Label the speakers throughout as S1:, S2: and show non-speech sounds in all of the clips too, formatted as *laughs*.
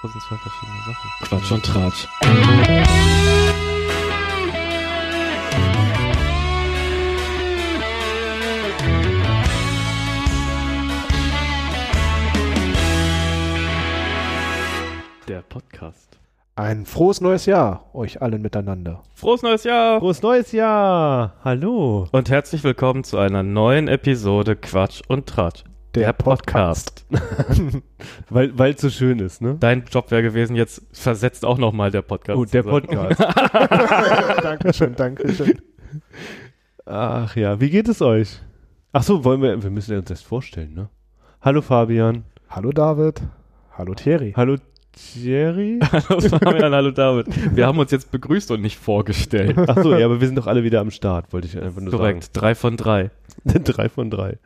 S1: Das sind zwei verschiedene Sachen.
S2: Quatsch und Tratsch.
S1: Der Podcast.
S3: Ein frohes neues Jahr euch allen miteinander.
S1: Frohes neues Jahr!
S4: Frohes neues Jahr! Hallo!
S1: Und herzlich willkommen zu einer neuen Episode Quatsch und Tratsch.
S3: *laughs*
S4: *laughs* Weil weil es so schön ist, ne?
S1: Dein Job wäre gewesen, jetzt versetzt auch nochmal der Podcast.
S4: Oh, der
S1: zusammen. *laughs*
S4: Podcast.
S3: Dankeschön, Dankeschön.
S4: Ach ja, wie geht es euch? Ach so, wollen wir wir müssen uns das vorstellen, ne? Hallo Fabian.
S3: Hallo David. Hallo Thierry.
S4: Hallo Thierry.
S1: *laughs* Hallo Fabian, hallo David. Wir haben uns jetzt begrüßt und nicht vorgestellt.
S4: *laughs* Ach so, ja, aber wir sind doch alle wieder am Start, wollte ich einfach nur
S1: Korrekt, drei von drei.
S4: sagen. *laughs* drei von drei.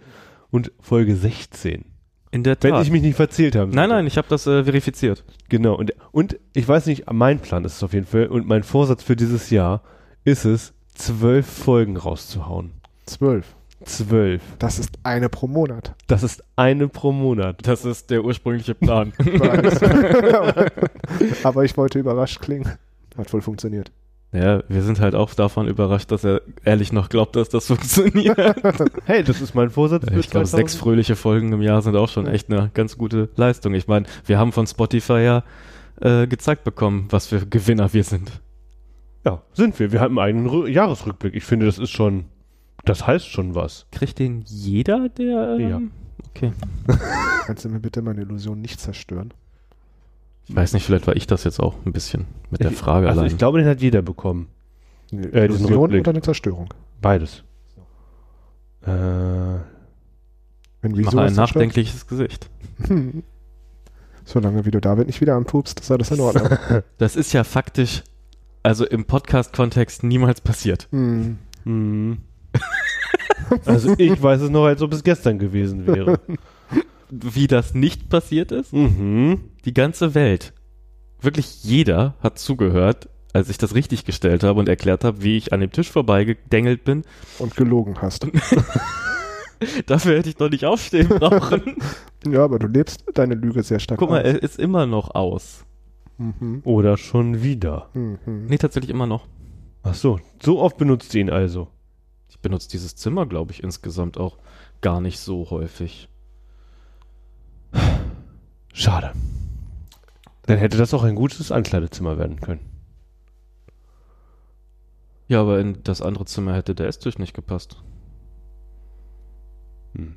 S4: Und Folge 16.
S1: In der
S4: Wenn
S1: Tat.
S4: ich mich nicht verzählt habe.
S1: nein, nein, ich habe das äh, verifiziert.
S4: Genau, und, und ich weiß nicht, mein Plan ist es auf jeden Fall und mein Vorsatz für dieses Jahr ist es, zwölf Folgen rauszuhauen.
S3: Zwölf.
S4: Zwölf.
S3: Das ist eine pro Monat.
S1: *laughs*
S3: *laughs*
S4: Das ist eine pro Monat.
S1: Das ist der ursprüngliche Plan.
S3: Aber ich wollte überrascht klingen. Hat wohl
S1: *laughs*
S3: funktioniert.
S1: *laughs* ja, wir sind halt auch davon überrascht, dass er ehrlich noch glaubt, dass das funktioniert.
S4: Hey, das ist mein Vorsatz für
S1: Äh, Ich glaube, sechs
S4: 2000.
S1: fröhliche Folgen im Jahr sind auch schon echt eine ganz gute Leistung. Ich meine, wir haben von Spotify ja äh, gezeigt bekommen, was für Gewinner wir sind.
S4: Ja, sind wir. Wir haben einen Rü Jahresrückblick. Ich finde, das ist schon, das heißt schon was.
S1: Kriegt den jeder, der.
S4: ähm, Ja.
S1: Okay.
S3: Kannst du mir bitte meine Illusion nicht zerstören?
S1: Ich weiß nicht, vielleicht war ich das jetzt auch ein bisschen mit der
S4: Ich-
S1: Frage
S4: Also
S1: allein.
S4: ich glaube, den hat jeder bekommen.
S3: Eine
S4: Äh, diesen
S3: Illusion
S4: Rückblick.
S3: oder eine Zerstörung?
S4: Beides. Äh,
S3: Wenn
S1: ich mache
S3: sowas
S1: ein
S3: zerstört-
S1: nachdenkliches Gesicht.
S3: Hm. Solange wie du David nicht wieder anpupst, ist alles in Ordnung.
S1: *laughs* Das ist ja faktisch, also im Podcast-Kontext niemals passiert.
S3: Hm. *laughs*
S4: hm. also ich weiß es noch, als ob es gestern
S3: *laughs*
S4: gewesen wäre.
S1: Wie das nicht passiert ist?
S4: mhm.
S1: Die ganze Welt. Wirklich jeder hat zugehört, als ich das richtig gestellt habe und erklärt habe, wie ich an dem Tisch vorbeigedengelt bin.
S3: Und gelogen hast.
S1: *laughs* Dafür hätte ich doch nicht *laughs* aufstehen brauchen.
S3: Ja, aber du lebst deine Lüge sehr stark.
S1: Guck mal, äh,
S3: aus.
S1: er ist immer noch aus.
S3: Mhm.
S4: Oder schon wieder.
S3: Mhm.
S1: Nee, tatsächlich immer noch.
S4: Ach so, so oft benutzt ihr ihn also.
S1: Ich benutze dieses Zimmer, glaube ich, insgesamt auch gar nicht so häufig.
S4: Schade. Dann hätte das auch ein gutes Ankleidezimmer werden können.
S1: Ja, aber in das andere Zimmer hätte der Esstisch nicht gepasst.
S4: Hm.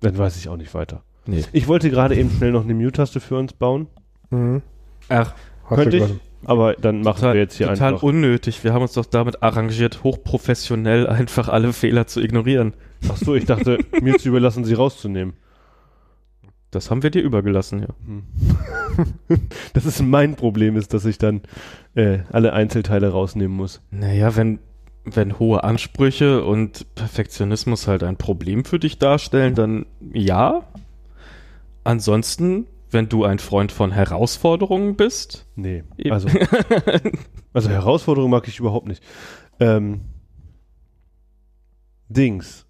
S4: Dann weiß ich auch nicht weiter.
S1: Nee.
S4: Ich wollte gerade eben schnell noch eine Mute-Taste für uns bauen.
S3: Mhm.
S1: Ach,
S3: Hast
S4: Könnte
S3: du
S4: ich, aber dann machen wir jetzt hier
S1: total
S4: einfach.
S1: unnötig. Wir haben uns doch damit arrangiert, hochprofessionell *laughs* einfach alle Fehler zu ignorieren.
S4: Ach so, ich
S1: *laughs*
S4: dachte, mir zu überlassen, sie rauszunehmen. Hm.
S1: Das haben wir dir übergelassen, ja.
S4: *laughs* Das ist mein Problem, ist, dass ich dann äh, alle Einzelteile rausnehmen muss.
S1: Naja, wenn, wenn hohe Ansprüche und Perfektionismus halt ein Problem für dich darstellen, dann ja. Ansonsten, wenn du ein Freund von Herausforderungen bist,
S4: Nee,
S1: Eben. *laughs*
S4: also, also Herausforderung mag ich überhaupt nicht. Ähm, Dings.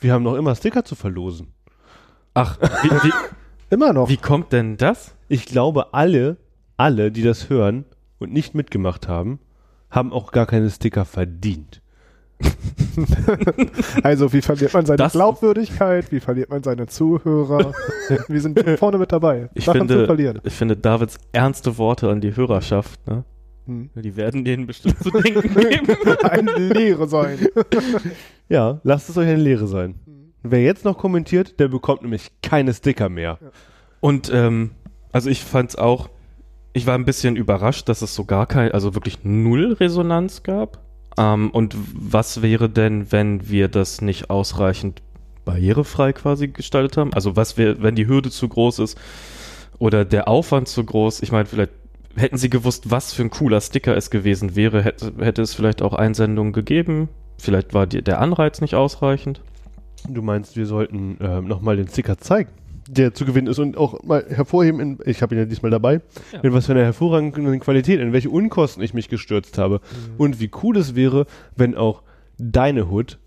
S4: Wir haben noch immer Sticker zu verlosen.
S1: ach, wie, wie,
S3: Immer noch.
S1: wie kommt denn das?
S4: Ich glaube, alle, alle, die das hören und nicht mitgemacht haben, haben auch gar keine Sticker verdient.
S3: Also, wie verliert man seine
S1: Das-
S3: Glaubwürdigkeit? Wie verliert man seine Zuhörer? Wir sind vorne mit dabei.
S1: Ich
S3: Sachen zu
S1: finde-
S3: verlieren.
S1: Ich finde Davids ernste Worte an die Hörerschaft, ne?
S3: Hm.
S1: Die werden denen bestimmt zu denken geben.
S2: *laughs*
S3: Ein Leere sein.
S4: Ja, lasst es euch eine Lehre sein. Wer jetzt noch kommentiert, der bekommt nämlich keine Sticker mehr.
S1: Und ähm, also ich fand's auch, ich war ein bisschen überrascht, dass es so gar kein, also wirklich null Resonanz gab. Ähm, und was wäre denn, wenn wir das nicht ausreichend barrierefrei quasi gestaltet haben? Also was wäre, wenn die Hürde zu groß ist oder der Aufwand zu groß? Ich meine, vielleicht hätten sie gewusst, was für ein cooler Sticker es gewesen wäre, hätte, hätte es vielleicht auch Einsendungen gegeben. Vielleicht war die, der Anreiz nicht ausreichend.
S4: Du meinst, wir sollten ähm, nochmal den Sticker zeigen, der zu gewinnen ist und auch mal hervorheben, in, ich habe ihn ja diesmal dabei,
S1: Ja.
S4: in was für eine hervorragende Qualität, in welche
S1: Mhm.
S4: Unkosten ich mich gestürzt habe und wie cool es wäre, wenn auch deine Hood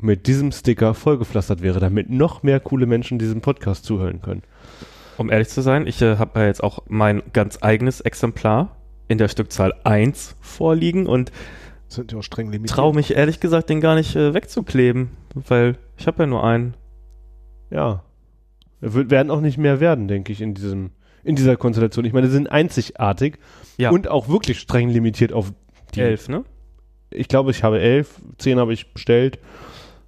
S4: mit diesem Sticker vollgepflastert wäre, damit noch mehr coole Menschen diesem Podcast zuhören können.
S1: Um ehrlich zu sein, ich äh, habe ja jetzt auch mein ganz eigenes Exemplar in der Stückzahl 1 vorliegen und
S2: Sind ja auch streng limitiert.
S1: traue mich ehrlich gesagt, den gar nicht äh, wegzukleben, weil ich habe ja nur einen.
S4: Ja. Wir wird- werden auch nicht mehr werden, denke ich, in diesem in dieser Konstellation. Ich meine, sie sind einzigartig
S1: Ja.
S4: und auch wirklich streng limitiert auf die
S1: Elf, ne?
S4: Ich glaube, ich habe elf, zehn habe ich bestellt.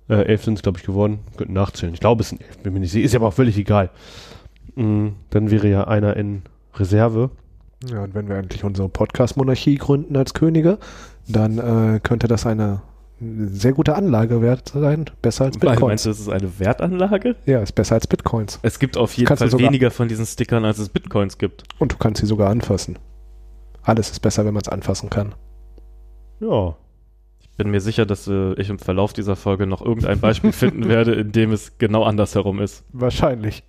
S4: Äh, elf sind es, glaube ich, geworden. Könnten nachzählen. Ich glaube, es sind elf, bin mir nicht sicher. Ist ja aber auch völlig egal. Mm, dann wäre ja einer in Reserve.
S2: Ja, und wenn wir endlich unsere Podcast-Monarchie gründen als Könige, dann äh, könnte das eine sehr gute Anlage wert sein. Besser als
S1: Weil, meinst
S2: Bitcoins.
S1: du, das ist eine Wertanlage?
S2: Ja, ist besser als Bitcoins.
S1: Es gibt auf jeden
S2: Kannst du
S1: Fall
S2: sogar-
S1: weniger von diesen Stickern, als es Bitcoins gibt.
S2: Und du kannst sie sogar anfassen. Alles ist besser, wenn man es anfassen kann.
S4: Ja.
S1: Bin mir sicher, dass äh, ich im Verlauf dieser Folge noch irgendein Beispiel *laughs* finden werde, in dem es genau andersherum ist.
S2: Wahrscheinlich.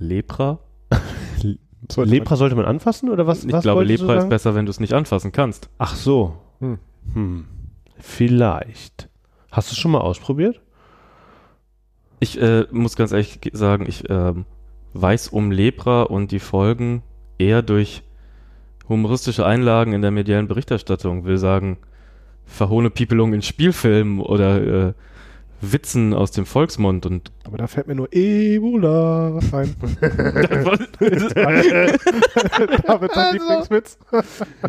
S1: Lepra?
S2: So,
S4: Lepra sollte man anfassen oder was?
S1: Ich
S4: was
S1: glaube,
S4: wolltest du
S1: Lepra ist
S4: sagen?
S1: besser, wenn du es nicht anfassen kannst.
S4: Ach so.
S2: Hm.
S4: Hm. Vielleicht. Hast du es schon mal ausprobiert?
S1: Ich äh, muss ganz ehrlich ge- sagen, ich ähm, weiß um Lepra und die Folgen eher durch humoristische Einlagen in der medialen Berichterstattung. Will sagen, verhohne Piepelung in Spielfilmen oder äh, Witzen aus dem Volksmund und
S2: Aber da fällt mir nur Ebola ein. da wird dein Lieblingswitz.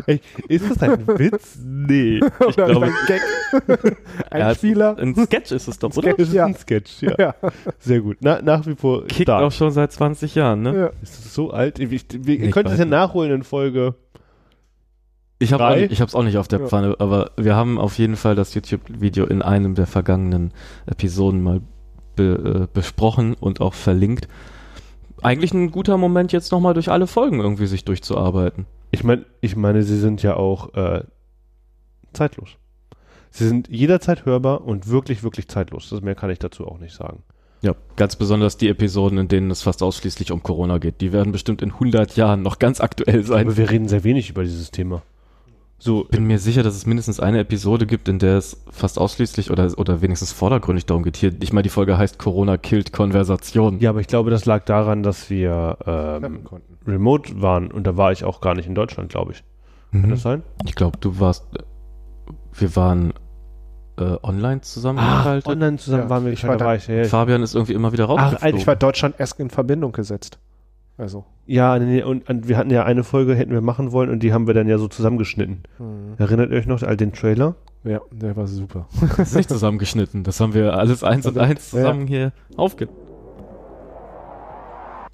S4: Ey, ist
S2: *laughs*
S4: das ein Witz? Nee.
S1: ich glaube,
S2: ein Gag.
S1: *laughs*
S2: ein
S1: Ja, es-
S2: Spieler.
S1: ein Sketch ist es doch, oder?
S2: Sketch.
S4: Das ist
S2: Ja.
S4: ein Sketch, ja.
S2: Ja.
S4: Sehr gut. Na, nach wie vor
S1: Kickt
S4: stark.
S1: auch schon seit 20 Jahren, ne?
S2: Ja.
S4: Ist das so alt? Ich, ich, wir, ihr
S1: Ich
S4: könnt
S1: weiß
S4: es ja
S1: nicht.
S4: nachholen in Folge.
S1: Ich habe
S4: Drei?
S1: ich hab's auch nicht auf der
S2: Ja.
S1: Pfanne, aber wir haben auf jeden Fall das YouTube-Video in einem der vergangenen Episoden mal be, äh, besprochen und auch verlinkt. Eigentlich ein guter Moment, jetzt nochmal durch alle Folgen irgendwie sich durchzuarbeiten.
S4: Ich meine, ich meine, sie sind ja auch äh, zeitlos. Sie sind jederzeit hörbar und wirklich, wirklich zeitlos. Das mehr kann ich dazu auch nicht sagen.
S1: Ja, ganz besonders die Episoden, in denen es fast ausschließlich um Corona geht. Die werden bestimmt in 100 Jahren noch ganz aktuell sein.
S4: Aber wir reden sehr wenig über dieses Thema. So,
S1: Ich bin mir sicher, dass es mindestens eine Episode gibt, in der es fast ausschließlich oder, oder wenigstens vordergründig darum geht. Hier, ich meine, die Folge heißt Corona killt Konversation.
S4: ja, aber ich glaube, das lag daran, dass wir ähm,
S2: Klappen konnten.
S4: remote waren und da war ich auch gar nicht in Deutschland, glaube ich. Kann
S1: Mhm.
S4: das sein?
S1: Ich glaube, du warst. Wir waren äh, online
S4: Ach,
S1: zusammengeschaltet.
S4: online zusammen
S2: Ja,
S4: waren wir
S2: ich
S4: gescheit,
S2: war
S4: da war ich, ja, ja.
S1: Fabian ist irgendwie immer wieder
S2: Ach,
S1: rausgeflogen.
S2: ich war Deutschland erst in Verbindung gesetzt. Also.
S4: ja, nee, nee, und, und wir hatten ja eine Folge, hätten wir machen wollen und die haben wir dann ja so zusammengeschnitten.
S2: Hm.
S4: Erinnert ihr euch noch an den Trailer?
S2: Ja, der war super.
S1: das ist nicht zusammengeschnitten. Das haben wir alles eins und eins
S2: Ja.
S1: zusammen hier aufge.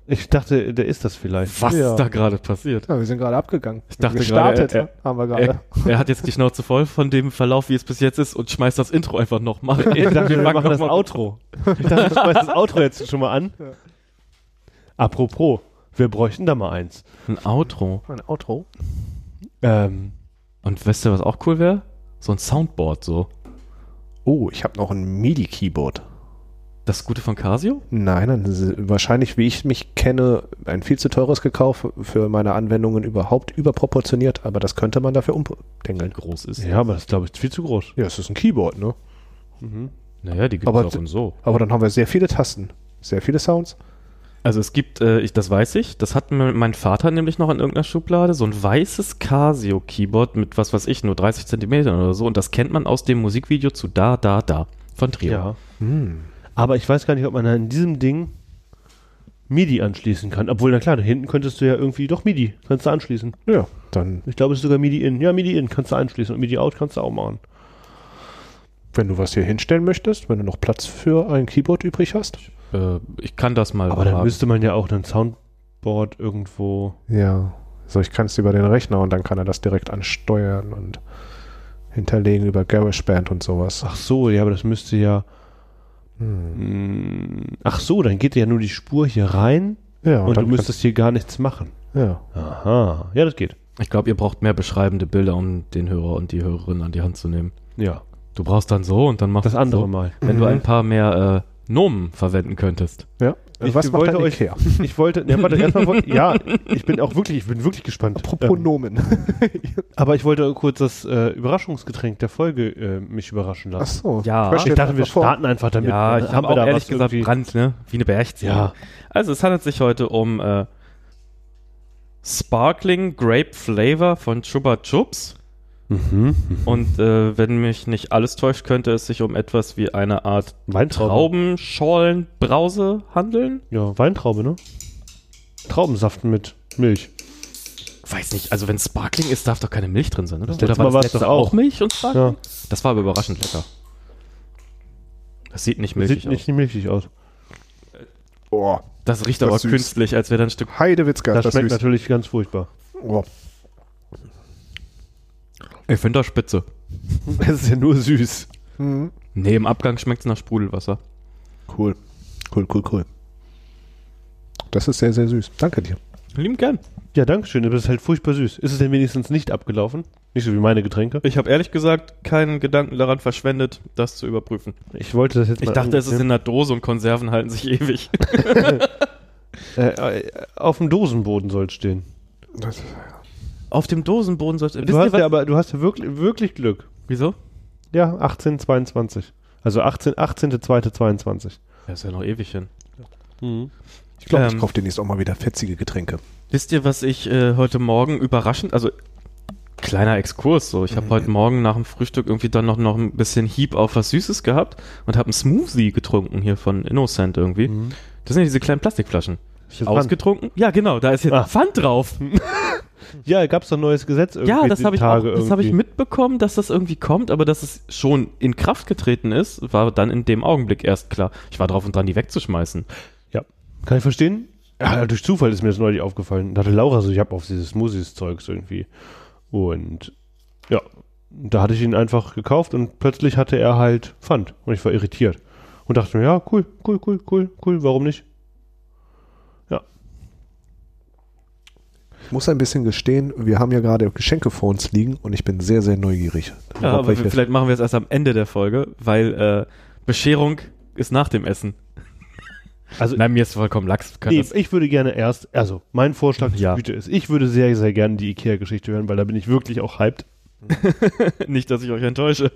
S4: Ich dachte, der ist das vielleicht.
S1: Was
S2: Ja.
S1: ist da gerade passiert?
S2: Ja, wir sind gerade abgegangen.
S1: Ich dachte
S2: Gestartet
S1: gerade, äh,
S2: haben wir gerade.
S1: Er, er hat jetzt die Schnauze voll von dem Verlauf, wie es bis jetzt ist, und schmeißt das Intro einfach *laughs* nochmal.
S4: Ich dachte, wir machen das Outro. *laughs* Ich dachte, ich schmeiß das Outro jetzt schon mal an.
S2: Ja.
S4: Apropos, wir bräuchten da mal eins.
S1: Ein Outro.
S2: Ein Outro.
S4: Ähm,
S1: Und weißt du, was auch cool wäre? So ein Soundboard so.
S2: Oh, ich habe noch ein MIDI-Keyboard.
S1: Das Gute von Casio?
S2: Nein, dann ist es wahrscheinlich, wie ich mich kenne, ein viel zu teures gekauft für meine Anwendungen überhaupt überproportioniert, aber das könnte man dafür umdengeln.
S1: Groß ist.
S4: ja, aber das glaube ich ist viel zu groß.
S2: Ja, es ist ein Keyboard, ne?
S1: Naja, die gibt
S2: Aber
S1: auch
S2: d-
S1: und so.
S2: Aber dann haben wir sehr viele Tasten, sehr viele Sounds.
S1: Also es gibt, äh, ich, das weiß ich, das hat mir mein Vater nämlich noch in irgendeiner Schublade, so ein weißes Casio-Keyboard mit was weiß ich, nur 30 Zentimetern oder so. Und das kennt man aus dem Musikvideo zu Da, Da, Da von Trio.
S4: Ja. Aber ich weiß gar nicht, ob man da in diesem Ding MIDI anschließen kann. Obwohl, na klar, da hinten könntest du ja irgendwie doch MIDI, kannst du anschließen.
S2: Ja, dann,
S4: Ich glaube, es ist sogar MIDI in. Ja, MIDI in kannst du anschließen und MIDI out kannst du auch machen.
S2: wenn du was hier hinstellen möchtest, wenn du noch Platz für ein Keyboard übrig hast.
S1: Äh, ich kann das mal
S4: Aber dann
S1: fragen.
S4: müsste man ja auch ein Soundboard irgendwo.
S2: Ja, so ich kann es über den Rechner und dann kann er das direkt ansteuern und hinterlegen über GarageBand und sowas.
S4: Ach so, ja, aber das müsste ja.
S2: Hm.
S4: Mm, Ach so, dann geht ja nur die Spur hier rein
S2: Ja,
S4: und, du
S2: dann
S4: müsstest hier gar nichts machen.
S2: kannst- ja.
S4: Aha, ja, das geht.
S1: ich glaube, ihr braucht mehr beschreibende Bilder, um den Hörer und die Hörerin an die Hand zu nehmen.
S4: Ja,
S1: Du brauchst dann so und dann machst
S4: das
S1: du
S4: andere Mhm.
S1: so.
S4: Mal.
S1: Wenn du ein paar mehr äh, Nomen verwenden könntest.
S2: Ja,
S3: Äh,
S4: Ich
S3: Was macht
S4: wollte
S3: dein
S4: euch-
S3: Ikea?
S2: *laughs*
S4: Ich wollte, ja, warte, erstmal wollte, ja, ich bin auch wirklich, ich bin wirklich gespannt.
S3: Apropos
S4: Ähm,
S3: Nomen.
S2: *laughs*
S4: aber ich wollte kurz das äh, Überraschungsgetränk der Folge äh, mich überraschen
S3: Ach
S4: lassen.
S3: so.
S1: Ja.
S3: Verstehe.
S4: ich dachte, wir
S3: Einfach vor.
S4: starten einfach damit.
S1: Ja,
S4: ne?
S1: ich habe
S4: wir
S1: auch
S4: da
S1: ehrlich
S4: was
S1: gesagt
S4: irgendwie-
S1: Brand, ne? Wie eine Berchze.
S4: Ja.
S1: Also es handelt sich heute um äh, Sparkling Grape Flavor von Chupa Chups.
S4: Mhm.
S1: Und äh, wenn mich nicht alles täuscht, könnte es sich um etwas wie eine Art
S4: Weintraube.
S1: Traubenscholenbrause handeln.
S4: Ja, Weintraube, ne? Traubensaft mit Milch.
S1: Weiß nicht, also wenn Sparkling ist, darf doch keine Milch drin sein, oder?
S4: Das letzte
S1: oder war
S4: Mal war's
S1: letzte
S4: doch auch.
S1: Milch und Sparkling?
S4: Ja,
S1: Das war aber überraschend lecker. Das sieht nicht milchig
S4: sieht nicht milchig aus.
S2: Oh,
S3: Boah,
S1: aus. Das riecht
S3: Das
S1: aber
S3: ist süß.
S1: künstlich, als wäre da ein Stück.
S3: Heidewitzka.
S4: Das,
S3: ist
S4: schmeckt
S3: süß.
S4: natürlich ganz furchtbar.
S2: Oh.
S3: Boah.
S1: Ich finde das spitze.
S4: Es ist ja nur *laughs* süß.
S3: Mhm.
S1: Nee, im Abgang schmeckt es nach Sprudelwasser.
S3: Cool. Cool, cool, cool. Das ist sehr, sehr süß. Danke dir.
S1: Lieben gern.
S4: Ja, danke schön, aber es ist halt furchtbar süß. Ist es denn wenigstens nicht abgelaufen? Nicht so wie meine Getränke.
S1: Ich habe ehrlich gesagt keinen Gedanken daran verschwendet, das zu überprüfen.
S4: Ich wollte das jetzt mal.
S1: Ich dachte, es ist in
S4: angucken.
S1: einer Dose und Konserven halten sich ewig.
S4: äh, äh, auf dem Dosenboden soll es stehen.
S3: Das,
S1: *laughs* Auf dem Dosenboden sollte.
S4: Du hast ja aber du hast ja wirklich, wirklich Glück.
S1: Wieso?
S4: Ja, 1822. Also 18, 18.2.22.
S1: Das ist ja noch ewig hin.
S4: Mhm.
S3: ich glaube, ich
S1: Ähm.
S3: kaufe demnächst auch mal wieder fetzige Getränke.
S1: Wisst ihr, was ich äh, heute Morgen überraschend, also kleiner Exkurs so, ich habe heute Morgen nach dem Frühstück irgendwie dann noch, noch ein bisschen Hieb auf was Süßes gehabt und habe einen Smoothie getrunken hier von Innocent irgendwie.
S4: Mhm.
S1: Das sind ja diese kleinen Plastikflaschen.
S4: Ist das Pfand?
S1: Ausgetrunken? Ja, genau, da ist jetzt
S4: Ah.
S1: Pfand drauf.
S4: Ja, gab es doch ein neues Gesetz irgendwie.
S1: Ja, das
S4: die
S1: habe ich, auch-
S4: Tage
S1: das hab ich
S4: irgendwie.
S1: mitbekommen, dass das irgendwie kommt, aber dass es schon in Kraft getreten ist, war dann in dem Augenblick erst klar. Ich war drauf und dran, die wegzuschmeißen.
S4: Kann ich verstehen? Ja, durch Zufall ist mir das neulich aufgefallen. Da hatte Laura so, ich habe auf dieses Smoothies-Zeugs irgendwie. Und ja, da hatte ich ihn einfach gekauft und plötzlich hatte er halt Pfand. Und ich war irritiert. Und dachte mir, ja, cool, cool, cool, cool, cool, warum nicht?
S3: Ich muss ein bisschen gestehen, wir haben ja gerade Geschenke vor uns liegen und ich bin sehr, sehr neugierig.
S1: Ja,
S3: Ob
S1: aber
S3: welche-
S1: wir- vielleicht machen wir es erst am Ende der Folge, weil äh, Bescherung ist nach dem Essen.
S4: Also
S1: Nein, mir ist vollkommen Lachs. Kann
S4: nee,
S1: das,
S4: ich würde gerne erst, also mein Vorschlag zur
S1: Ja.
S4: Güte ist, ich würde sehr, sehr gerne die Ikea-Geschichte hören, weil da bin ich wirklich auch hyped.
S1: *laughs* nicht, dass ich euch enttäusche.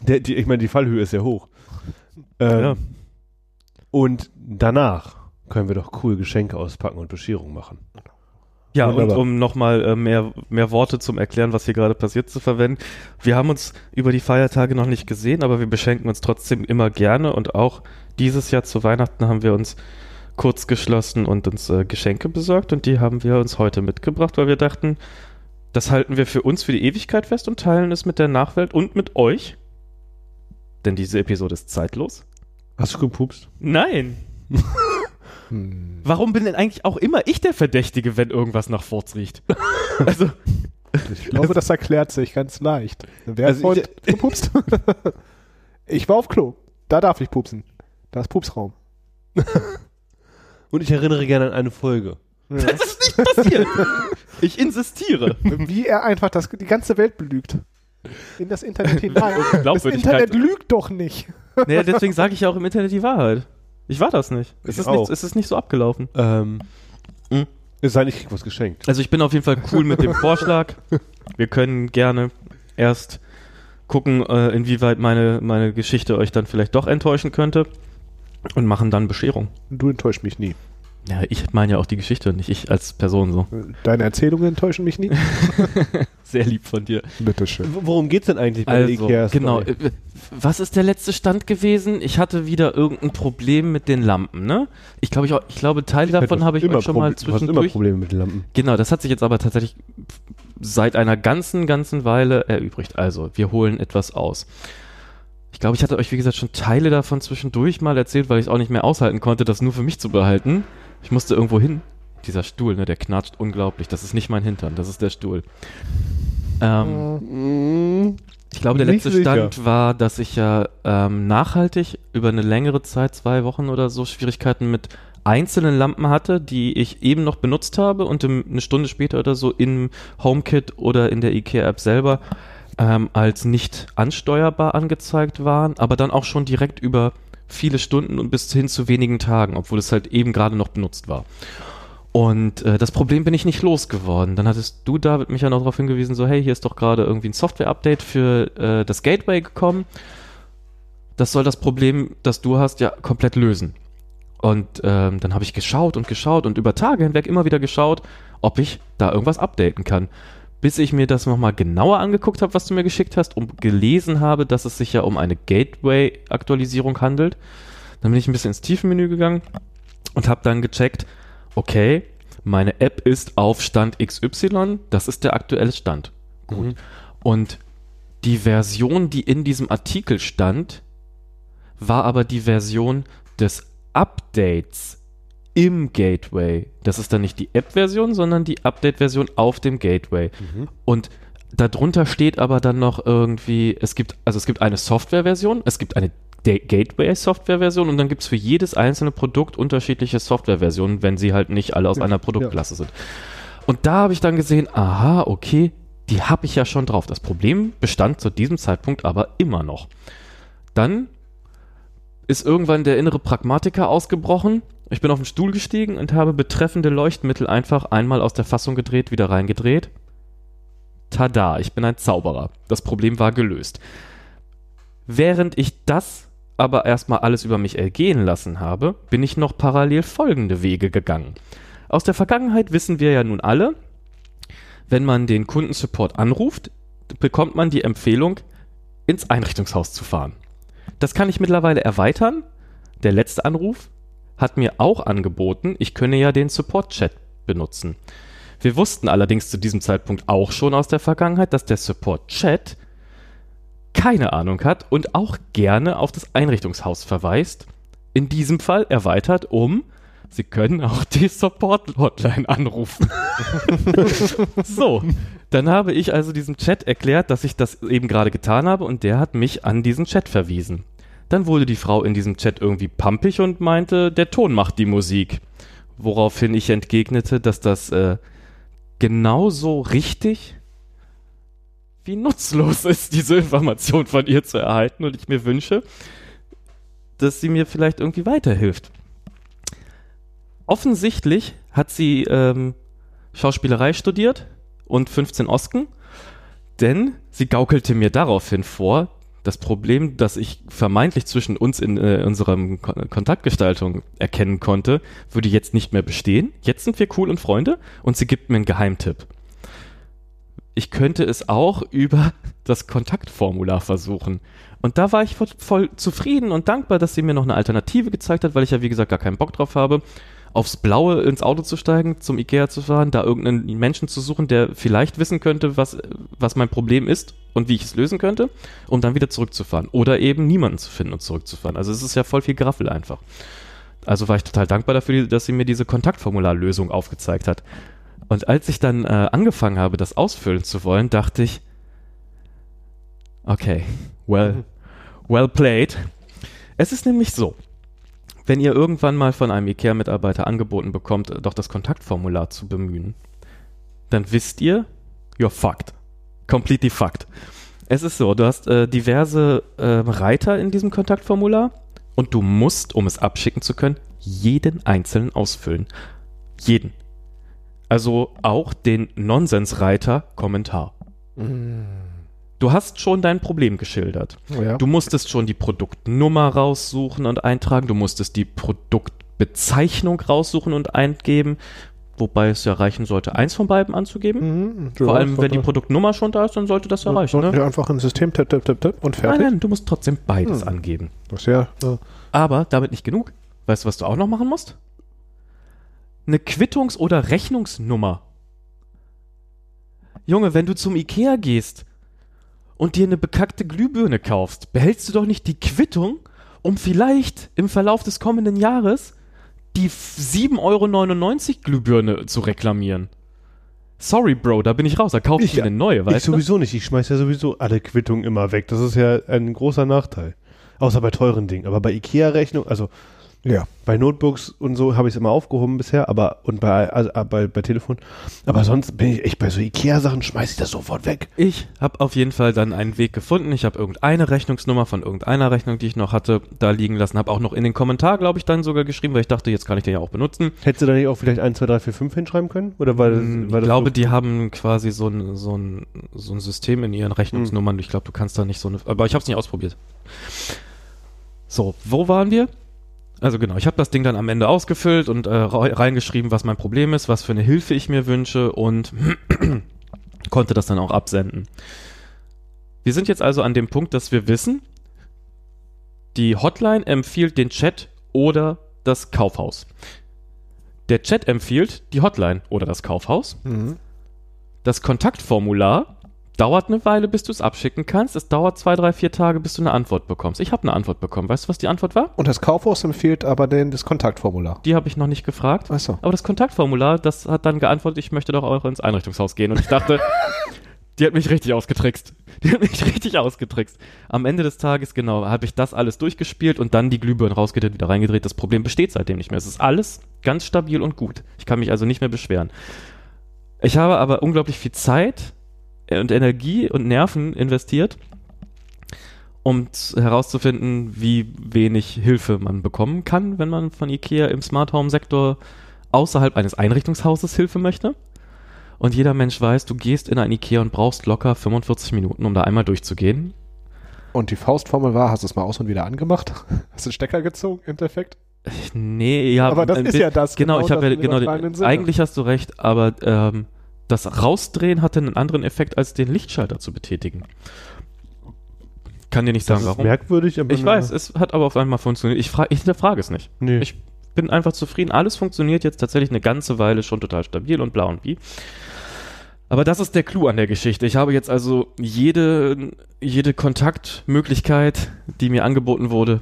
S4: Der, die, ich meine, die Fallhöhe ist sehr hoch. Ähm,
S1: Ja.
S4: Und danach können wir doch cool Geschenke auspacken und Bescherung machen.
S1: Ja, und
S3: Wunderbar.
S1: um nochmal äh, mehr, mehr Worte zum Erklären, was hier gerade passiert, zu verwenden. Wir haben uns über die Feiertage noch nicht gesehen, aber wir beschenken uns trotzdem immer gerne und auch dieses Jahr zu Weihnachten haben wir uns kurz geschlossen und uns äh, Geschenke besorgt und die haben wir uns heute mitgebracht, weil wir dachten, das halten wir für uns für die Ewigkeit fest und teilen es mit der Nachwelt und mit euch. Denn diese Episode ist zeitlos.
S4: Hast du gepupst?
S1: Nein.
S3: Hm.
S1: Warum bin denn eigentlich auch immer ich der Verdächtige, wenn irgendwas nach Furz *laughs* riecht? also, *laughs*
S3: Ich glaube, das erklärt sich ganz leicht. Wer
S4: Also
S3: also
S4: ich-
S3: hat vorhin gepupst? *laughs* ich war auf Klo. Da darf ich pupsen. Da ist Pupsraum.
S4: Und ich erinnere gerne an eine Folge.
S1: Das ist nicht passiert. *laughs* Ich insistiere.
S3: Wie er einfach das, die ganze Welt belügt. In das Internet
S1: *laughs*
S3: hinein. Das
S1: Glaubwürdigkeit.
S3: Internet lügt doch nicht.
S1: Nee, deswegen sage ich ja auch im Internet die Wahrheit. Ich war das nicht. Es
S4: Ich
S1: ist
S4: auch.
S1: nicht, es ist nicht so abgelaufen.
S4: Ähm,
S1: Mhm.
S4: Es sei denn, ich krieg was geschenkt.
S1: Also ich bin auf jeden Fall cool mit dem Vorschlag. Wir können gerne erst gucken, äh, inwieweit meine, meine Geschichte euch dann vielleicht doch enttäuschen könnte und machen dann Bescherung.
S3: Du enttäuscht mich nie.
S1: Ja, ich meine ja auch die Geschichte und nicht ich als Person so.
S3: Deine Erzählungen enttäuschen mich *laughs* nie.
S1: Sehr lieb von dir.
S3: Bitteschön.
S4: W- Worum geht's denn eigentlich bei der
S1: Also,
S4: Ikea?
S1: genau. äh, Was ist der letzte Stand gewesen? Ich hatte wieder irgendein Problem mit den Lampen, ne? Ich glaube, ich, auch- ich glaube, Teile davon habe ich euch schon mal
S4: Du hast immer
S1: zwischendurch.
S4: Probleme mit den Lampen.
S1: Genau, das hat sich jetzt aber tatsächlich seit einer ganzen, ganzen Weile erübrigt. Also, wir holen etwas aus. Ich glaube, ich hatte euch, wie gesagt, schon Teile davon zwischendurch mal erzählt, weil ich es auch nicht mehr aushalten konnte, das nur für mich zu behalten. Ich musste irgendwo hin. Dieser Stuhl, ne, der knatscht unglaublich. Das ist nicht mein Hintern, das ist der Stuhl. Ähm,
S4: Mhm.
S1: ich glaube, der
S4: Nicht
S1: letzte
S4: sicher.
S1: Stand war, dass ich ja ähm, nachhaltig über eine längere Zeit, zwei Wochen oder so, Schwierigkeiten mit einzelnen Lampen hatte, die ich eben noch benutzt habe und im, eine Stunde später oder so im HomeKit oder in der IKEA-App selber ähm, als nicht ansteuerbar angezeigt waren, aber dann auch schon direkt über viele Stunden und bis hin zu wenigen Tagen, obwohl es halt eben gerade noch benutzt war. Und äh, das Problem bin ich nicht losgeworden. Dann hattest du, David, mich ja noch darauf hingewiesen, so hey, hier ist doch gerade irgendwie ein Software-Update für äh, das Gateway gekommen. Das soll das Problem, das du hast, ja komplett lösen. Und ähm, dann habe ich geschaut und geschaut und über Tage hinweg immer wieder geschaut, ob ich da irgendwas updaten kann. Bis ich mir das nochmal genauer angeguckt habe, was du mir geschickt hast und gelesen habe, dass es sich ja um eine Gateway-Aktualisierung handelt. Dann bin ich ein bisschen ins Tiefenmenü gegangen und habe dann gecheckt, okay, meine App ist auf Stand XY, das ist der aktuelle Stand. Gut. Und die Version, die in diesem Artikel stand, war aber die Version des Updates im Gateway. Das ist dann nicht die App-Version, sondern die Update-Version auf dem Gateway. Und darunter steht aber dann noch irgendwie, es gibt, also es gibt eine Software-Version, es gibt eine Da- Gateway-Software-Version und dann gibt es für jedes einzelne Produkt unterschiedliche Software-Versionen, wenn sie halt nicht alle aus einer Produktklasse sind. Und da habe ich dann gesehen, aha, okay, die habe ich ja schon drauf. Das Problem bestand zu diesem Zeitpunkt aber immer noch. Dann ist irgendwann der innere Pragmatiker ausgebrochen. Ich bin auf den Stuhl gestiegen und habe betreffende Leuchtmittel einfach einmal aus der Fassung gedreht, wieder reingedreht. Tada, ich bin ein Zauberer. Das Problem war gelöst. Während ich das aber erstmal alles über mich ergehen lassen habe, bin ich noch parallel folgende Wege gegangen. Aus der Vergangenheit wissen wir ja nun alle, wenn man den Kundensupport anruft, bekommt man die Empfehlung, ins Einrichtungshaus zu fahren. Das kann ich mittlerweile erweitern. Der letzte Anruf hat mir auch angeboten, ich könne ja den Support-Chat benutzen. Wir wussten allerdings zu diesem Zeitpunkt auch schon aus der Vergangenheit, dass der Support-Chat keine Ahnung hat und auch gerne auf das Einrichtungshaus verweist. In diesem Fall erweitert um, Sie können auch die Support-Hotline anrufen. so, dann habe ich also diesem Chat erklärt, dass ich das eben gerade getan habe und der hat mich an diesen Chat verwiesen. Dann wurde die Frau in diesem Chat irgendwie pampig und meinte, der Ton macht die Musik. Woraufhin ich entgegnete, dass das äh, genauso richtig wie nutzlos ist, diese Information von ihr zu erhalten und ich mir wünsche, dass sie mir vielleicht irgendwie weiterhilft. Offensichtlich hat sie ähm, Schauspielerei studiert und 15 Osken, denn sie gaukelte mir daraufhin vor, das Problem, das ich vermeintlich zwischen uns in äh, unserem Kon Kontaktgestaltung erkennen konnte, würde jetzt nicht mehr bestehen. Jetzt sind wir cool und Freunde und sie gibt mir einen Geheimtipp. Ich könnte es auch über *laughs* das Kontaktformular versuchen. Und da war ich voll, voll zufrieden und dankbar, dass sie mir noch eine Alternative gezeigt hat, weil ich ja, wie gesagt, gar keinen Bock drauf habe aufs Blaue ins Auto zu steigen, zum Ikea zu fahren, da irgendeinen Menschen zu suchen, der vielleicht wissen könnte, was, was mein Problem ist und wie ich es lösen könnte, um dann wieder zurückzufahren. Oder eben niemanden zu finden und zurückzufahren. Also es ist ja voll viel Graffel einfach. Also war ich total dankbar dafür, dass sie mir diese Kontaktformularlösung aufgezeigt hat. Und als ich dann äh, angefangen habe, das ausfüllen zu wollen, dachte ich, okay, well, well played. Es ist nämlich so, wenn ihr irgendwann mal von einem IKEA-Mitarbeiter angeboten bekommt, doch das Kontaktformular zu bemühen, dann wisst ihr, you're fucked. Completely fucked. Es ist so, du hast äh, diverse äh, Reiter in diesem Kontaktformular und du musst, um es abschicken zu können, jeden einzelnen ausfüllen. Jeden. Also auch den Nonsensreiter Kommentar. Du hast schon dein Problem geschildert.
S3: Oh ja.
S1: Du musstest schon die Produktnummer raussuchen und eintragen. Du musstest die Produktbezeichnung raussuchen und eingeben. Wobei es ja reichen sollte, eins von beiden anzugeben.
S3: Mhm,
S1: Vor allem, wenn die
S3: Produkte
S1: Produktnummer schon da ist, dann sollte das ja reichen. Ne? Ah,
S3: Ja, einfach ein System, tipp, tipp, tipp, tipp und
S1: Nein,
S3: fertig.
S1: nein, du musst trotzdem beides
S3: Hm.
S1: angeben.
S3: Das ist ja, äh,
S1: Aber damit nicht genug. Weißt du, was du auch noch machen musst? Eine Quittungs- oder Rechnungsnummer. Junge, wenn du zum Ikea gehst und dir eine bekackte Glühbirne kaufst, behältst du doch nicht die Quittung, um vielleicht im Verlauf des kommenden Jahres die f- 7,99 Euro Glühbirne zu reklamieren. Sorry, Bro, da bin ich raus. Da kauf ich
S4: Ich-
S1: mir eine neue,
S4: Ich
S1: weißt du?
S4: sowieso nicht. Ich schmeiß ja sowieso alle Quittungen immer weg. Das ist ja ein großer Nachteil. Außer bei teuren Dingen. Aber bei IKEA-Rechnung, also
S3: Ja.
S4: Bei Notebooks und so habe ich es immer aufgehoben bisher, aber und bei, also, äh, bei, bei Telefon. Aber sonst bin ich echt bei so IKEA-Sachen, schmeiße ich das sofort weg.
S1: Ich habe auf jeden Fall dann einen Weg gefunden. Ich habe irgendeine Rechnungsnummer von irgendeiner Rechnung, die ich noch hatte, da liegen lassen. Habe auch noch in den Kommentar, glaube ich, dann sogar geschrieben, weil ich dachte, jetzt kann ich den ja auch benutzen.
S4: Hättest du da nicht auch vielleicht 1, 2, 3, 4, 5 hinschreiben können? Oder war das,
S1: Mm, Ich
S4: war das
S1: glaube,
S4: so-
S1: die haben quasi so ein, so, ein, so ein System in ihren Rechnungsnummern.
S4: Mm.
S1: Ich glaube, du kannst da nicht so eine. Aber ich habe es nicht ausprobiert. So, wo waren wir? Also genau, ich habe das Ding dann am Ende ausgefüllt und äh, rei- reingeschrieben, was mein Problem ist, was für eine Hilfe ich mir wünsche und *clears throat* konnte das dann auch absenden. Wir sind jetzt also an dem Punkt, dass wir wissen, die Hotline empfiehlt den Chat oder das Kaufhaus. Der Chat empfiehlt die Hotline oder das Kaufhaus.
S3: Mhm.
S1: Das Kontaktformular dauert eine Weile, bis du es abschicken kannst. Es dauert zwei, drei, vier Tage, bis du eine Antwort bekommst. Ich habe eine Antwort bekommen. Weißt du, was die Antwort war?
S3: Und das Kaufhaus empfiehlt aber den, das Kontaktformular.
S1: Die habe ich noch nicht gefragt.
S3: Achso.
S1: Aber das Kontaktformular, das hat dann geantwortet, ich möchte doch auch ins Einrichtungshaus gehen. Und ich dachte, die hat mich richtig ausgetrickst. Die hat mich richtig ausgetrickst. Am Ende des Tages, genau, habe ich das alles durchgespielt und dann die Glühbirne rausgedreht, wieder reingedreht. Das Problem besteht seitdem nicht mehr. Es ist alles ganz stabil und gut. Ich kann mich also nicht mehr beschweren. Ich habe aber unglaublich viel Zeit und Energie und Nerven investiert, um z- herauszufinden, wie wenig Hilfe man bekommen kann, wenn man von IKEA im Smart Home Sektor außerhalb eines Einrichtungshauses Hilfe möchte. Und jeder Mensch weiß, du gehst in ein Ikea und brauchst locker 45 Minuten, um da einmal durchzugehen.
S3: Und die Faustformel war, hast du es mal aus und wieder angemacht? *laughs* Hast du den Stecker gezogen im Endeffekt?
S1: Ich- Nee, ja.
S3: Aber das
S1: ein
S3: ist
S1: bi-
S3: ja das,
S1: Genau,
S3: genau
S1: ich habe
S3: das
S1: ja,
S3: im
S1: genau,
S3: übertragenen
S1: den,
S3: Sinne.
S1: eigentlich hast du recht, aber ähm, das Rausdrehen hatte einen anderen Effekt, als den Lichtschalter zu betätigen. Kann dir nicht sagen,
S4: Das ist
S1: warum.
S4: merkwürdig, aber
S1: Ich weiß, es hat aber auf einmal funktioniert. Ich, fra- ich hinterfrage es nicht.
S4: Nee.
S1: Ich bin einfach zufrieden. Alles funktioniert jetzt tatsächlich eine ganze Weile schon total stabil und bla und wie. Aber das ist der Clou an der Geschichte. Ich habe jetzt also jede, jede Kontaktmöglichkeit, die mir angeboten wurde,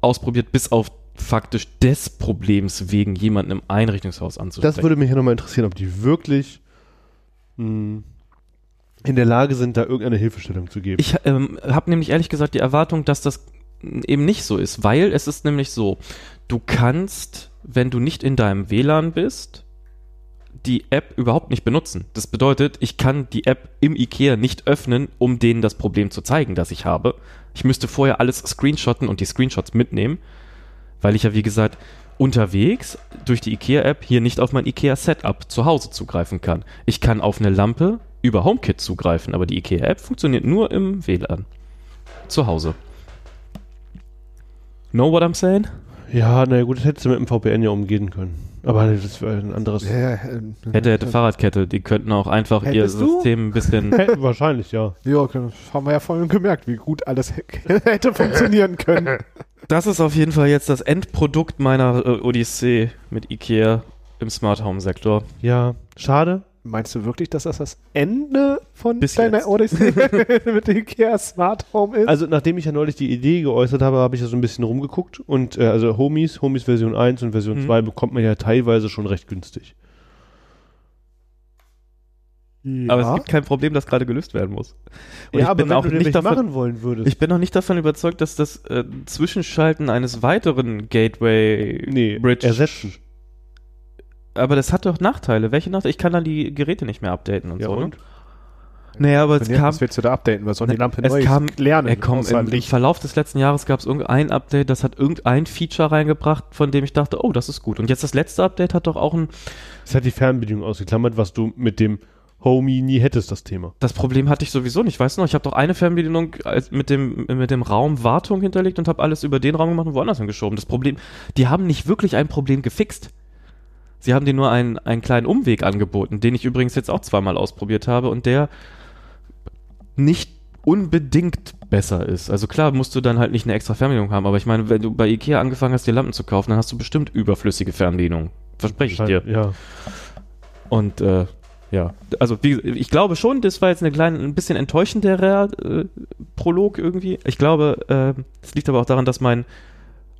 S1: ausprobiert, bis auf faktisch des Problems wegen jemanden im Einrichtungshaus anzusprechen.
S4: Das würde mich ja nochmal interessieren, ob die wirklich mh, in der Lage sind, da irgendeine Hilfestellung zu geben.
S1: Ich ähm, habe nämlich ehrlich gesagt die Erwartung, dass das eben nicht so ist, weil es ist nämlich so, du kannst, wenn du nicht in deinem WLAN bist, die App überhaupt nicht benutzen. Das bedeutet, ich kann die App im IKEA nicht öffnen, um denen das Problem zu zeigen, das ich habe. Ich müsste vorher alles screenshotten und die Screenshots mitnehmen, weil ich ja, wie gesagt, unterwegs durch die IKEA-App hier nicht auf mein IKEA-Setup zu Hause zugreifen kann. Ich kann auf eine Lampe über HomeKit zugreifen, aber die IKEA-App funktioniert nur im WLAN. Zu Hause. Know what I'm saying?
S4: ja, naja, gut, das hättest du mit dem VPN ja umgehen können. Aber das wäre ein anderes. *laughs*
S3: Ja, ähm,
S1: Hätte, hätte Fahrradkette. Die könnten auch einfach
S3: Hättest
S1: ihr
S3: du?
S1: System ein
S4: *laughs*
S1: bisschen.
S4: Hä, Wahrscheinlich, ja.
S3: Ja, haben wir ja vorhin gemerkt, wie gut alles *laughs* hätte funktionieren können.
S1: Das ist auf jeden Fall jetzt das Endprodukt meiner äh, Odyssee mit IKEA im Smart Home Sektor.
S4: Ja, schade.
S3: Meinst du wirklich, dass das das Ende von
S1: Bis
S3: deiner
S1: jetzt.
S2: *laughs*
S3: Odyssey mit dem Ikea Smart Home ist?
S4: Also, nachdem ich ja neulich die Idee geäußert habe, habe ich ja so ein bisschen rumgeguckt. Und äh, also Homies, Homies Version 1 und Version
S1: Mhm.
S4: 2 bekommt man ja teilweise schon recht günstig.
S1: Aber es gibt kein Problem, das gerade gelöst werden muss. Und ich bin
S4: wenn
S1: auch
S4: du den
S1: nicht davon,
S4: machen wollen würdest.
S1: Ich bin noch nicht davon überzeugt, dass das äh, Zwischenschalten eines weiteren Gateway
S4: nee,
S1: Bridge.
S4: ersetzen.
S1: Aber das hat doch Nachteile. Welche Nachteile? Ich kann dann die Geräte nicht mehr updaten und
S4: Ja,
S1: so.
S4: und?
S1: Ne? Naja, aber es
S3: Ja,
S1: kam.
S3: das willst du da updaten, weil sollen die Lampe
S1: es
S3: neu
S1: kam-
S3: lernen.
S1: Ey, komm,
S3: außer
S2: halt
S1: im, im
S3: Licht.
S1: Verlauf des letzten Jahres gab es irgendein Update, das hat irgendein Feature reingebracht, von dem ich dachte, oh, das ist gut. Und jetzt das letzte Update hat doch auch ein.
S4: Es hat die Fernbedienung ausgeklammert, was du mit dem Homie nie hättest, das Thema.
S1: Das Problem hatte ich sowieso nicht. Weißt du noch, ich habe doch eine Fernbedienung als- mit dem, mit dem Raum Wartung hinterlegt und habe alles über den Raum gemacht und woanders hingeschoben. Das Problem, die haben nicht wirklich ein Problem gefixt. Sie haben dir nur einen, einen kleinen Umweg angeboten, den ich übrigens jetzt auch zweimal ausprobiert habe und der nicht unbedingt besser ist. Also klar musst du dann halt nicht eine extra Fernbedienung haben, aber ich meine, wenn du bei Ikea angefangen hast, dir Lampen zu kaufen, dann hast du bestimmt überflüssige Fernbedienungen. Verspreche ich dir.
S4: Ja.
S1: Und äh, ja, also wie, ich glaube schon, das war jetzt eine kleine, ein bisschen enttäuschenderer äh, Prolog irgendwie. Ich glaube, äh, das liegt aber auch daran, dass mein,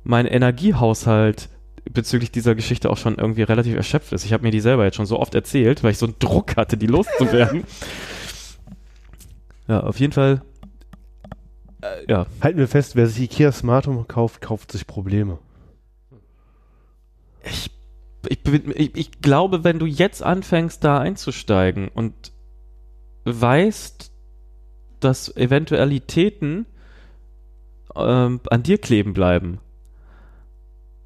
S1: mein Energiehaushalt bezüglich dieser Geschichte auch schon irgendwie relativ erschöpft ist. Ich habe mir die selber jetzt schon so oft erzählt, weil ich so einen Druck hatte, die loszuwerden. ja, auf jeden Fall. Äh, ja,
S4: um Halten wir fest, wer sich Ikea Smart Home kauft, kauft sich Probleme.
S1: bin- ich, ich glaube, wenn du jetzt anfängst, da einzusteigen und weißt, dass Eventualitäten ähm, an dir kleben bleiben.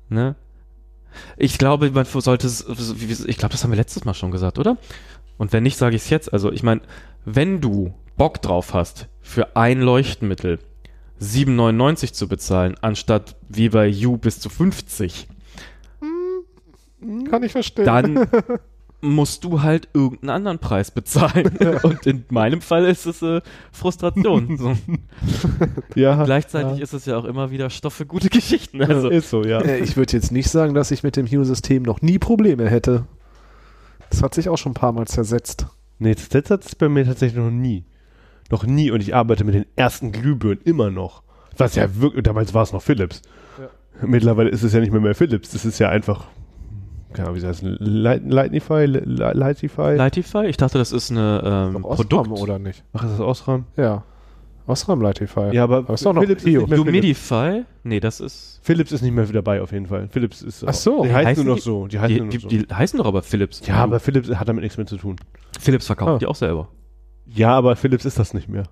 S1: Ne? Ich glaube, man sollte es. Ich glaube, das haben wir letztes Mal schon gesagt, oder? Und wenn nicht, sage ich es jetzt. Also, ich meine, wenn du Bock drauf hast, für ein Leuchtmittel 7,99 zu bezahlen, anstatt wie bei You bis zu 50,
S2: Kann ich verstehen. *laughs*
S1: dann musst du halt irgendeinen anderen Preis bezahlen.
S2: *laughs*
S1: Und in meinem Fall ist es äh, Frustration. So.
S4: Ja,
S1: Gleichzeitig
S4: ja.
S1: ist es ja auch immer wieder Stoff für gute Geschichten. Also,
S4: ist so, ja.
S2: Äh, Ich würde jetzt nicht sagen, dass ich mit dem Hue-System noch nie Probleme hätte. Das hat sich auch schon ein paar Mal zersetzt.
S4: Nee, das letzte hat es bei mir tatsächlich noch nie. Noch nie. Und ich arbeite mit den ersten Glühbirnen immer noch. Was ja wirklich, damals war es noch Philips. Mittlerweile ist es ja nicht mehr mehr Philips. Das ist ja einfach, keine Ahnung, wie heißt es, Light, Lightify, Li- Li- Lightify.
S1: Lightify? Ich dachte, das ist eine ähm,
S2: Doch Osram,
S1: Produkt.
S2: oder nicht?
S4: Ach, ist das Osram?
S2: Ja. Osram Lightify.
S4: Ja, aber,
S2: Aber ist doch noch
S4: Philips, ist
S2: Hue.
S4: nicht mehr Philips.
S1: Lumidify? Nee, das ist.
S4: Philips ist nicht mehr dabei auf jeden Fall. Philips ist
S2: Ach so.
S4: Die heißen
S1: Heißen
S4: nur noch
S1: die-
S4: so. Die heißen
S1: Die,
S4: nur noch
S1: die,
S4: so.
S1: die heißen doch aber Philips.
S4: ja, aber Philips hat damit nichts mehr zu tun.
S1: Philips verkauft
S2: Ah.
S1: die auch selber.
S4: Ja, aber Philips ist das nicht mehr.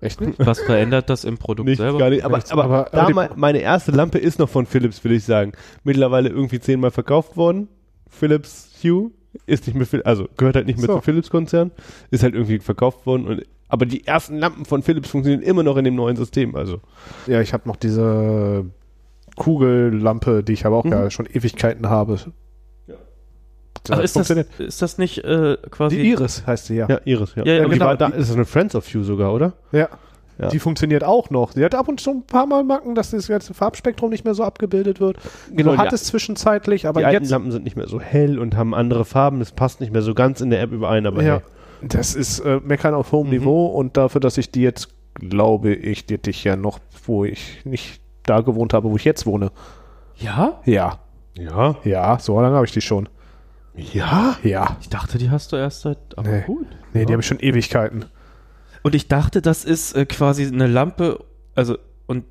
S2: Echt nicht?
S1: Was verändert das im Produkt
S4: Nichts,
S1: selber?
S4: gar nicht. Aber,
S2: Nichts,
S4: aber,
S2: aber-
S4: da
S2: aber die-
S4: mei- meine erste Lampe ist noch von Philips, will ich sagen. Mittlerweile irgendwie zehnmal verkauft worden. Philips Hue ist nicht mehr, Phil- also gehört halt nicht mehr
S2: So.
S4: zum Philips-Konzern. Ist halt irgendwie verkauft worden. Und, aber die ersten Lampen von Philips funktionieren immer noch in dem neuen System. Also
S2: Ja, ich habe noch diese Kugellampe, die ich aber auch
S4: Mhm.
S2: ja schon Ewigkeiten habe.
S4: Ja.
S2: Das
S1: Also ist,
S2: hat
S1: das,
S2: funktioniert.
S1: ist das nicht äh, quasi.
S2: Die Iris heißt sie ja.
S4: ja, Iris. Ja,
S1: Ja, ja,
S4: die
S1: genau.
S4: war da, ist das eine Friends of Hue sogar, oder?
S2: Ja.
S4: Ja.
S2: Die funktioniert auch noch. Die hat ab und zu ein paar Mal Macken, dass das ganze Farbspektrum nicht mehr so abgebildet wird.
S4: Genau,
S2: so hat
S4: die-
S2: es zwischenzeitlich,
S4: die
S2: aber
S4: alten
S2: jetzt.
S4: Lampen sind nicht mehr so hell und haben andere Farben. Das passt nicht mehr so ganz in der App überein. Aber
S2: Ja,
S4: hey.
S2: das ist äh, Meckern auf
S4: Mhm.
S2: hohem Niveau und dafür, dass ich die jetzt, glaube ich, die hätte ich ja noch, wo ich nicht da gewohnt habe, wo ich jetzt wohne.
S1: Ja?
S2: Ja,
S4: ja,
S2: ja, so lange habe ich die schon.
S4: ja.
S2: Ja.
S1: Ich dachte, die hast du erst seit. Aber
S2: Nee.
S1: gut.
S2: Nee,
S1: Ja.
S2: die habe ich schon Ewigkeiten.
S1: Und ich dachte, das ist äh, quasi eine Lampe, also und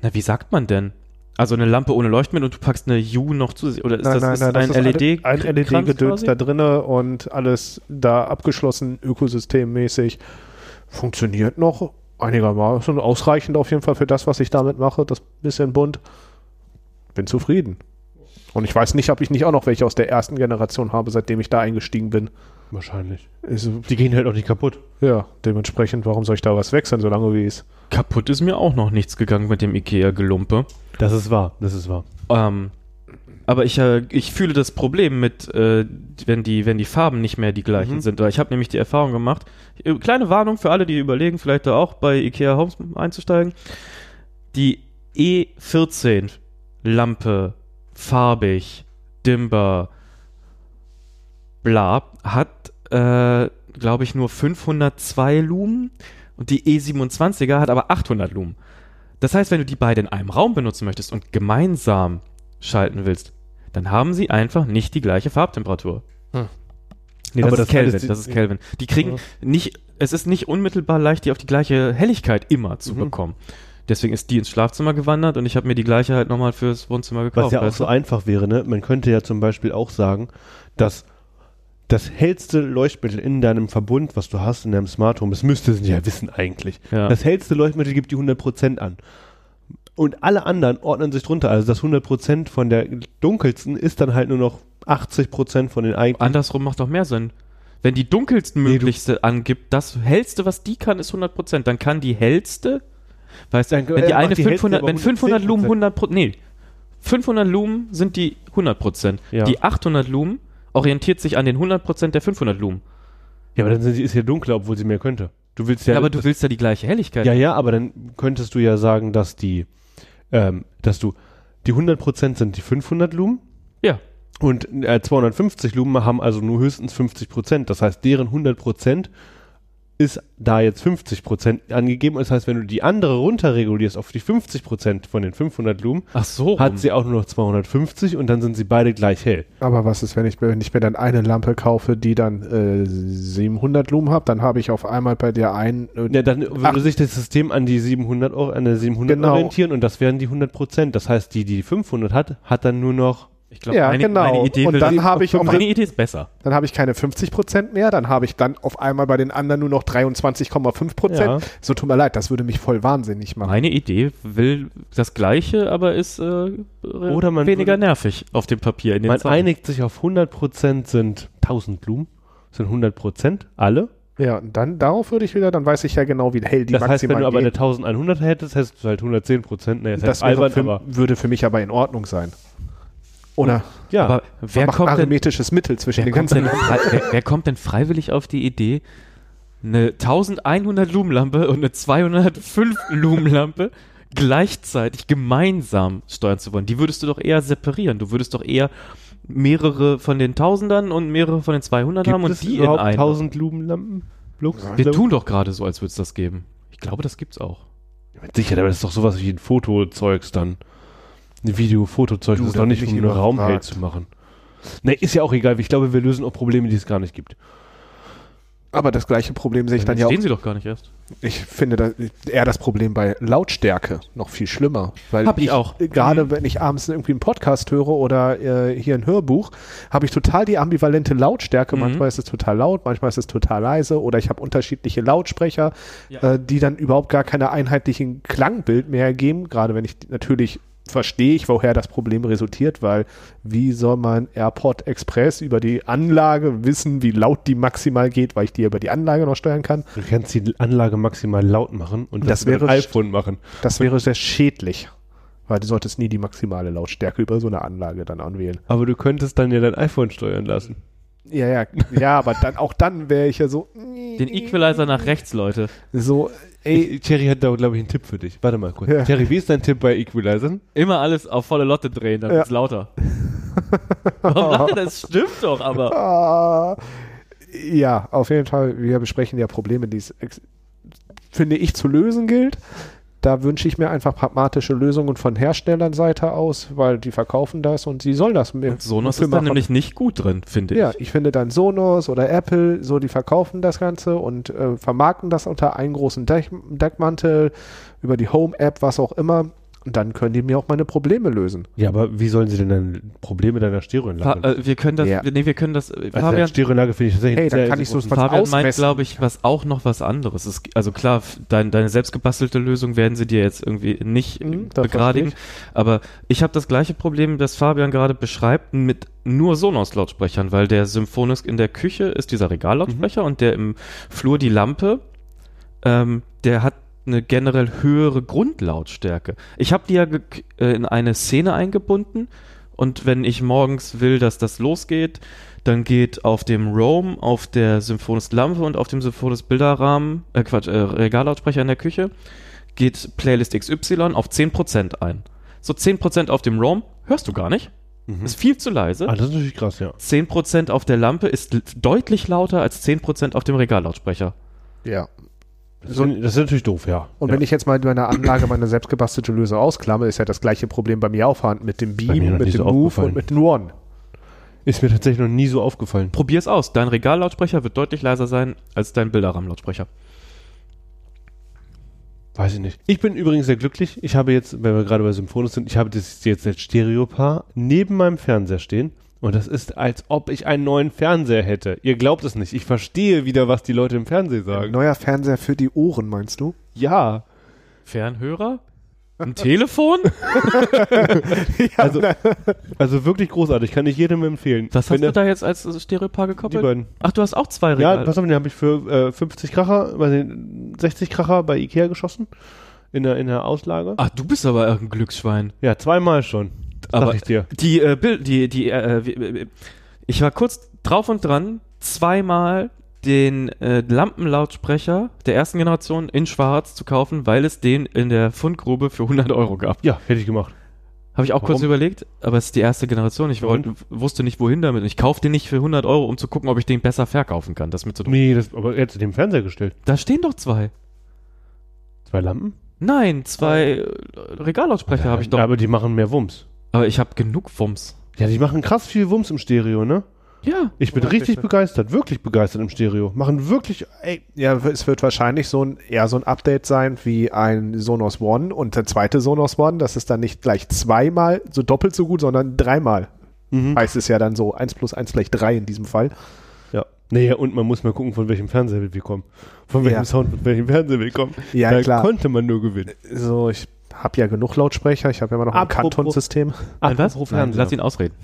S1: na, wie sagt man denn? Also eine Lampe ohne Leuchtmittel und du packst eine U noch zu oder ist das, ist ein E LED
S2: ein LED-Gedöns da
S1: da
S2: drinne und alles da abgeschlossen, ökosystemmäßig. Funktioniert noch einigermaßen ausreichend auf jeden Fall für das, was ich damit mache. Das bisschen bunt. Bin zufrieden. Und ich weiß nicht, ob ich nicht auch noch welche aus der ersten Generation habe, seitdem ich da eingestiegen bin.
S4: Wahrscheinlich.
S2: Ist,
S4: Die gehen halt auch nicht kaputt.
S2: ja, dementsprechend, warum soll ich da was wechseln, solange wie es.
S1: Kaputt ist mir auch noch nichts gegangen mit dem IKEA Gelumpe.
S4: Das ist wahr. Das ist wahr.
S1: Ähm, aber ich, äh, ich fühle das Problem mit, äh, wenn, die, wenn die Farben nicht mehr die gleichen
S4: Mhm.
S1: sind. Weil Ich habe nämlich die Erfahrung gemacht. äh, Kleine Warnung für alle, die überlegen, vielleicht da auch bei IKEA Homes einzusteigen. Die E14 Lampe farbig, dimmer, bla, hat, äh, glaube ich, nur 502 Lumen und die E27er hat aber 800 Lumen. Das heißt, wenn du die beide in einem Raum benutzen möchtest und gemeinsam schalten willst, dann haben sie einfach nicht die gleiche Farbtemperatur.
S2: Hm.
S1: Nee, das
S4: Aber
S1: ist
S4: das
S1: Kelvin,
S4: heißt, die-
S1: das ist Kelvin. Die kriegen nicht, es ist nicht unmittelbar leicht, die auf die gleiche Helligkeit immer zu
S4: Mhm.
S1: bekommen. Deswegen ist die ins Schlafzimmer gewandert und ich habe mir die gleiche halt nochmal fürs Wohnzimmer gekauft.
S4: Was ja auch
S1: weißt
S4: so
S1: du?
S4: einfach wäre, ne? Man könnte ja zum Beispiel auch sagen, dass das hellste Leuchtmittel in deinem Verbund, was du hast in deinem Smart Home, das müsste es ja wissen eigentlich.
S1: Ja.
S4: Das hellste Leuchtmittel gibt die 100% an. Und alle anderen ordnen sich drunter. Also das 100% von der dunkelsten ist dann halt nur noch 80% von den eigentlichen.
S1: Andersrum macht doch mehr Sinn. Wenn die dunkelsten
S4: Nee, du-
S1: möglichste angibt, das hellste, was die kann, ist 100%, dann kann die hellste, weißt du,
S4: Dann-
S1: wenn die
S4: äh,
S1: eine
S4: macht die
S1: 500,
S4: hellste
S1: wenn
S4: aber
S1: 500 Lumen
S4: 110%.
S1: 100%, nee, 500 Lumen sind die 100%.
S4: Ja.
S1: Die 800 Lumen orientiert sich an den 100% der 500 Lumen.
S4: Ja, aber dann sind sie, ist ja dunkler, obwohl sie mehr könnte. Du willst ja,
S1: Ja, aber du willst ja die gleiche Helligkeit.
S4: Ja, ja, aber dann könntest du ja sagen, dass die, ähm, dass du, die 100% sind die 500 Lumen.
S1: Ja.
S4: Und äh, 250 Lumen haben also nur höchstens 50%. Das heißt, deren 100% ist da jetzt 50% angegeben. Das heißt, wenn du die andere runterregulierst auf die 50% von den 500 Lumen,
S1: Ach
S2: Oh.
S1: so.
S4: hat sie auch nur noch 250 und dann sind sie beide gleich hell.
S2: Aber was ist, wenn ich, wenn ich mir dann eine Lampe kaufe, die dann äh, 700 Lumen hat, dann habe ich auf einmal bei der einen. Äh,
S4: Ja, dann würde
S2: Ach.
S4: sich das System an die 700, or- an der 700
S2: Genau.
S4: orientieren und das wären die 100 Prozent. Das heißt, die, die 500 hat, hat dann nur noch
S1: Ich glaube,
S2: Ja,
S1: meine,
S2: genau.
S1: meine Idee
S2: Und
S1: will-
S2: dann habe ich
S1: *laughs*
S2: auf
S1: meine
S2: den-
S1: Idee ist besser.
S2: Dann habe ich keine 50% mehr, dann habe ich dann auf einmal bei den anderen nur noch 23,5%.
S4: Ja.
S2: So tut mir leid, das würde mich voll wahnsinnig machen.
S1: Meine Idee will das Gleiche, aber ist äh, Oder
S4: man-
S1: weniger nervig auf dem Papier in den
S4: Man
S1: Zeilen.
S4: einigt sich auf 100% sind 1000 Blumen, sind 100% alle.
S2: Ja, und dann darauf würde ich wieder, dann weiß ich ja genau, wie hell die
S4: das heißt, wenn
S2: maximal
S4: du aber
S2: gehen.
S4: eine 1100 hättest, hättest du halt 110%. Nee,
S2: Das
S4: das
S2: wäre
S4: albern,
S2: für,
S4: aber
S2: würde für mich aber in Ordnung sein. Oder
S4: ja.
S1: aber wer
S2: macht
S1: kommt, denn,
S2: arithmetisches Mittel zwischen
S1: wer,
S2: den
S1: kommt
S2: ganzen.
S1: denn frei, wer, wer kommt denn freiwillig auf die Idee, eine 1100 Lumenlampe und eine 205 *laughs* Lumenlampe gleichzeitig gemeinsam steuern zu wollen? Die würdest du doch eher separieren. Du würdest doch eher mehrere von den Tausendern und mehrere von den 200 haben
S4: gibt
S1: und
S4: es
S1: die in
S4: überhaupt
S1: einen.
S4: 1000 Blumenlampen? Blux?
S1: Wir tun doch gerade so, als würde es das geben. Ich glaube, das gibt's auch.
S4: Sicher, aber das ist doch sowas wie ein Fotozeugs dann. Ein Video-Fotozeug,
S2: Du,
S4: das ist
S2: da
S4: doch
S2: bin
S4: nicht,
S2: ich
S4: um einen
S2: überfragt.
S4: Raum hell zu machen. Nee, ist ja auch egal. Ich glaube, wir lösen auch Probleme, die es gar nicht gibt.
S2: Aber das gleiche Problem sehe ich dann ja auch.
S1: Stehen sie doch gar nicht erst.
S2: Ich finde da, eher das Problem bei Lautstärke noch viel schlimmer. Weil
S1: Hab ich auch.
S2: Gerade wenn ich abends irgendwie einen Podcast höre oder äh, hier ein Hörbuch, habe ich total die ambivalente Lautstärke. Manchmal ist es total laut, manchmal ist es total leise oder ich habe unterschiedliche Lautsprecher,
S1: Ja.
S2: äh, die dann überhaupt gar keine einheitlichen Klangbild mehr ergeben. Gerade wenn ich natürlich verstehe ich, woher das Problem resultiert, weil wie soll man AirPod Express über die Anlage wissen, wie laut die maximal geht, weil ich die über die Anlage noch steuern kann?
S4: Du kannst die Anlage maximal laut machen und
S2: Das
S4: das, mit dem
S2: wäre-
S4: iPhone machen.
S2: Das wäre sehr schädlich, weil du solltest nie die maximale Lautstärke über so eine Anlage dann anwählen.
S4: Aber du könntest dann ja dein iPhone steuern lassen.
S2: Ja, ja, ja, aber dann auch dann wäre ich ja so,
S1: Den Equalizer nach rechts, Leute.
S2: so, ey,
S4: Ey, Thierry hat da, glaube ich, einen Tipp für dich. Warte mal kurz.
S2: Ja.
S4: Thierry, wie ist dein Tipp bei Equalizern?
S1: Immer alles auf volle Lotte drehen, dann
S2: Ja.
S1: wird's
S2: *laughs*
S1: lauter. Warum lachen? Das stimmt doch, aber.
S2: ah, ja, auf jeden Fall, wir besprechen ja Probleme, die es, ex- finde ich, zu lösen gilt. Da wünsche ich mir einfach pragmatische Lösungen von Herstellernseite aus, weil die verkaufen das und sie sollen das mir.
S1: Und Sonos
S2: für
S1: ist da
S2: machen.
S1: nämlich nicht gut drin, finde
S2: Ja,
S1: ich.
S2: ich finde dann Sonos oder Apple, so die verkaufen das Ganze und äh, vermarkten das unter einen großen Dech Deckmantel, über die Home-App, was auch immer. Und dann können die mir auch meine Probleme lösen.
S4: Ja, aber wie sollen sie denn deine Probleme deiner
S1: Fa
S4: Stereoanlage?
S1: äh, wir können das,
S2: Ja.
S1: nee, wir können das, äh,
S4: also deine
S1: Fabian,
S4: Stereoanlage finde ich tatsächlich
S2: Hey, dann
S4: sehr-
S2: kann ich so was
S1: Fabian meint,
S2: ausmessen.
S1: glaube ich, was auch noch was anderes. Es, also klar, f- dein, deine selbstgebastelte Lösung werden sie dir jetzt irgendwie nicht äh,
S2: Mhm, das
S1: begradigen. Aber ich habe das gleiche Problem, das Fabian gerade beschreibt, mit nur Sonos-Lautsprechern, weil der Symphonisk in der Küche ist dieser Regallautsprecher und der im Flur die Lampe, ähm, der hat eine generell höhere Grundlautstärke. Ich habe die ja ge- äh, in eine Szene eingebunden und wenn ich morgens will, dass das losgeht, dann geht auf dem Roam, auf der Symphonis Lampe und auf dem Symphonis Bilderrahmen, äh Quatsch, äh, Regallautsprecher in der Küche, geht Playlist XY auf 10% ein. So 10% auf dem Roam hörst du gar nicht. Ist viel zu leise.
S4: Ah, das ist natürlich krass, ja.
S1: 10% auf der Lampe ist l- deutlich lauter als 10% auf dem Regallautsprecher.
S2: Ja.
S4: Das, ist- das ist natürlich doof, ja.
S2: Und
S4: ja.
S2: wenn ich jetzt mal meine Anlage, meine selbstgebastelte Lösung ausklamme, ist ja das gleiche Problem bei mir auch vorhanden mit dem
S4: mir
S2: Beam,
S4: noch
S2: mit
S4: nicht
S2: dem
S4: so
S2: Move
S4: aufgefallen.
S2: und mit dem One.
S4: Ist mir tatsächlich noch nie so aufgefallen.
S1: Probier's aus. Dein Regallautsprecher wird deutlich leiser sein als dein Bilderrahmen-Lautsprecher.
S4: Weiß ich nicht. Ich bin übrigens sehr glücklich. Ich habe jetzt, wenn wir gerade bei Symphonis sind, ich habe das jetzt als Stereopaar neben meinem Fernseher stehen. Und das ist, als ob ich einen neuen Fernseher hätte. Ihr glaubt es nicht. Ich verstehe wieder, was die Leute im Fernsehen sagen.
S2: Neuer Fernseher für die Ohren, meinst du? *laughs*
S4: Ja.
S1: Fernhörer? Ein Telefon?
S4: Also, also wirklich großartig. Kann ich jedem empfehlen.
S1: Was
S4: Wenn
S1: hast du
S4: der-
S1: da jetzt als Stereopaar
S4: Die
S1: gekoppelt?
S4: beiden.
S1: Ach, du hast auch zwei
S4: Ja,
S1: Regale.
S4: pass auf, den habe ich für äh, 50 Kracher, weiß nicht, 60 Kracher bei Ikea geschossen. In der, in der Auslage.
S1: Ach, du bist aber ein Glücksschwein.
S4: Ja, zweimal schon. Sag
S1: Aber
S4: ich dir.
S1: Die, äh, Bild, die, die, äh, äh, wie- äh, ich war kurz drauf und dran, zweimal den äh, Lampenlautsprecher der ersten Generation in Schwarz zu kaufen, weil es den in der Fundgrube für 100 Euro gab.
S4: Ja, hätte ich gemacht.
S1: Habe ich auch kurz
S4: Warum?
S1: überlegt, aber es ist die erste Generation. Ich wollte, wusste nicht, wohin damit. Ich kaufe den nicht für 100 Euro, um zu gucken, ob ich den besser verkaufen kann. Das ist mir zu doof.
S4: Nee, das, aber er hat zu dem Fernseher gestellt.
S1: Da stehen doch zwei.
S4: Zwei Lampen?
S1: Nein, zwei äh, Regallautsprecher habe ich doch.
S4: Aber die machen mehr Wumms.
S1: Aber ich habe genug Wumms.
S4: Ja, die machen krass viel Wumms im Stereo, ne?
S1: Ja.
S4: Ich bin richtig begeistert, wirklich begeistert im Stereo. Machen wirklich, ey,
S2: Ja, es wird wahrscheinlich so ein, eher so ein Update sein wie ein Sonos One und der zweite Sonos One. Das ist dann nicht gleich zweimal so doppelt so gut, sondern dreimal
S4: Mhm.
S2: Heißt es ja dann so 1 plus 1 gleich 3 in diesem Fall.
S4: Ja. Naja, und man muss mal gucken, von welchem Fernseher wir kommen. Von welchem
S2: Ja.
S4: Sound, von welchem Fernseher wir kommen.
S2: Ja,
S4: da
S2: klar.
S4: konnte man nur gewinnen.
S2: So, ich habe ja genug Lautsprecher. Ich habe ja immer noch ein
S4: Apropos-
S2: Kanton-System.
S4: Apropos
S1: Nein,
S4: Fernseher.
S1: lass ihn ausreden.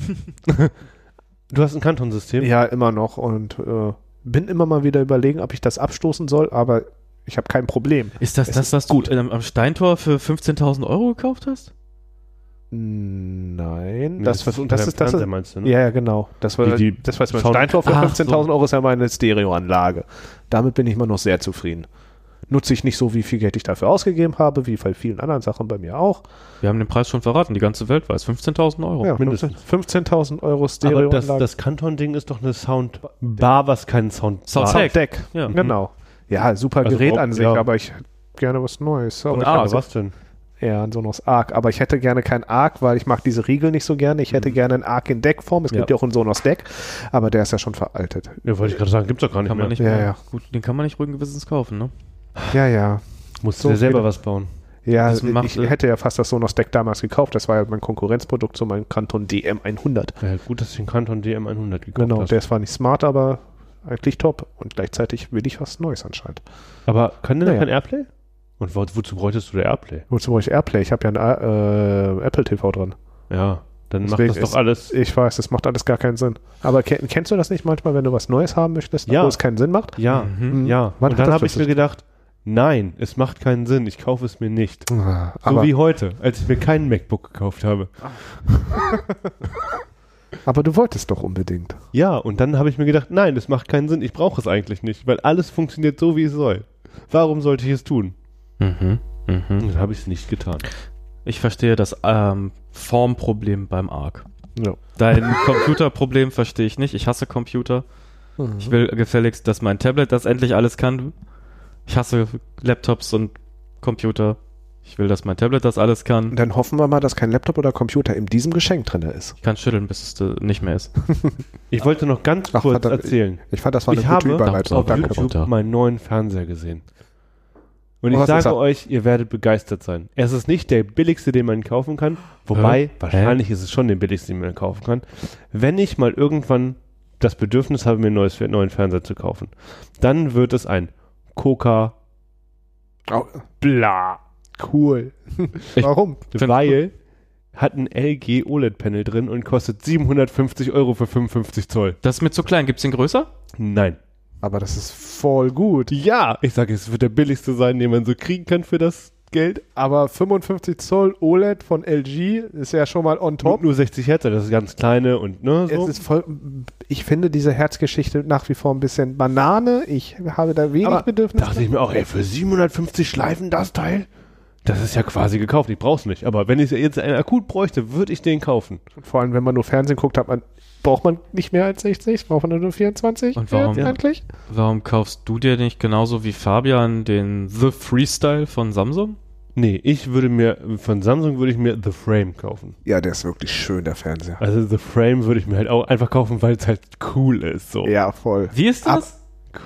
S4: Du hast ein Kanton-System?
S2: Ja, immer noch. Und äh, bin immer mal wieder überlegen, ob ich das abstoßen soll, aber ich habe kein Problem.
S1: Ist das
S2: Es
S1: das, was du ähm, am, am Steintor für 15.000 Euro gekauft hast?
S2: Nein,
S4: Nee,
S2: das, das,
S4: unter
S2: das
S4: deinem
S2: ist das.
S4: Fernseher, meinst du, ne?
S2: Ja, ja, genau. Das war,
S4: Die- Ah, die
S2: das war jetzt mein
S4: Sound-
S2: Steintor für
S1: Ach,
S2: 15.000 Euro, ist ja meine Stereoanlage. Damit bin ich immer noch sehr zufrieden. Nutze ich nicht so, wie viel Geld ich dafür ausgegeben habe, wie bei vielen anderen Sachen bei mir auch.
S1: Wir haben den Preis schon verraten, die ganze Welt weiß. 15.000 Euro.
S2: Ja,
S4: Oh, mindestens.
S2: 15.000 Euro
S4: Aber das,
S2: Stereoanlage.
S4: das Kanton-Ding ist doch eine Soundbar, was keinen Sound
S1: Sounddeck.
S4: hat. Hm.
S2: Sounddeck.
S1: Ja.
S2: Genau. Ja, super
S4: Also
S2: Gerät
S4: braucht-
S2: an sich,
S4: ja.
S2: aber ich hätte gerne was Neues. Aber
S4: Und
S2: ich
S4: ah,
S2: hatte-
S4: was denn?
S2: Ja, ein Sonos Arc. Aber ich hätte gerne kein Arc, weil ich mag diese Riegel nicht so gerne. Ich hätte
S4: Mhm.
S2: gerne ein Arc in Deckform. Es
S1: Ja.
S2: gibt ja auch einen Sonos Deck, aber der ist ja schon veraltet.
S4: Ja, wollte ich gerade sagen, gibt's doch gar nicht
S1: Kann
S4: mehr.
S1: man nicht
S2: Ja,
S1: mehr,
S2: ja.
S1: Gut, den kann man nicht ruhigen Gewissens kaufen, ne?
S2: Ja, ja.
S4: Musst
S2: So
S4: du dir selber
S2: viele-
S4: was bauen.
S2: Ja,
S1: Das macht,
S2: ich
S1: äh,
S2: hätte ja fast das Sonos Deck damals gekauft. Das war ja mein Konkurrenzprodukt zu meinem Kanton DM100.
S4: Ja, gut, dass ich den Kanton DM100 gekauft
S2: Genau,
S4: hast.
S2: der ist zwar nicht smart, aber eigentlich top. Und gleichzeitig will ich was Neues anscheinend.
S4: Aber kann der
S2: Naja.
S4: kein Airplay? Und wo, wozu bräuchtest du der Airplay?
S2: Wozu brauche ich Airplay? Ich habe ja ein äh, Apple TV dran.
S4: Ja, dann
S2: Deswegen
S4: macht das
S2: ist-
S4: doch alles.
S2: Ich weiß, das macht alles gar keinen Sinn. Aber ke- kennst du das nicht manchmal, wenn du was Neues haben möchtest,
S4: Ja.
S2: wo es keinen Sinn macht?
S4: Ja,
S1: Mhm.
S4: ja.
S2: Wann hat
S4: und dann
S2: das
S4: habe ich mir
S2: plötzlich-
S4: gedacht, nein, es macht keinen Sinn, ich kaufe es mir nicht.
S2: So Ah,
S4: so wie heute, als ich mir keinen MacBook gekauft habe.
S2: Aber du wolltest doch unbedingt.
S4: Ja, und dann habe ich mir gedacht, nein, es macht keinen Sinn, ich brauche es eigentlich nicht, weil alles funktioniert so, wie es soll. Warum sollte ich es tun?
S1: Mhm. Mhm.
S4: Und dann Hm, habe ich es nicht getan.
S1: Ich verstehe das ähm, Formproblem beim Arc.
S2: Ja. *laughs*
S1: Dein Computerproblem verstehe ich nicht. Ich hasse Computer.
S2: Mhm.
S1: Ich will gefälligst, dass mein Tablet das endlich alles kann. Ich hasse Laptops und Computer. Ich will, dass mein Tablet das alles kann.
S2: Dann hoffen wir mal, dass kein Laptop oder Computer in diesem Geschenk drin ist.
S1: Ich kann schütteln, bis es äh, nicht mehr ist.
S4: Ich wollte noch ganz
S2: Ach,
S4: kurz
S2: verdammt.
S4: erzählen.
S2: Ich fand, das war eine
S4: Ich
S2: gute
S4: habe-
S2: Überleitung.
S1: auf
S2: Danke.
S1: YouTube-
S4: Ich habe meinen neuen Fernseher gesehen. Und
S2: Und
S4: ich
S2: was ist
S4: sage
S2: er?
S4: euch, ihr werdet begeistert sein. Es ist nicht der billigste, den man kaufen kann. Wobei,
S1: Hä?
S4: wahrscheinlich ist es schon der billigste, den man kaufen kann. Wenn ich mal irgendwann das Bedürfnis habe, mir einen neues, neuen Fernseher zu kaufen, dann wird es ein Coca
S2: Oh,
S4: Bla.
S2: cool.
S1: Ich-
S2: Warum?
S1: Find's
S4: Weil hat ein LG OLED-Panel E drin und kostet 750 Euro für 55 Zoll.
S1: Das ist mir zu klein. Gibt es den größer?
S4: Nein.
S2: Aber das ist voll gut.
S4: Ja, ich sage, es wird der billigste sein, den man so kriegen kann für das Geld.
S2: Aber 55 Zoll OLED von LG ist ja schon mal on
S4: Nur-
S2: top. Also
S4: Nur 60 Hertz, das ist ganz kleine und ne, so.
S2: Es ist voll, ich finde diese Herzgeschichte nach wie vor ein bisschen Banane. Ich habe da wenig
S4: Aber
S2: Bedürfnis.
S4: dachte ich mir auch, ey, für 750 Schleifen das Teil? Das ist ja quasi gekauft, ich brauch's nicht. Aber wenn ich jetzt einen akut bräuchte, würde ich den kaufen.
S2: Vor allem, wenn man nur Fernsehen guckt, hat man, braucht man nicht mehr als 60, braucht man nur 24
S1: Und warum?
S2: Hertz eigentlich.
S1: Warum kaufst du dir nicht genauso wie Fabian den The Freestyle von Samsung?
S4: Nee, ich würde mir, von Samsung würde ich mir The Frame kaufen.
S2: Ja, der ist wirklich schön, der Fernseher.
S4: Also The Frame würde ich mir halt auch einfach kaufen, weil es halt cool ist. So.
S2: Ja, voll.
S1: Wie ist das?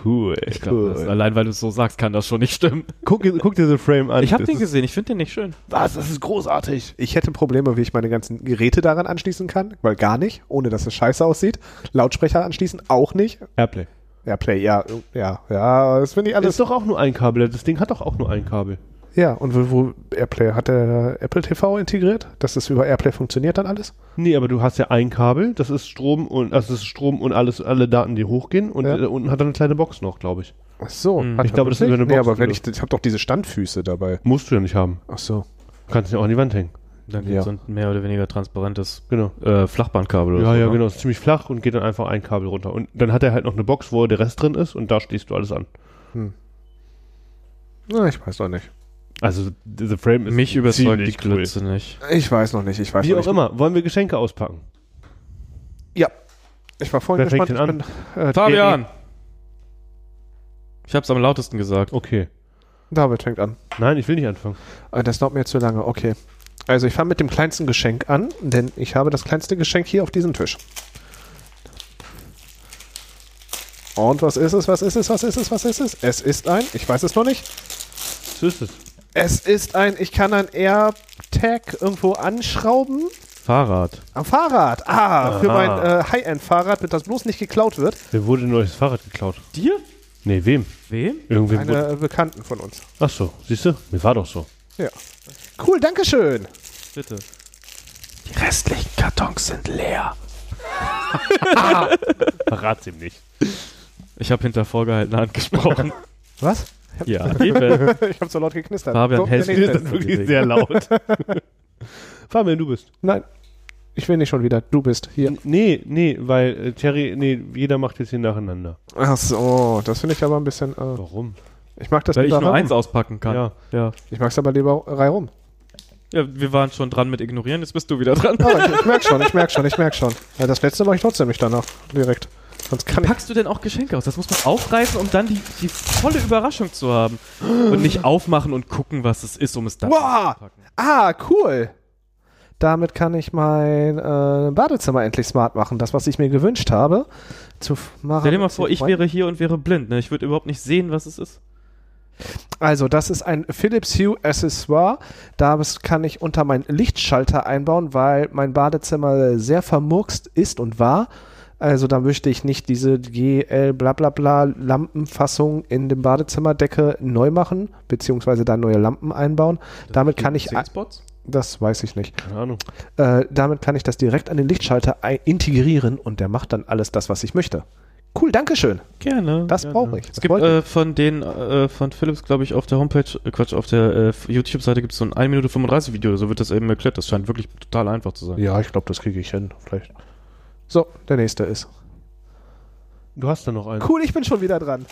S4: Cool.
S1: Ich glaub, das allein weil du es so sagst, kann das schon nicht stimmen.
S4: Guck, guck dir The Frame
S1: *laughs*
S4: an.
S1: Ich habe
S4: Das
S1: den
S4: ist-
S1: gesehen, ich finde den nicht schön.
S4: Was? Das ist großartig.
S2: Ich hätte Probleme, wie ich meine ganzen Geräte daran anschließen kann, weil gar nicht, ohne dass es scheiße aussieht. Lautsprecher anschließen auch nicht.
S4: Airplay.
S2: Ja, Play, ja, ja, ja, das finde ich
S4: Das ist
S2: alles.
S4: doch auch nur ein Kabel. Das Ding hat doch auch nur ein Kabel.
S2: Ja, und wo, wo AirPlay, hat der Apple TV integriert, dass das über AirPlay funktioniert dann alles?
S4: Nee, aber du hast ja ein Kabel, das ist Strom und also das ist Strom und alles, alle Daten, die hochgehen und
S2: Ja.
S4: äh, unten hat er eine kleine Box noch, glaube ich.
S2: Ach so.
S1: Hm.
S2: Hat
S4: Ich glaube,
S2: man
S4: das ist
S2: nicht?
S4: über eine
S2: Nee,
S4: Box
S2: aber wenn ich,
S4: gelöst.
S2: ich habe doch diese Standfüße dabei.
S4: Musst du ja nicht haben.
S2: Ach so.
S4: Du kannst ja auch an die Wand hängen.
S1: Dann
S2: Ja.
S1: gibt so ein mehr oder weniger transparentes
S4: Genau.
S1: äh, Flachbandkabel oder
S4: Ja,
S1: so.
S4: ja,
S1: ne?
S4: genau. Ist ziemlich flach und geht dann einfach ein Kabel runter. Und dann hat er halt noch eine Box, wo der Rest drin ist und da schließt du alles an.
S2: Na, ich weiß noch nicht.
S4: Also The Frame ist
S1: Mich überzeugt die
S4: ziemlich cool.
S1: Klitze nicht.
S2: Ich weiß noch nicht, ich weiß
S4: Wie
S2: noch
S4: auch
S2: nicht.
S4: immer, wollen wir Geschenke auspacken?
S2: Ja. Ich war vorhin
S4: Wer fängt
S2: gespannt.
S4: denn
S2: Ich bin, äh,
S1: Fabian! Ich hab's am lautesten gesagt.
S4: Okay.
S2: David fängt an.
S4: Nein, ich will nicht anfangen.
S2: Äh, Das dauert mir zu lange, okay. Also ich fange mit dem kleinsten Geschenk an, denn ich habe das kleinste Geschenk hier auf diesem Tisch. Und was ist es, was ist es, was ist es, was ist es? Es ist ein, ich weiß es noch nicht.
S4: So ist es.
S2: Es ist ein, ich kann ein AirTag irgendwo anschrauben
S1: Fahrrad.
S2: Am Fahrrad. Ah, für mein äh, High-End-Fahrrad, damit das bloß nicht geklaut wird.
S4: Mir wurde ein neues Fahrrad geklaut.
S1: Dir?
S4: Nee, wem?
S1: Wem?
S4: Irgendwem wurde.
S2: Eine äh, Bekannten von uns.
S4: Ach so, siehst du? Mir war doch so.
S2: Ja. Cool, Dankeschön.
S1: Bitte.
S4: Die restlichen Kartons sind leer. Verrat's ihm nicht.
S1: Ich habe hinter vorgehaltener Hand gesprochen.
S2: Was? *laughs*
S1: ja, *laughs* eben.
S2: Ich habe so laut geknistert.
S1: Fabian,
S2: so,
S1: hältst du
S2: nee,
S1: dir
S2: nee,
S1: das-
S2: nee.
S1: Wirklich.
S4: laut. Fabian, du bist.
S2: Nein. Ich will nicht schon wieder. Du bist hier.
S4: N- Nee, nee, weil äh, Terry, nee, jeder macht jetzt hier nacheinander.
S2: Ach so, das finde ich aber ein bisschen. Äh,
S4: Warum?
S2: ich mag das
S1: Weil ich
S2: lieber
S4: *laughs*
S1: nur
S2: rum.
S1: eins auspacken kann.
S4: Ja.
S1: ja.
S2: Ich mag es aber lieber rei rum.
S1: Ja, wir waren schon dran mit ignorieren, jetzt bist du wieder dran.
S2: *laughs* Aber ich, ich merke schon, ich merke schon, ich merke schon. Ja, das letzte mache ich trotzdem nicht danach. Direkt. Sonst kann ich.
S1: Packst du denn auch Geschenke aus? Das muss man aufreißen, um dann die, die volle Überraschung zu haben. Und nicht aufmachen und gucken, was es ist, um es dann
S2: Wow!
S1: auszupacken.
S2: Ah, cool. Damit kann ich mein äh, Badezimmer endlich smart machen. Das, was ich mir gewünscht habe. Zu f- machen.
S1: Stell dir mal vor, ich wäre hier und wäre blind. Ne? Ich würde überhaupt nicht sehen, was es ist.
S2: Also, das ist ein Philips Hue Accessoire. Da kann ich unter meinen Lichtschalter einbauen, weil mein Badezimmer sehr vermurkst ist und war. Also, da möchte ich nicht diese GL bla bla bla Lampenfassung in dem Badezimmerdecke neu machen, beziehungsweise da neue Lampen einbauen. Damit kann ich,
S1: Spots?
S2: das weiß ich nicht.
S4: Keine Ahnung.
S2: Äh, damit kann ich das direkt an den Lichtschalter ei- integrieren und der macht dann alles das, was ich möchte. Cool, Dankeschön.
S1: Gerne.
S2: Das
S1: gerne.
S2: brauche ich. Das
S1: Es gibt
S2: wollte ich.
S1: äh, von den, äh, von Philips, glaube ich, auf der Homepage, äh, Quatsch, auf der äh, YouTube-Seite gibt es so ein 1 Minute 35 Video, so wird das eben erklärt. Das scheint wirklich total einfach zu sein.
S2: ja, ich glaube, das kriege ich hin. Vielleicht. So, der nächste ist.
S4: Du hast da noch einen.
S2: Cool, ich bin schon wieder *laughs* dran.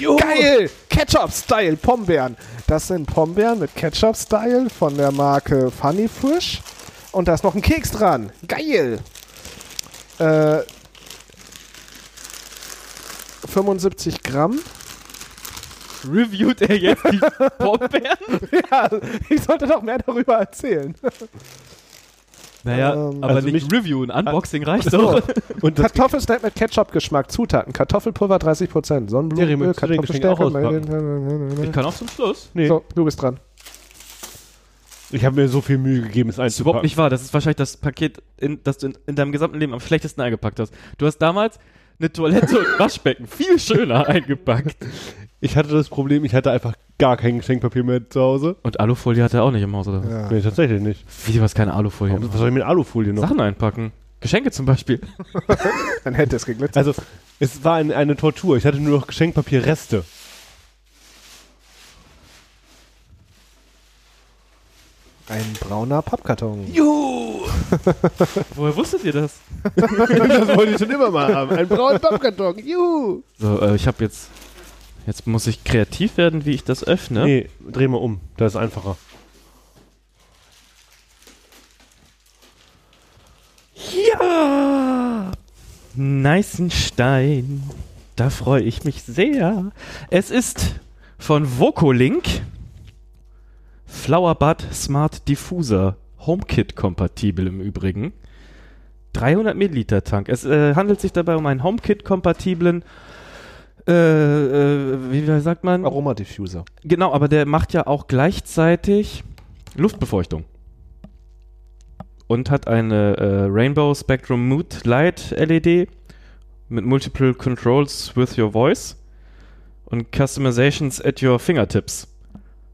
S2: Geil! Ketchup-Style Pombeeren. Das sind Pombeeren mit Ketchup-Style von der Marke Funny Frisch. Und da ist noch ein Keks dran. Geil! Äh, 75 Gramm.
S1: Reviewt er jetzt *laughs* die Bombeeren?
S2: *laughs* Ja, ich sollte doch mehr darüber erzählen.
S1: Naja,
S2: Ähm,
S1: aber
S4: also
S1: nicht
S4: mich-
S1: Reviewen. Unboxing reicht doch.
S4: Und das
S2: Kartoffelsteak mit Ketchup-Geschmack, Zutaten, Kartoffelpulver 30%,
S4: Jerry,
S2: Sonnenblumenöl,
S4: möchtest du den Geschenk
S2: Kartoffelstärke,
S4: auch
S1: Ich kann auch zum Schluss.
S4: nee,
S2: So, du bist dran.
S4: ich habe mir so viel Mühe gegeben, es
S1: Das ist überhaupt
S4: einzupacken.
S1: nicht wahr. Das ist wahrscheinlich das Paket, in, das du in, in deinem gesamten Leben am schlechtesten eingepackt hast. Du hast damals eine Toilette und *laughs* Waschbecken viel schöner eingepackt.
S4: *laughs* Ich hatte das Problem, ich hatte einfach gar kein Geschenkpapier mehr zu Hause.
S1: Und Alufolie hat er auch nicht im Haus, oder? was?
S2: Ah.
S4: Nee, tatsächlich nicht.
S1: Wie, du hast keine Alufolie im
S4: Was soll ich mit Alufolie noch?
S1: Sachen einpacken. Geschenke zum Beispiel.
S2: Dann hätte es geglitzert.
S4: Also, es war ein, eine Tortur. Ich hatte nur noch Geschenkpapierreste.
S2: Ein brauner Pappkarton.
S1: Juhu! Woher wusstet ihr das?
S4: das wollte ich schon immer mal haben. Ein brauner Pappkarton. Juhu.
S1: So, äh, ich habe jetzt. Jetzt muss ich kreativ werden, wie ich das öffne.
S4: Nee, dreh mal um. Das ist einfacher.
S1: Ja! Neißenstein. Da freue ich mich sehr. Es ist von Vokolink Flowerbud Smart Diffuser. HomeKit kompatibel im Übrigen. 300 Milliliter Tank. Es äh, handelt sich dabei um einen HomeKit kompatiblen äh, äh, wie sagt man?
S2: Aromadiffuser.
S1: Genau, aber der macht ja auch gleichzeitig Luftbefeuchtung. Und hat eine äh, Rainbow Spectrum Mood Light LED mit Multiple Controls with your voice und Customizations at your fingertips.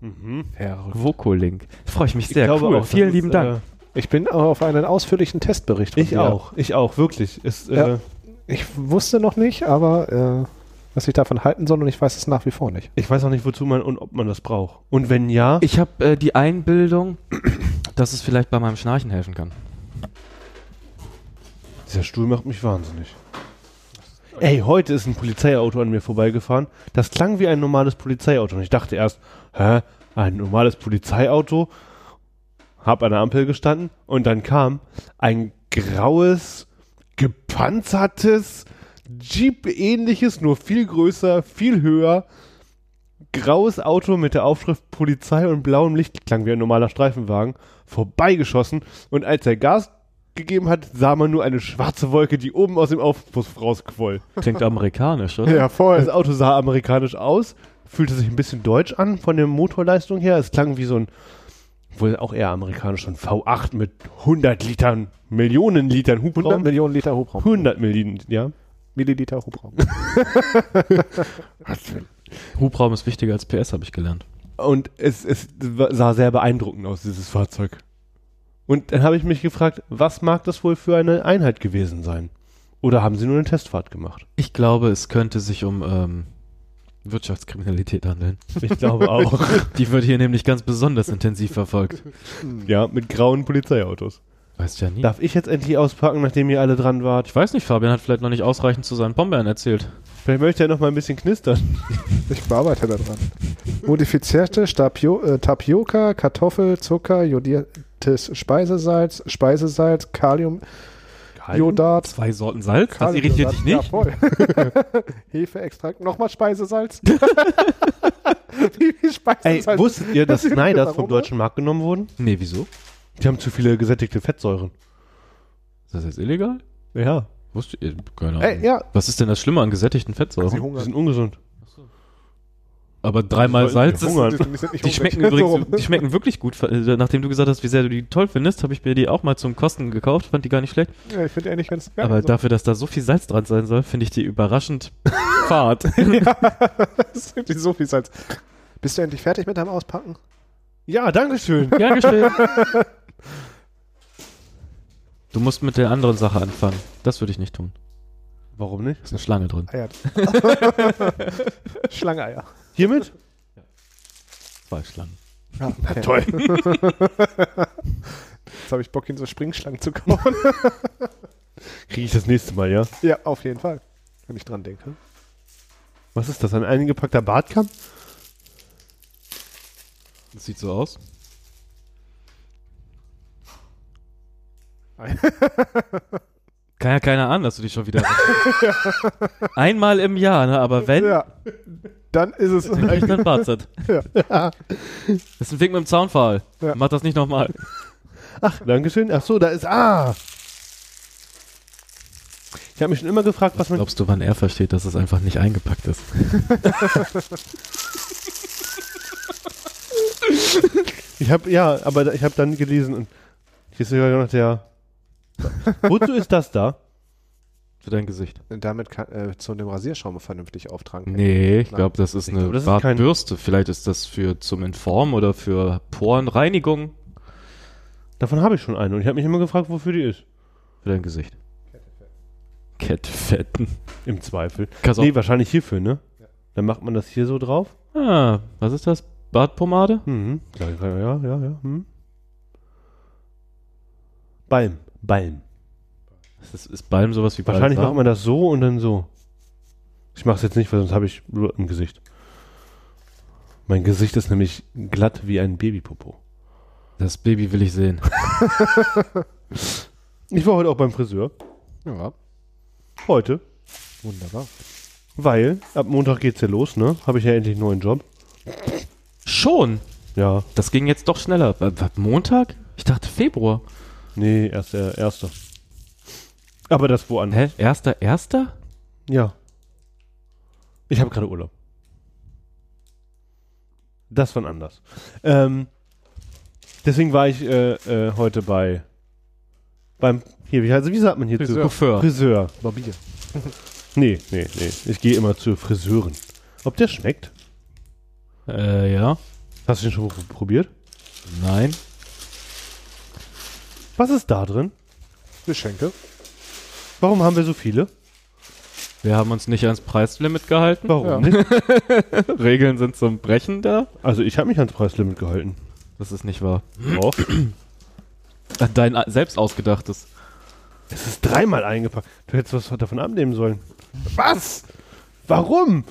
S4: Mhm.
S1: Vokolink. Freue ich mich sehr. cool. Vielen lieben Dank.
S2: Ich bin auf einen ausführlichen Testbericht. von
S4: ich
S2: dir.
S4: äh, auch. Ich auch, wirklich. Es,
S2: Ja.
S4: äh,
S2: Ich wusste noch nicht, aber äh, was ich davon halten soll und ich weiß es nach wie vor nicht.
S4: ich weiß auch nicht, wozu man und ob man das braucht. Und wenn ja,
S1: Ich habe äh, die Einbildung, *clears throat* dass es vielleicht bei meinem Schnarchen helfen kann.
S4: dieser Stuhl macht mich wahnsinnig. Ey, heute ist ein Polizeiauto an mir vorbeigefahren. Das klang wie ein normales Polizeiauto. Und ich dachte erst, hä, ein normales Polizeiauto? Hab an der Ampel gestanden und dann kam ein graues, gepanzertes, Jeep-ähnliches, nur viel größer, viel höher, graues Auto mit der Aufschrift Polizei und blauem Licht, klang wie ein normaler Streifenwagen, vorbeigeschossen und als er Gas gegeben hat, sah man nur eine schwarze Wolke, die oben aus dem Aufpust rausquoll.
S1: Klingt amerikanisch, oder?
S2: voll.
S4: Das Auto sah amerikanisch aus, fühlte sich ein bisschen deutsch an von der Motorleistung her. Es klang wie so ein, wohl auch eher amerikanisch, so ein V8 mit 100 Litern, Millionen Litern
S3: 100
S4: Hubraum.
S3: Millionen Liter Hubraum.
S4: 100 Millionen, ja.
S3: Milliliter Hubraum.
S1: Hubraum ist wichtiger als PS, habe ich gelernt.
S4: Und es, es sah sehr beeindruckend aus, dieses Fahrzeug. Und dann habe ich mich gefragt, was mag das wohl für eine Einheit gewesen sein? Oder haben sie nur eine Testfahrt gemacht?
S1: Ich glaube, es könnte sich um ähm, Wirtschaftskriminalität handeln.
S4: Ich glaube auch.
S1: Die wird hier nämlich ganz besonders intensiv verfolgt.
S4: ja, mit grauen Polizeiautos.
S1: Weißt ja nie.
S4: Hm? Darf ich jetzt endlich auspacken, nachdem ihr alle dran wart?
S1: Ich weiß nicht, Fabian hat vielleicht noch nicht ausreichend zu seinen Bombeeren erzählt.
S4: Vielleicht möchte er noch mal ein bisschen knistern.
S2: Ich bearbeite da dran. Modifizierte Stapio äh, Tapioca, Kartoffel, Zucker, jodiertes Speisesalz, Speisesalz, Kaliumjodat.
S1: Zwei Sorten Salz? Das
S2: Kaliumjodat,
S1: irritiert dich nicht?
S2: Jawohl. Hefeextrakt, nochmal Speisesalz. Wie viel
S4: Ey,
S2: Speisesalz?
S4: wusstet ihr, dass
S2: das ist halt-
S4: Snyders
S2: das
S4: vom
S2: Aroma?
S4: deutschen Markt genommen wurden?
S1: Nee, wieso?
S4: Die haben zu viele gesättigte Fettsäuren.
S1: Ist das jetzt illegal?
S4: Ja.
S1: Wusste ich, keine Ahnung.
S2: Ey, ja,
S1: Was ist denn das Schlimme an gesättigten
S2: Sie
S1: Fettsäuren?
S4: Die
S2: hungern.
S4: sind ungesund.
S1: Aber dreimal
S4: Sollten
S1: Salz
S4: sie
S1: ist...
S4: hungern.
S2: Die, sind nicht
S1: Die schmecken
S2: hungrig. So
S1: übrigens, die
S2: rum.
S1: schmecken wirklich gut. Äh, Nachdem du gesagt hast, wie sehr du die toll findest, habe ich mir die auch mal zum Kosten gekauft, fand die gar nicht schlecht.
S2: Ja, ich finde eigentlich ganz geil.
S1: Aber
S2: Also, *laughs*
S1: dafür, dass da so viel Salz dran sein soll, finde ich die überraschend *laughs* fad.
S2: das ist irgendwie so viel Salz. Bist du endlich fertig mit deinem Auspacken?
S4: Ja, danke schön.
S1: Gern geschehen. *laughs* Du musst mit der anderen Sache anfangen. Das würde ich nicht tun.
S4: *laughs* Warum nicht?
S1: Ist eine Schlange drin.
S2: Eier. Schlangeneier.
S4: Hiermit?
S1: Zwei Schlangen.
S2: Ja, okay.
S4: Toll.
S2: Jetzt habe ich Bock, ihn so Springschlangen zu kaufen.
S4: Kriege ich das nächste Mal, ja?
S2: ja, auf jeden Fall. Wenn ich dran denke.
S4: Was ist das? Ein eingepackter Bartkamm?
S1: Das sieht so aus. Kann ja keiner an, dass du dich schon wieder. *laughs* Einmal im Jahr, ne? Aber wenn,
S2: Ja, dann ist es.
S1: dann kriegt er ein Barzett.
S2: Ja.
S1: Das ist ein Wink mit dem Zaunpfahl.
S2: Ja.
S1: Mach das nicht nochmal.
S4: Ach, Dankeschön. Ach so, da ist. Ah! Ich habe mich schon immer gefragt, was man.
S1: Glaubst du, wann er versteht, dass es einfach nicht eingepackt ist?
S4: Ich habe ja, aber da- ich habe dann gelesen und hier ist sogar noch der. Wozu ist das da?
S1: Für dein Gesicht.
S2: Damit kann, äh, zu dem Rasierschaum vernünftig auftragen.
S1: Nee, ich
S2: Nein.
S1: glaube, das ist
S4: Ich
S1: eine
S4: glaub, das ist kein-
S1: Bartbürste. Vielleicht ist das für zum Informen oder für Porenreinigung
S4: Davon habe ich schon eine und ich habe mich immer gefragt, wofür die ist.
S1: für dein Gesicht. Kettfetten.
S4: Im Zweifel.
S1: Kannst
S4: Nee, wahrscheinlich hierfür, ne? Dann macht man das hier so drauf.
S1: auch, ah, was ist das? Bartpomade?
S4: Mhm. Ja, ja, ja. ja. Mhm. Balm. Balm.
S1: Das ist, ist Balm sowas wie
S4: Wahrscheinlich macht
S1: Balsam?
S4: man das so und dann so. Ich mache es jetzt nicht, weil sonst habe ich Blut im Gesicht. Mein Gesicht ist nämlich glatt wie ein Babypopo.
S1: Das Baby will ich sehen.
S4: Ich war heute auch beim Friseur.
S2: Ja,
S4: Heute.
S2: wunderbar.
S4: Weil ab Montag geht's ja los, ne? Habe ich ja endlich einen neuen Job.
S1: Schon!
S4: Ja.
S1: Das ging jetzt doch schneller. Wa- wa- Montag? Ich dachte Februar.
S4: Nee, erst der erste. Aber das woanders.
S1: Hä? Erster, erster?
S4: Ja. Ich habe gerade Urlaub. Das war anders. Ähm, deswegen war ich äh, äh, heute bei beim hier, wie, also wie sagt man hierzu?
S2: Friseur.
S1: Friseur.
S4: Friseur.
S2: Barbier.
S4: *laughs* Nee, nee, nee. Ich gehe immer zu Friseuren. Ob der schmeckt?
S1: Äh, ja.
S4: Hast du den schon pr- probiert?
S1: Nein.
S4: Was ist da drin?
S2: Geschenke.
S4: Warum haben wir so viele?
S1: Wir haben uns nicht ans Preislimit
S4: *laughs*
S1: gehalten.
S4: Warum nicht?
S1: Regeln sind zum Brechen da.
S4: Also ich habe mich ans Preislimit gehalten.
S1: Das ist nicht wahr.
S4: Doch.
S1: Dein a- selbst ausgedachtes.
S4: Es ist dreimal eingepackt. Du hättest was davon abnehmen sollen. Was? Warum?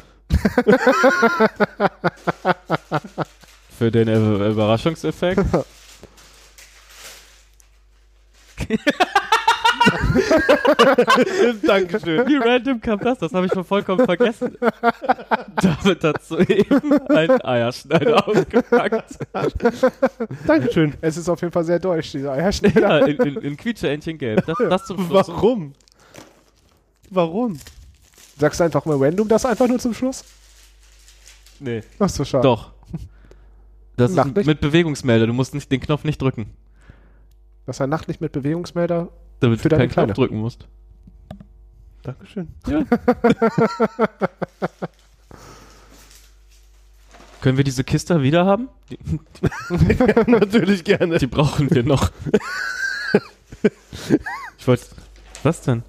S1: Für den Ü-
S2: *laughs*
S1: Überraschungseffekt. *laughs*
S4: Dankeschön.
S1: Wie random kam das? Das habe ich schon vollkommen vergessen. David hat soeben einen
S2: *laughs*
S1: Eierschneider ausgepackt.
S4: Dankeschön.
S2: Es ist auf jeden Fall sehr deutsch, dieser Eierschneider.
S1: Ja, Äh, in, in, in Quietscheentchen gelb. Das, das zum Schluss.
S4: Warum? Warum?
S2: Sagst du einfach mal random das einfach nur zum Schluss?
S4: Nee.
S2: Ach so, schade.
S1: Doch. Das ist
S2: Nachtlicht?
S1: mit Bewegungsmelder. Du musst nicht, den Knopf nicht drücken,
S2: Das war Nachtlicht mit *laughs* Bewegungsmelder.
S1: damit
S2: Für
S1: du
S2: deine
S1: keinen Knopf
S2: Kleine.
S1: drücken musst.
S4: Dankeschön. *laughs*
S1: Können wir diese Kiste wieder haben? Die,
S4: Natürlich gerne.
S1: die brauchen wir noch. ich wollte. Was denn?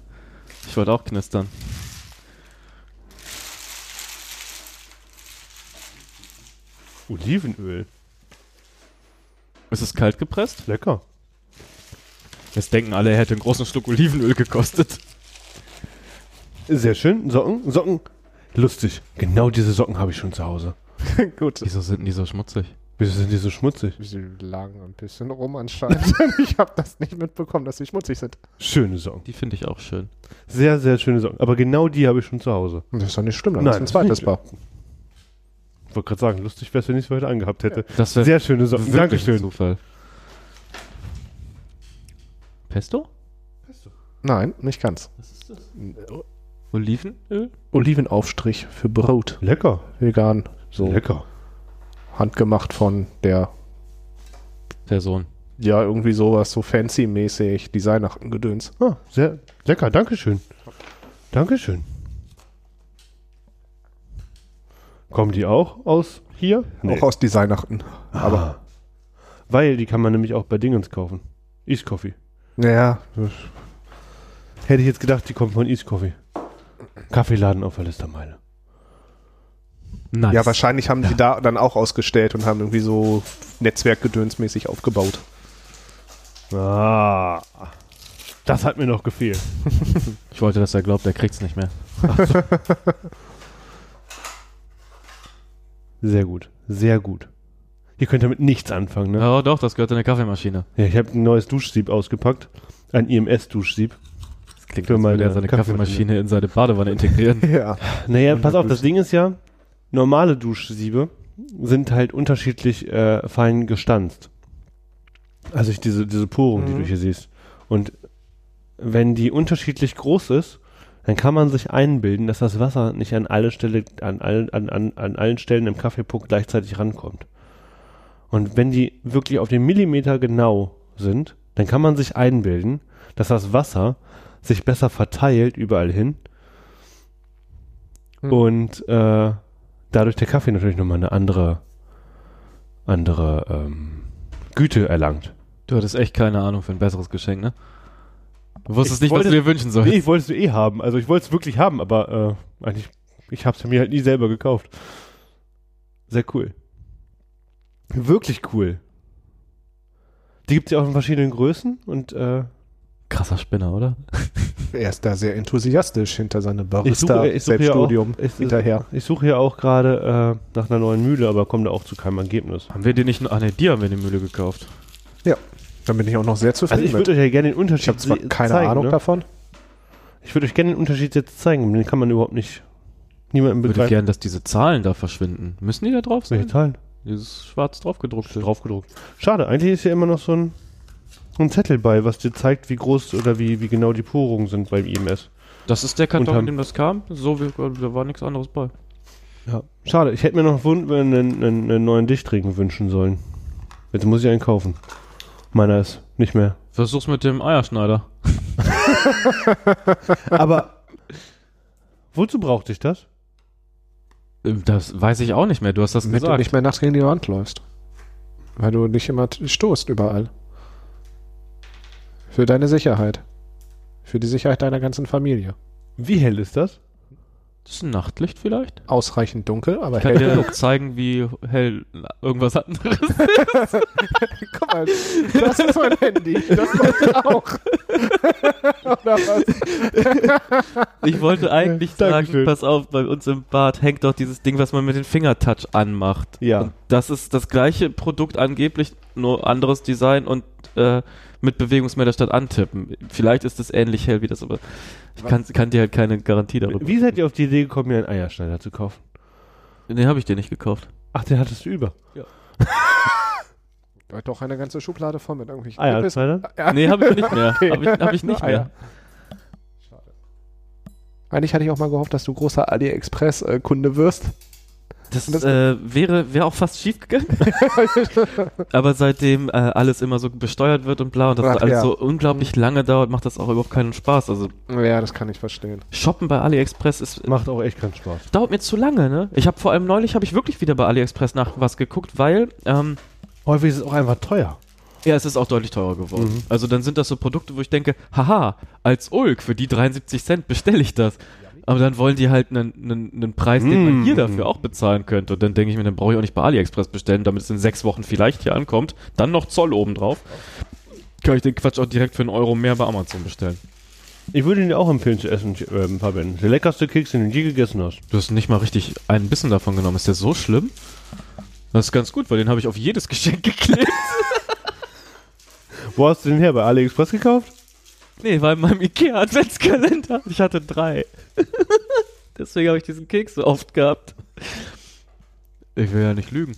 S1: Ich wollte auch knistern.
S4: Olivenöl.
S1: Ist es kalt gepresst?
S4: Lecker.
S1: Jetzt denken alle, er hätte einen großen Schluck Olivenöl gekostet.
S4: Sehr schön. Socken. Socken. Lustig. Genau diese Socken habe ich schon zu Hause.
S2: Gut.
S1: Wieso sind die so schmutzig?
S4: Wieso sind die so schmutzig?
S2: Sie lagen ein bisschen rum anscheinend. *laughs* ich habe das nicht mitbekommen, dass sie schmutzig sind.
S4: Schöne Socken.
S1: Die finde ich auch schön.
S4: Sehr, sehr schöne Socken. Aber genau die habe ich schon zu Hause.
S2: Das ist doch nicht schlimm,
S4: Nein,
S2: dass es ein
S4: das ist nicht
S2: zweites Paar.
S4: Ich wollte gerade sagen, lustig wäre es, wenn ich es heute angehabt hätte.
S1: Das wäre
S4: Sehr schöne Socken.
S1: ein
S4: Dankeschön.
S1: Zufall. Pesto?
S2: Nein, nicht ganz.
S1: Olivenöl?
S2: Olivenaufstrich für Brot.
S4: Lecker.
S2: Vegan. So
S4: Lecker.
S2: handgemacht von der,
S1: Person.
S2: ja, irgendwie sowas, so fancy-mäßig, Designer-Gedöns.
S4: Ah, sehr lecker. Dankeschön. Dankeschön. Kommen die auch aus hier?
S2: Auch aus Designachten.
S4: Aber. Ah. Weil die kann man nämlich auch bei Dingens kaufen. East Coffee.
S2: Naja,
S4: Hätte ich jetzt gedacht, die kommen von East Coffee. Kaffeeladen auf der Listermeile.
S1: Nice.
S2: ja, wahrscheinlich haben die da dann auch ausgestellt und haben irgendwie so Netzwerkgedönsmäßig aufgebaut.
S4: Ah. Das hat mir noch gefehlt.
S1: Ich wollte, dass er glaubt, er kriegt's nicht mehr.
S4: Sehr gut. Sehr gut. Ihr könnt damit nichts anfangen, ne?
S1: Oh doch, das gehört in eine Kaffeemaschine.
S4: Ja, ich habe ein neues Duschsieb ausgepackt. Ein IMS-Duschsieb.
S1: Das klingt,
S4: Für
S1: als würde
S4: meine
S1: er seine Kaffeemaschine in seine Badewanne integrieren.
S2: *laughs* Ja.
S4: Naja, pass auf, das Ding ist ja, normale Duschsiebe sind halt unterschiedlich äh, fein gestanzt. Also ich, diese, diese Porung, die
S2: Mhm.
S4: du hier siehst. Und wenn die unterschiedlich groß ist, dann kann man sich einbilden, dass das Wasser nicht an alle Stelle, an allen, an, an, an allen Stellen im Kaffeepunkt gleichzeitig rankommt. Und wenn die wirklich auf den Millimeter genau sind, dann kann man sich einbilden, dass das Wasser sich besser verteilt überall hin
S2: Hm.
S4: und äh, dadurch der Kaffee natürlich nochmal eine andere, andere ähm, Güte erlangt.
S1: Du hattest echt keine Ahnung für ein besseres Geschenk, ne? Du wusstest
S4: Ich
S1: nicht, was
S4: wollte-
S1: du dir wünschen sollst.
S4: Nee, ich wollte es eh haben. Also ich wollte es wirklich haben, aber äh, eigentlich, ich habe es mir halt nie selber gekauft. Sehr cool. Wirklich cool. Die gibt es ja auch in verschiedenen Größen und äh,
S1: Krasser Spinner, oder?
S2: Er ist da sehr enthusiastisch hinter seinem
S4: ich suche, ich suche ja auch,
S2: Barista-Selbststudium
S4: ich,
S2: hinterher.
S4: ich suche ja auch gerade äh, nach einer neuen Mühle, aber komme da auch zu keinem Ergebnis.
S1: Haben wir die nicht nur. Ah ne, die haben wir in die Mühle gekauft.
S2: Dann bin ich auch noch sehr
S4: Also
S2: zufrieden
S4: ich würde euch ja gerne den Unterschied
S2: Ich habe zwar
S4: se-
S2: keine
S4: zeigen,
S2: Ahnung
S4: ne?
S2: davon.
S4: Ich würde euch gerne den Unterschied jetzt zeigen, den kann man überhaupt nicht niemandem
S1: Ich würde
S4: begreifen.
S1: gern, dass diese Zahlen da verschwinden. Müssen die da drauf sein?
S4: Welche Zahlen?
S1: Dieses schwarz draufgedruckte.
S4: Draufgedruckt. Schade, eigentlich ist ja immer noch so ein, ein Zettel bei, was dir zeigt, wie groß oder wie, wie genau die Porungen sind beim IMS.
S1: Das ist der Karton,
S4: Unterm-
S1: in dem das kam. So, wir, da war nichts anderes bei.
S4: Ja. Schade, ich hätte mir noch wun- äh, einen, einen, einen neuen Dichtregen wünschen sollen. Jetzt muss ich einen kaufen. Meiner ist nicht mehr.
S1: Versuch's mit dem Eierschneider.
S4: *laughs* Aber wozu brauchte ich das?
S1: Ähm, Das weiß ich auch nicht mehr. Du hast das
S2: Wenn du
S1: gesagt.
S2: nicht mehr nachts gegen die Wand läufst. Weil du nicht immer t- stoßt überall. Für deine Sicherheit. Für die Sicherheit deiner ganzen Familie.
S4: Wie hell ist das?
S1: Das ist ein Nachtlicht vielleicht?
S2: Ausreichend dunkel, aber
S1: Ich
S2: *laughs*
S1: kann dir
S2: hell.
S1: noch zeigen, wie hell irgendwas anderes.
S2: Guck mal, das ist mein Handy. *laughs* Das kommt auch. *laughs* Oder was?
S1: Ich wollte eigentlich sagen,
S4: Dankeschön.
S1: pass auf, bei uns im Bad hängt doch dieses Ding, was man mit dem Fingertouch anmacht.
S4: Ja.
S1: Und das ist das gleiche Produkt angeblich, nur anderes Design und äh, mit Bewegungsmelder statt antippen. Vielleicht ist es ähnlich hell wie das, aber ich kann, kann dir halt keine Garantie darüber.
S4: Wie seid ihr auf die Idee gekommen, mir einen Eierschneider zu kaufen?
S1: Den habe ich dir nicht gekauft.
S4: Ach, den hattest du über.
S2: Da hat doch eine ganze Schublade voll mit irgendwelchen Nippes.
S4: Eierschneider?
S2: Ah Ja.
S1: Nee, habe ich nicht mehr. Habe ich, hab ich nicht
S2: Ah, ja.
S1: mehr.
S2: Eigentlich hatte ich auch mal gehofft, dass du großer AliExpress-Kunde wirst.
S1: Das, äh, wäre, wäre auch fast schief
S2: *laughs*
S1: gegangen. Aber seitdem äh, alles immer so besteuert wird und bla und das
S2: Ach,
S1: alles
S2: ja. Mhm.
S1: so unglaublich lange dauert, macht das auch überhaupt keinen Spaß. Also
S2: Ja, das kann ich verstehen.
S1: Shoppen bei AliExpress ist,
S4: Macht auch echt keinen Spaß.
S1: dauert mir zu lange, ne? Ich habe vor allem neulich habe ich wirklich wieder bei AliExpress nach was geguckt, weil ähm,
S4: Häufig ist es auch einfach teuer.
S1: ja, es ist auch deutlich teurer geworden. Also dann sind das so Produkte, wo ich denke, haha, als Ulk für die 73 Cent bestelle ich das. Aber dann wollen die halt einen, einen, einen Preis, den man hier dafür auch bezahlen könnte. Und dann denke ich mir, dann brauche ich auch nicht bei AliExpress bestellen, damit es in sechs Wochen vielleicht hier ankommt. Dann noch Zoll obendrauf. Kann ich den Quatsch auch direkt für einen Euro mehr bei Amazon bestellen.
S4: Ich würde ihn dir auch empfehlen zu essen, ähm, Fabian. Der leckerste Keks, den du je gegessen hast.
S1: Du hast nicht mal richtig einen Bissen davon genommen. Ist der so schlimm? Das ist ganz gut, weil den habe ich auf jedes *laughs* Geschenk geklebt.
S4: Wo hast du den her? Bei AliExpress gekauft?
S1: Nee, war in meinem Ikea-Adventskalender. Ich hatte drei. *laughs* Deswegen habe ich diesen Keks so oft gehabt. Ich will ja nicht lügen.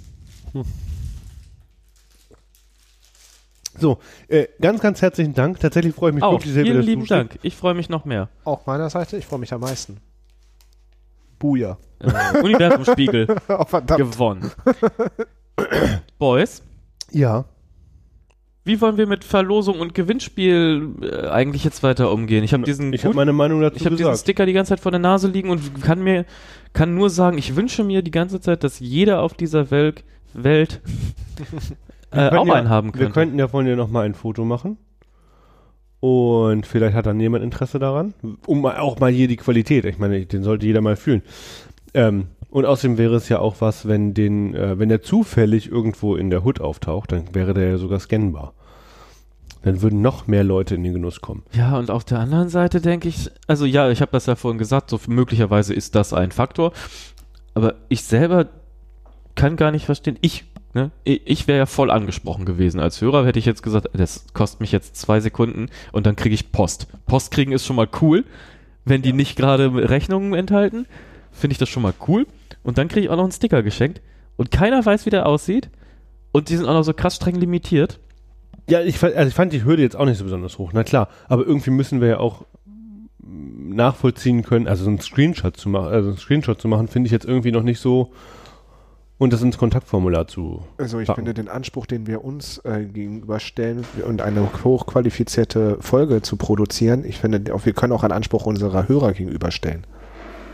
S4: So, äh, ganz, ganz herzlichen Dank. Tatsächlich freue ich mich
S1: Auch,
S4: wirklich sehr, wie
S1: vielen
S4: das
S1: lieben
S4: zuschlägt.
S1: Dank. Ich freue mich noch mehr.
S2: Auch meiner Seite, ich freue mich am meisten. Buja.
S1: Äh,
S4: *laughs*
S1: Universumspiegel
S2: *laughs* Oh, verdammt.
S1: gewonnen. Boys,
S4: Ja.
S1: wie wollen wir mit Verlosung und Gewinnspiel äh, eigentlich jetzt weiter umgehen? Ich habe diesen
S4: Ich habe meine Meinung dazu
S1: Ich habe diesen
S4: gesagt.
S1: Sticker die ganze Zeit vor der Nase liegen und kann mir kann nur sagen, ich wünsche mir die ganze Zeit, dass jeder auf dieser Welt,
S4: *laughs*
S1: Welt äh, auch
S4: können ja,
S1: einen haben
S4: Wir
S1: könnte.
S4: könnten ja von dir nochmal ein Foto machen. Und vielleicht hat dann jemand Interesse daran. Um mal- auch mal hier die Qualität. Ich meine, den sollte jeder mal fühlen. Ähm, und außerdem wäre es ja auch was, wenn den, äh, wenn der zufällig irgendwo in der Hood auftaucht, dann wäre der ja sogar scannbar. Dann würden noch mehr Leute in den Genuss kommen.
S1: Ja, und auf der anderen Seite denke ich, also ja, ich habe das ja vorhin gesagt, so möglicherweise ist das ein Faktor, aber ich selber kann gar nicht verstehen, ich Ne? I- Ich wäre ja voll angesprochen gewesen. Als Hörer hätte ich jetzt gesagt, das kostet mich jetzt zwei Sekunden und dann kriege ich Post. Post kriegen ist schon mal cool, wenn die nicht gerade Rechnungen enthalten. Finde ich das schon mal cool. Und dann kriege ich auch noch einen Sticker geschenkt. Und keiner weiß, wie der aussieht. Und die sind auch noch so krass streng limitiert.
S4: Ja, ich, fa- also ich fand die Hürde jetzt auch nicht so besonders hoch. Na klar, aber irgendwie müssen wir ja auch mm, nachvollziehen können, also so einen Screenshot zu machen, also einen Screenshot zu machen, finde ich jetzt irgendwie noch nicht so und das ins Kontaktformular zu.
S2: Also ich
S4: Packen.
S2: finde den Anspruch, den wir uns äh, gegenüberstellen und eine hochqualifizierte Folge zu produzieren, ich finde, auch, wir können auch einen Anspruch unserer Hörer gegenüberstellen.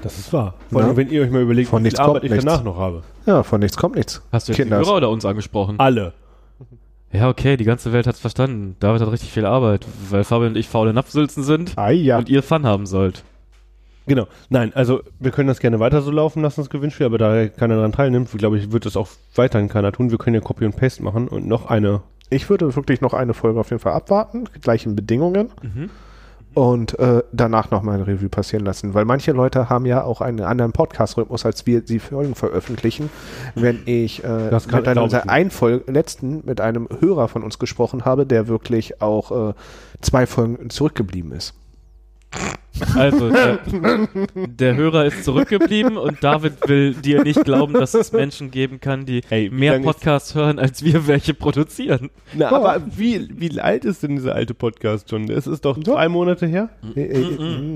S4: Das ist wahr. Vor allem,
S2: Ja.
S4: wenn ihr euch mal überlegt,
S2: Von
S4: wie viel
S2: nichts kommt
S4: Arbeit ich
S2: nichts.
S4: danach noch habe.
S2: Ja, von nichts kommt nichts.
S1: Hast du jetzt
S2: Kinders.
S1: die Hörer oder uns angesprochen?
S4: Alle.
S1: Ja, okay, die ganze Welt hat's verstanden. David hat richtig viel Arbeit, weil Fabian und ich faule Napfsülzen sind
S2: Ah ja.
S1: und ihr Fun haben sollt.
S4: Genau. Nein, also wir können das gerne weiter so laufen lassen, das Gewinnspiel, aber da keiner daran teilnimmt, glaube ich, wird das auch weiterhin keiner tun. Wir können ja Copy und Paste machen und noch eine.
S2: Ich würde wirklich noch eine Folge auf jeden Fall abwarten, gleichen Bedingungen.
S4: Mhm.
S2: Und äh, danach nochmal ein Review passieren lassen, weil manche Leute haben ja auch einen anderen Podcast-Rhythmus, als wir die Folgen veröffentlichen. Wenn ich äh,
S4: Das kann-
S2: mit einer
S4: glaub ich
S2: unserer
S4: nicht.
S2: einen Folge, letzten mit einem Hörer von uns gesprochen habe, der wirklich auch äh, zwei Folgen zurückgeblieben ist.
S1: Also, der, der Hörer ist zurückgeblieben und David will dir nicht glauben, dass es Menschen geben kann, die
S4: Ey, wie
S1: mehr
S4: lange ist-
S1: Podcasts hören, als wir welche produzieren.
S4: Na, aber wie, wie alt ist denn dieser alte Podcast schon? Es ist doch zwei Monate her?
S2: Äh,
S4: Mhm.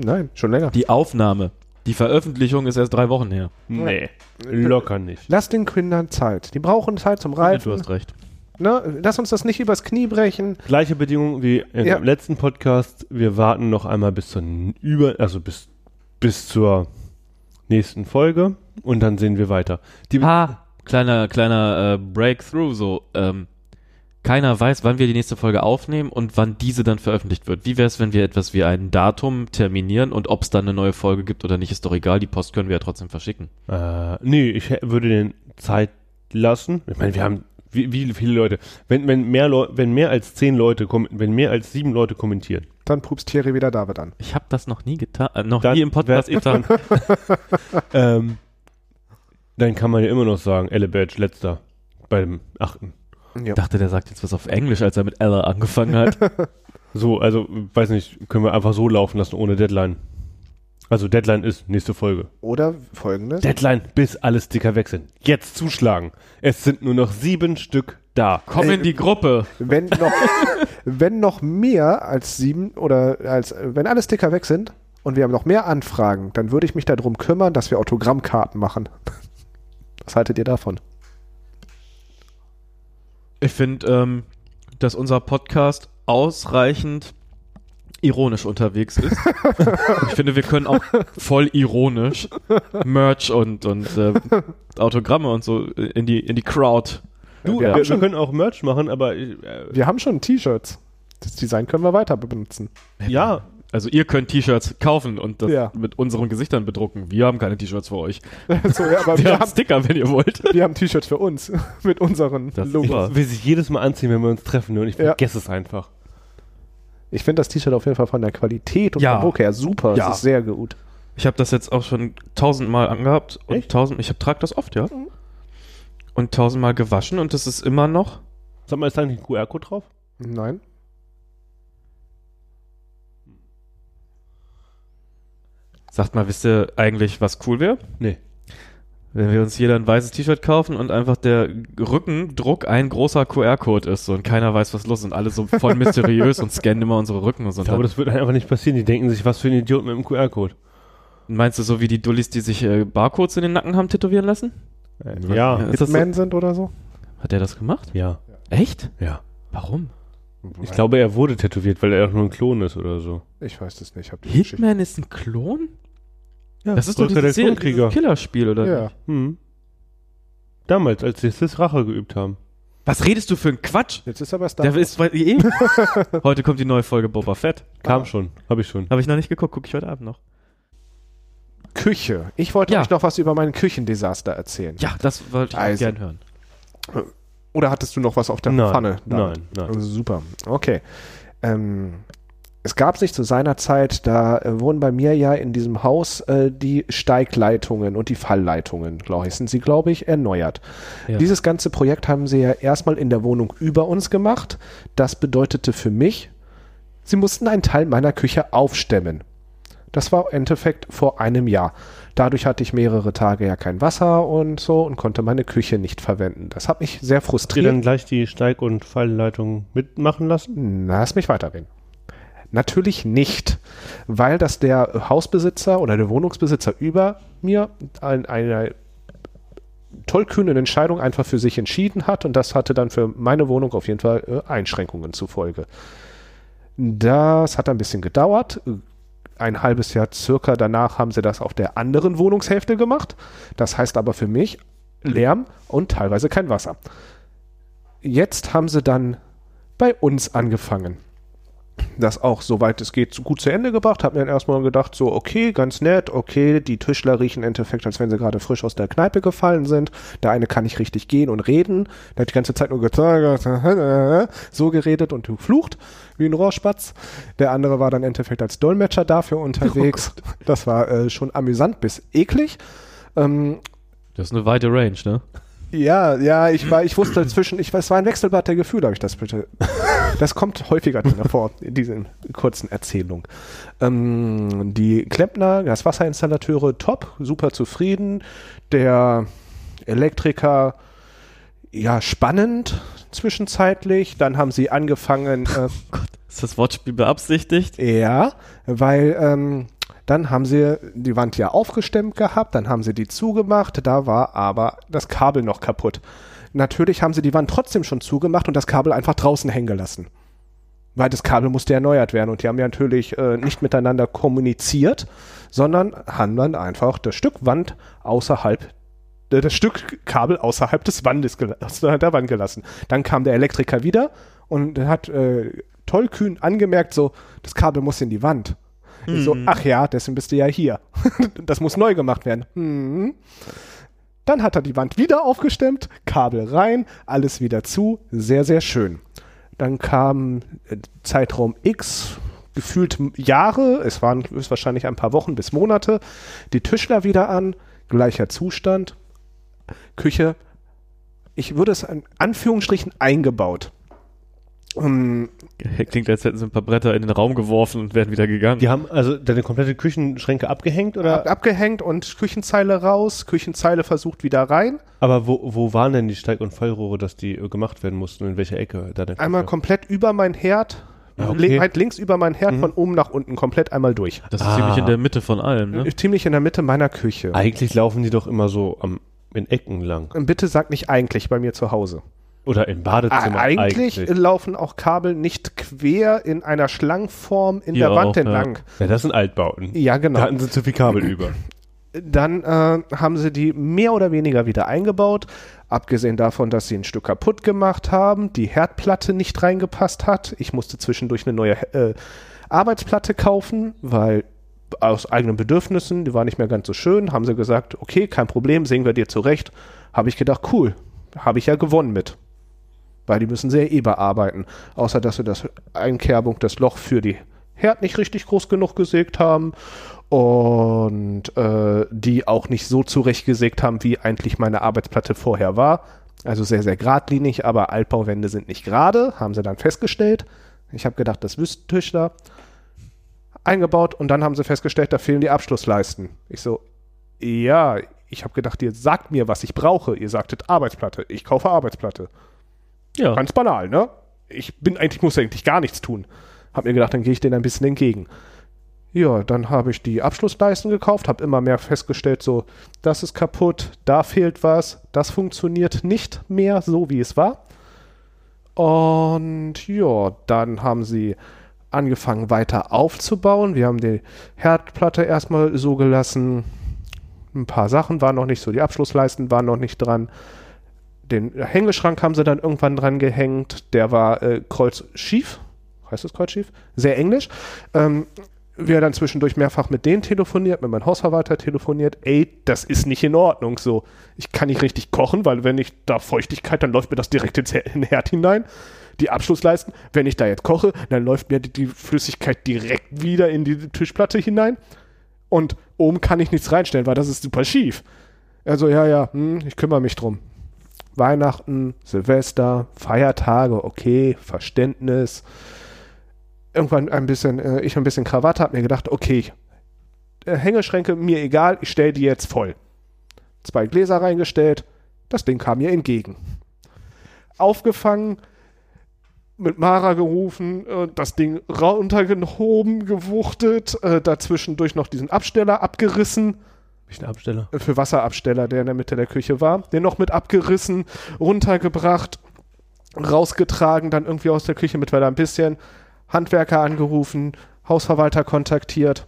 S2: äh, nein, schon länger.
S1: Die Aufnahme, die Veröffentlichung ist erst drei Wochen her.
S4: Nee, locker nicht.
S2: Lass den Kindern Zeit. Die brauchen Zeit zum Reifen.
S1: recht.
S2: Ne? Lass uns das nicht übers Knie brechen.
S4: Gleiche Bedingung wie im
S2: Ja.
S4: letzten Podcast. Wir warten noch einmal bis zur n- über, also bis, bis zur nächsten Folge und dann sehen wir weiter. Die,
S1: Ha, kleiner, kleiner äh, Breakthrough, so, ähm, keiner weiß, wann wir die nächste Folge aufnehmen und wann diese dann veröffentlicht wird. Wie wäre es, wenn wir etwas wie ein Datum terminieren und ob es dann eine neue Folge gibt oder nicht, ist doch egal, die Post können wir ja trotzdem verschicken.
S4: Äh, nee, ich hä- würde den Zeit lassen. Ich meine, wir haben wie, wie viele Leute. Wenn, wenn, mehr Leu wenn mehr als zehn Leute kommen, wenn mehr als sieben Leute kommentieren,
S2: Dann pupst Thierry wieder David an.
S1: Ich habe das noch nie getan, äh, noch
S4: Dann
S1: nie im Podcast
S4: wär- *laughs*
S1: getan.
S4: ähm, dann kann man ja immer noch sagen, Elle Badge letzter beim achten.
S2: Ja.
S1: dachte, der sagt jetzt was auf Englisch, als er mit Ella angefangen hat.
S4: So, also, weiß nicht, können wir einfach so laufen lassen ohne Deadline. Also, Deadline ist nächste Folge.
S2: Oder folgendes.
S4: Deadline, bis alle Sticker weg sind. Jetzt zuschlagen. Es sind nur noch sieben Stück da.
S1: Komm in die Gruppe.
S2: Wenn noch, wenn noch mehr als sieben oder als, wenn alle Sticker weg sind und wir haben noch mehr Anfragen, dann würde ich mich darum kümmern, dass wir Autogrammkarten machen. Was haltet ihr davon?
S1: Ich finde, ähm, dass unser Podcast ausreichend ironisch unterwegs
S2: *laughs*
S1: ist. ich finde, wir können auch voll ironisch Merch und, und äh, Autogramme und so in die, in die Crowd.
S2: wir
S4: Du, wir,
S2: haben
S4: wir
S2: schon-
S4: können auch Merch machen, aber äh,
S2: Wir haben schon T-Shirts. Das Design können wir weiter benutzen. *laughs*
S4: ja,
S1: Also ihr könnt T-Shirts kaufen und das
S2: Ja.
S1: mit unseren Gesichtern bedrucken. Wir haben keine T-Shirts für euch.
S2: so, ja, aber
S1: Wir,
S2: wir
S1: haben
S2: haben,
S1: Sticker, wenn ihr wollt.
S2: wir haben T-Shirts für uns *laughs* mit unseren
S1: Das ist
S4: ich
S1: super.
S2: Logos.
S4: will sich jedes Mal anziehen, wenn wir uns treffen ne? und ich
S2: Ja.
S4: vergesse es einfach.
S2: Ich finde das T-Shirt auf jeden Fall von der Qualität und
S1: Ja.
S2: vom Look her super.
S1: Ja.
S2: Es ist sehr gut.
S1: Ich habe das jetzt auch schon tausendmal angehabt und
S2: Echt?
S1: tausend. Ich hab, trag das oft, ja. Und tausendmal gewaschen und das ist immer noch.
S4: Sag mal, ist da nicht ein QR-Code drauf?
S2: Nein.
S1: Sagt mal, wisst ihr eigentlich, was cool wäre?
S4: Nee.
S1: Wenn wir uns jeder ein weißes T-Shirt kaufen und einfach der Rückendruck ein großer QR-Code ist so, und keiner weiß, was los ist und alle so
S4: *laughs*
S1: voll mysteriös und scannen immer unsere Rücken und so.
S4: Ich glaube, das wird einfach nicht passieren. Die denken sich, was für ein Idiot mit dem QR-Code.
S1: Meinst du so wie die Dullis, die sich äh, Barcodes in den Nacken haben tätowieren lassen?
S2: Äh,
S4: Ja.
S1: Ist das so?
S2: Hitmen sind oder so?
S1: Hat der das gemacht?
S4: Ja.
S1: Echt?
S4: Ja.
S1: Warum?
S4: Ich glaube, er wurde tätowiert, weil er doch nur ein Klon ist oder so.
S2: Ich weiß das nicht. Hab die Geschichte-
S1: Hitman ist ein Klon?
S4: Ja,
S1: Das ist doch
S4: Rückkehr
S1: dieses,
S4: der
S1: Serie-
S4: Klonkrieger.
S1: dieses Killerspiel, oder?
S2: Ja.
S4: Hm. Damals, als sie Sith Rache geübt haben.
S1: Was redest du für einen Quatsch?
S2: Jetzt ist aber Star
S1: Der ist weil-
S4: *laughs*
S1: eh. heute kommt die neue Folge Boba Fett.
S4: Kam schon, habe ich schon.
S1: Habe ich noch nicht geguckt, gucke ich heute Abend noch.
S2: Küche. Ich wollte
S1: Ja.
S2: euch noch was über mein Küchendesaster erzählen.
S1: Ja, das wollte ich
S2: Also.
S1: gern hören.
S2: Oder hattest du noch was auf der
S4: nein,
S2: Pfanne?
S4: nein, nein.
S2: Also super. Okay. Ähm, es gab sich zu seiner Zeit, da äh, wurden bei mir ja in diesem Haus äh, die Steigleitungen und die Fallleitungen, glaube ich, sind sie, glaube ich, erneuert.
S1: Ja.
S2: Dieses ganze Projekt haben sie ja erstmal in der Wohnung über uns gemacht. Das bedeutete für mich, sie mussten einen Teil meiner Küche aufstemmen. Das war im Endeffekt vor einem Jahr. Dadurch hatte ich mehrere Tage ja kein Wasser und so und konnte meine Küche nicht verwenden. Das hat mich sehr
S4: Habt ihr
S2: frustriert.
S4: dann gleich die Steig- und Fallleitung mitmachen lassen?
S2: Lass mich weiterreden. Natürlich nicht, weil das der Hausbesitzer oder der Wohnungsbesitzer über mir an einer tollkühnen Entscheidung einfach für sich entschieden hat und das hatte dann für meine Wohnung auf jeden Fall äh, Einschränkungen zufolge. Das hat ein bisschen gedauert. Ein halbes Jahr circa danach haben sie das auf der anderen Wohnungshälfte gemacht. Das heißt aber für mich Lärm und teilweise kein Wasser. Jetzt haben sie dann bei uns angefangen. Das auch, soweit es geht, so gut zu Ende gebracht. Hab mir dann erstmal gedacht, so, okay, ganz nett, okay, die Tischler riechen im Endeffekt, als wenn sie gerade frisch aus der Kneipe gefallen sind. Der eine kann nicht richtig gehen und reden. Der hat die ganze Zeit nur gezögert, *laughs* so geredet und geflucht, wie ein Rohrspatz. Der andere war dann im Endeffekt als Dolmetscher *laughs* dafür unterwegs. das war äh, schon amüsant bis eklig. Ähm,
S1: Das ist eine weite Range, ne?
S2: ja, ja, ich war, ich wusste zwischen, ich, es war ein Wechselbad der Gefühle, habe ich das bitte. Das kommt häufiger drin vor, in diesen kurzen Erzählungen. Ähm, die Klempner, Gaswasserinstallateure, top, super zufrieden. Der Elektriker, ja, spannend zwischenzeitlich. Dann haben sie angefangen, äh,
S1: Ist das Wortspiel beabsichtigt?
S2: ja, weil ähm, dann haben sie die Wand ja aufgestemmt gehabt, dann haben sie die zugemacht, da war aber das Kabel noch kaputt. Natürlich haben sie die Wand trotzdem schon zugemacht und das Kabel einfach draußen hängen gelassen. Weil das Kabel musste erneuert werden und die haben ja natürlich äh, nicht miteinander kommuniziert, sondern haben dann einfach das Stück Wand außerhalb äh, das Stück Kabel außerhalb des Wandes gel- außerhalb der Wand gelassen. Dann kam der Elektriker wieder und hat äh, tollkühn angemerkt, so, das Kabel muss in die Wand. Ich so, ach ja, deswegen bist du ja hier. *laughs* das muss neu gemacht werden. Hm. Dann hat er die Wand wieder aufgestemmt, Kabel rein, alles wieder zu. Sehr, sehr schön. Dann kam äh, Zeitraum X, gefühlt m- Jahre, es waren höchstwahrscheinlich ein paar Wochen bis Monate, die Tischler wieder an, gleicher Zustand, Küche, ich würde es in Anführungsstrichen eingebaut. Ähm,
S1: Klingt, als hätten sie ein paar Bretter in den Raum geworfen und wären wieder gegangen.
S4: Die haben also deine komplette Küchenschränke abgehängt oder?
S2: ab, abgehängt und Küchenzeile raus, Küchenzeile versucht wieder rein.
S4: Aber wo, wo waren denn die Steig- und Fallrohre, dass die äh, gemacht werden mussten? In welcher Ecke? Da denn-
S2: Einmal komplett über meinen Herd,
S4: Ah, okay.
S2: le- halt links über meinen Herd von oben nach unten, komplett einmal durch.
S1: Das ist
S4: Ah.
S1: ziemlich in der Mitte von allem, ne?
S2: Ziemlich in der Mitte meiner Küche.
S4: Eigentlich laufen die doch immer so am in Ecken lang.
S2: Und bitte sag nicht eigentlich bei mir zu Hause. Ah,
S4: Oder im Badezimmer.
S2: eigentlich, laufen auch Kabel nicht quer in einer Schlangenform in
S5: Hier
S2: der Wand
S5: auch, ja.
S2: entlang.
S4: Ja, das sind Altbauten.
S2: Ja, genau.
S4: Da hatten sie zu viel Kabel über.
S2: Dann äh, haben sie die mehr oder weniger wieder eingebaut. Abgesehen davon, dass sie ein Stück kaputt gemacht haben, die Herdplatte nicht reingepasst hat. Ich musste zwischendurch eine neue äh, Arbeitsplatte kaufen, weil aus eigenen Bedürfnissen, die war nicht mehr ganz so schön, haben sie gesagt, okay, kein Problem, sehen wir dir zurecht. Habe ich gedacht, cool, habe ich ja gewonnen mit. Weil die müssen sehr eh bearbeiten. Außer, dass sie das Einkerbung, das Loch für die Herd nicht richtig groß genug gesägt haben und äh, die auch nicht so zurechtgesägt haben, wie eigentlich meine Arbeitsplatte vorher war. Also sehr, sehr geradlinig, aber Altbauwände sind nicht gerade, haben sie dann festgestellt. Ich habe gedacht, das wüssten Tischler. Eingebaut und dann haben sie festgestellt, da fehlen die Abschlussleisten. Ich so, ja, ich habe gedacht, ihr sagt mir, was ich brauche. Ihr sagtet Arbeitsplatte. Ich kaufe Arbeitsplatte.
S5: Ja.
S2: Ganz banal, ne? Ich bin eigentlich, muss eigentlich gar nichts tun. Hab mir gedacht, dann gehe ich denen ein bisschen entgegen. Ja, dann habe ich die Abschlussleisten gekauft, habe immer mehr festgestellt, so, das ist kaputt, da fehlt was, das funktioniert nicht mehr so, wie es war. Und ja, dann haben sie angefangen weiter aufzubauen. Wir haben die Herdplatte erstmal so gelassen. Ein paar Sachen waren noch nicht so, die Abschlussleisten waren noch nicht dran. Den Hängeschrank haben sie dann irgendwann dran gehängt. Der war äh, kreuzschief. Heißt das kreuzschief? Sehr englisch. Ähm, wir dann zwischendurch mehrfach mit denen telefoniert, mit meinem Hausverwalter telefoniert. Ey, das ist nicht in Ordnung so. Ich kann nicht richtig kochen, weil wenn ich da Feuchtigkeit, dann läuft mir das direkt ins Her- in den Herd hinein. Die Abschlussleisten, wenn ich da jetzt koche, dann läuft mir die, die Flüssigkeit direkt wieder in die Tischplatte hinein. Und oben kann ich nichts reinstellen, weil das ist super schief. Also ja, ja, hm, ich kümmere mich drum. Weihnachten, Silvester, Feiertage, okay, Verständnis. Irgendwann ein bisschen, äh, ich ein bisschen Krawatte, hab mir gedacht, okay, äh, Hängeschränke, mir egal, ich stell die jetzt voll. Zwei Gläser reingestellt, das Ding kam mir entgegen. Aufgefangen, mit Mara gerufen, äh, das Ding runtergehoben, gewuchtet, äh, dazwischendurch noch diesen Absteller abgerissen
S4: Ich ein Absteller.
S2: für Wasserabsteller, der in der Mitte der Küche war, den noch mit abgerissen, runtergebracht, rausgetragen, dann irgendwie aus der Küche mit weil er ein bisschen Handwerker angerufen, Hausverwalter kontaktiert.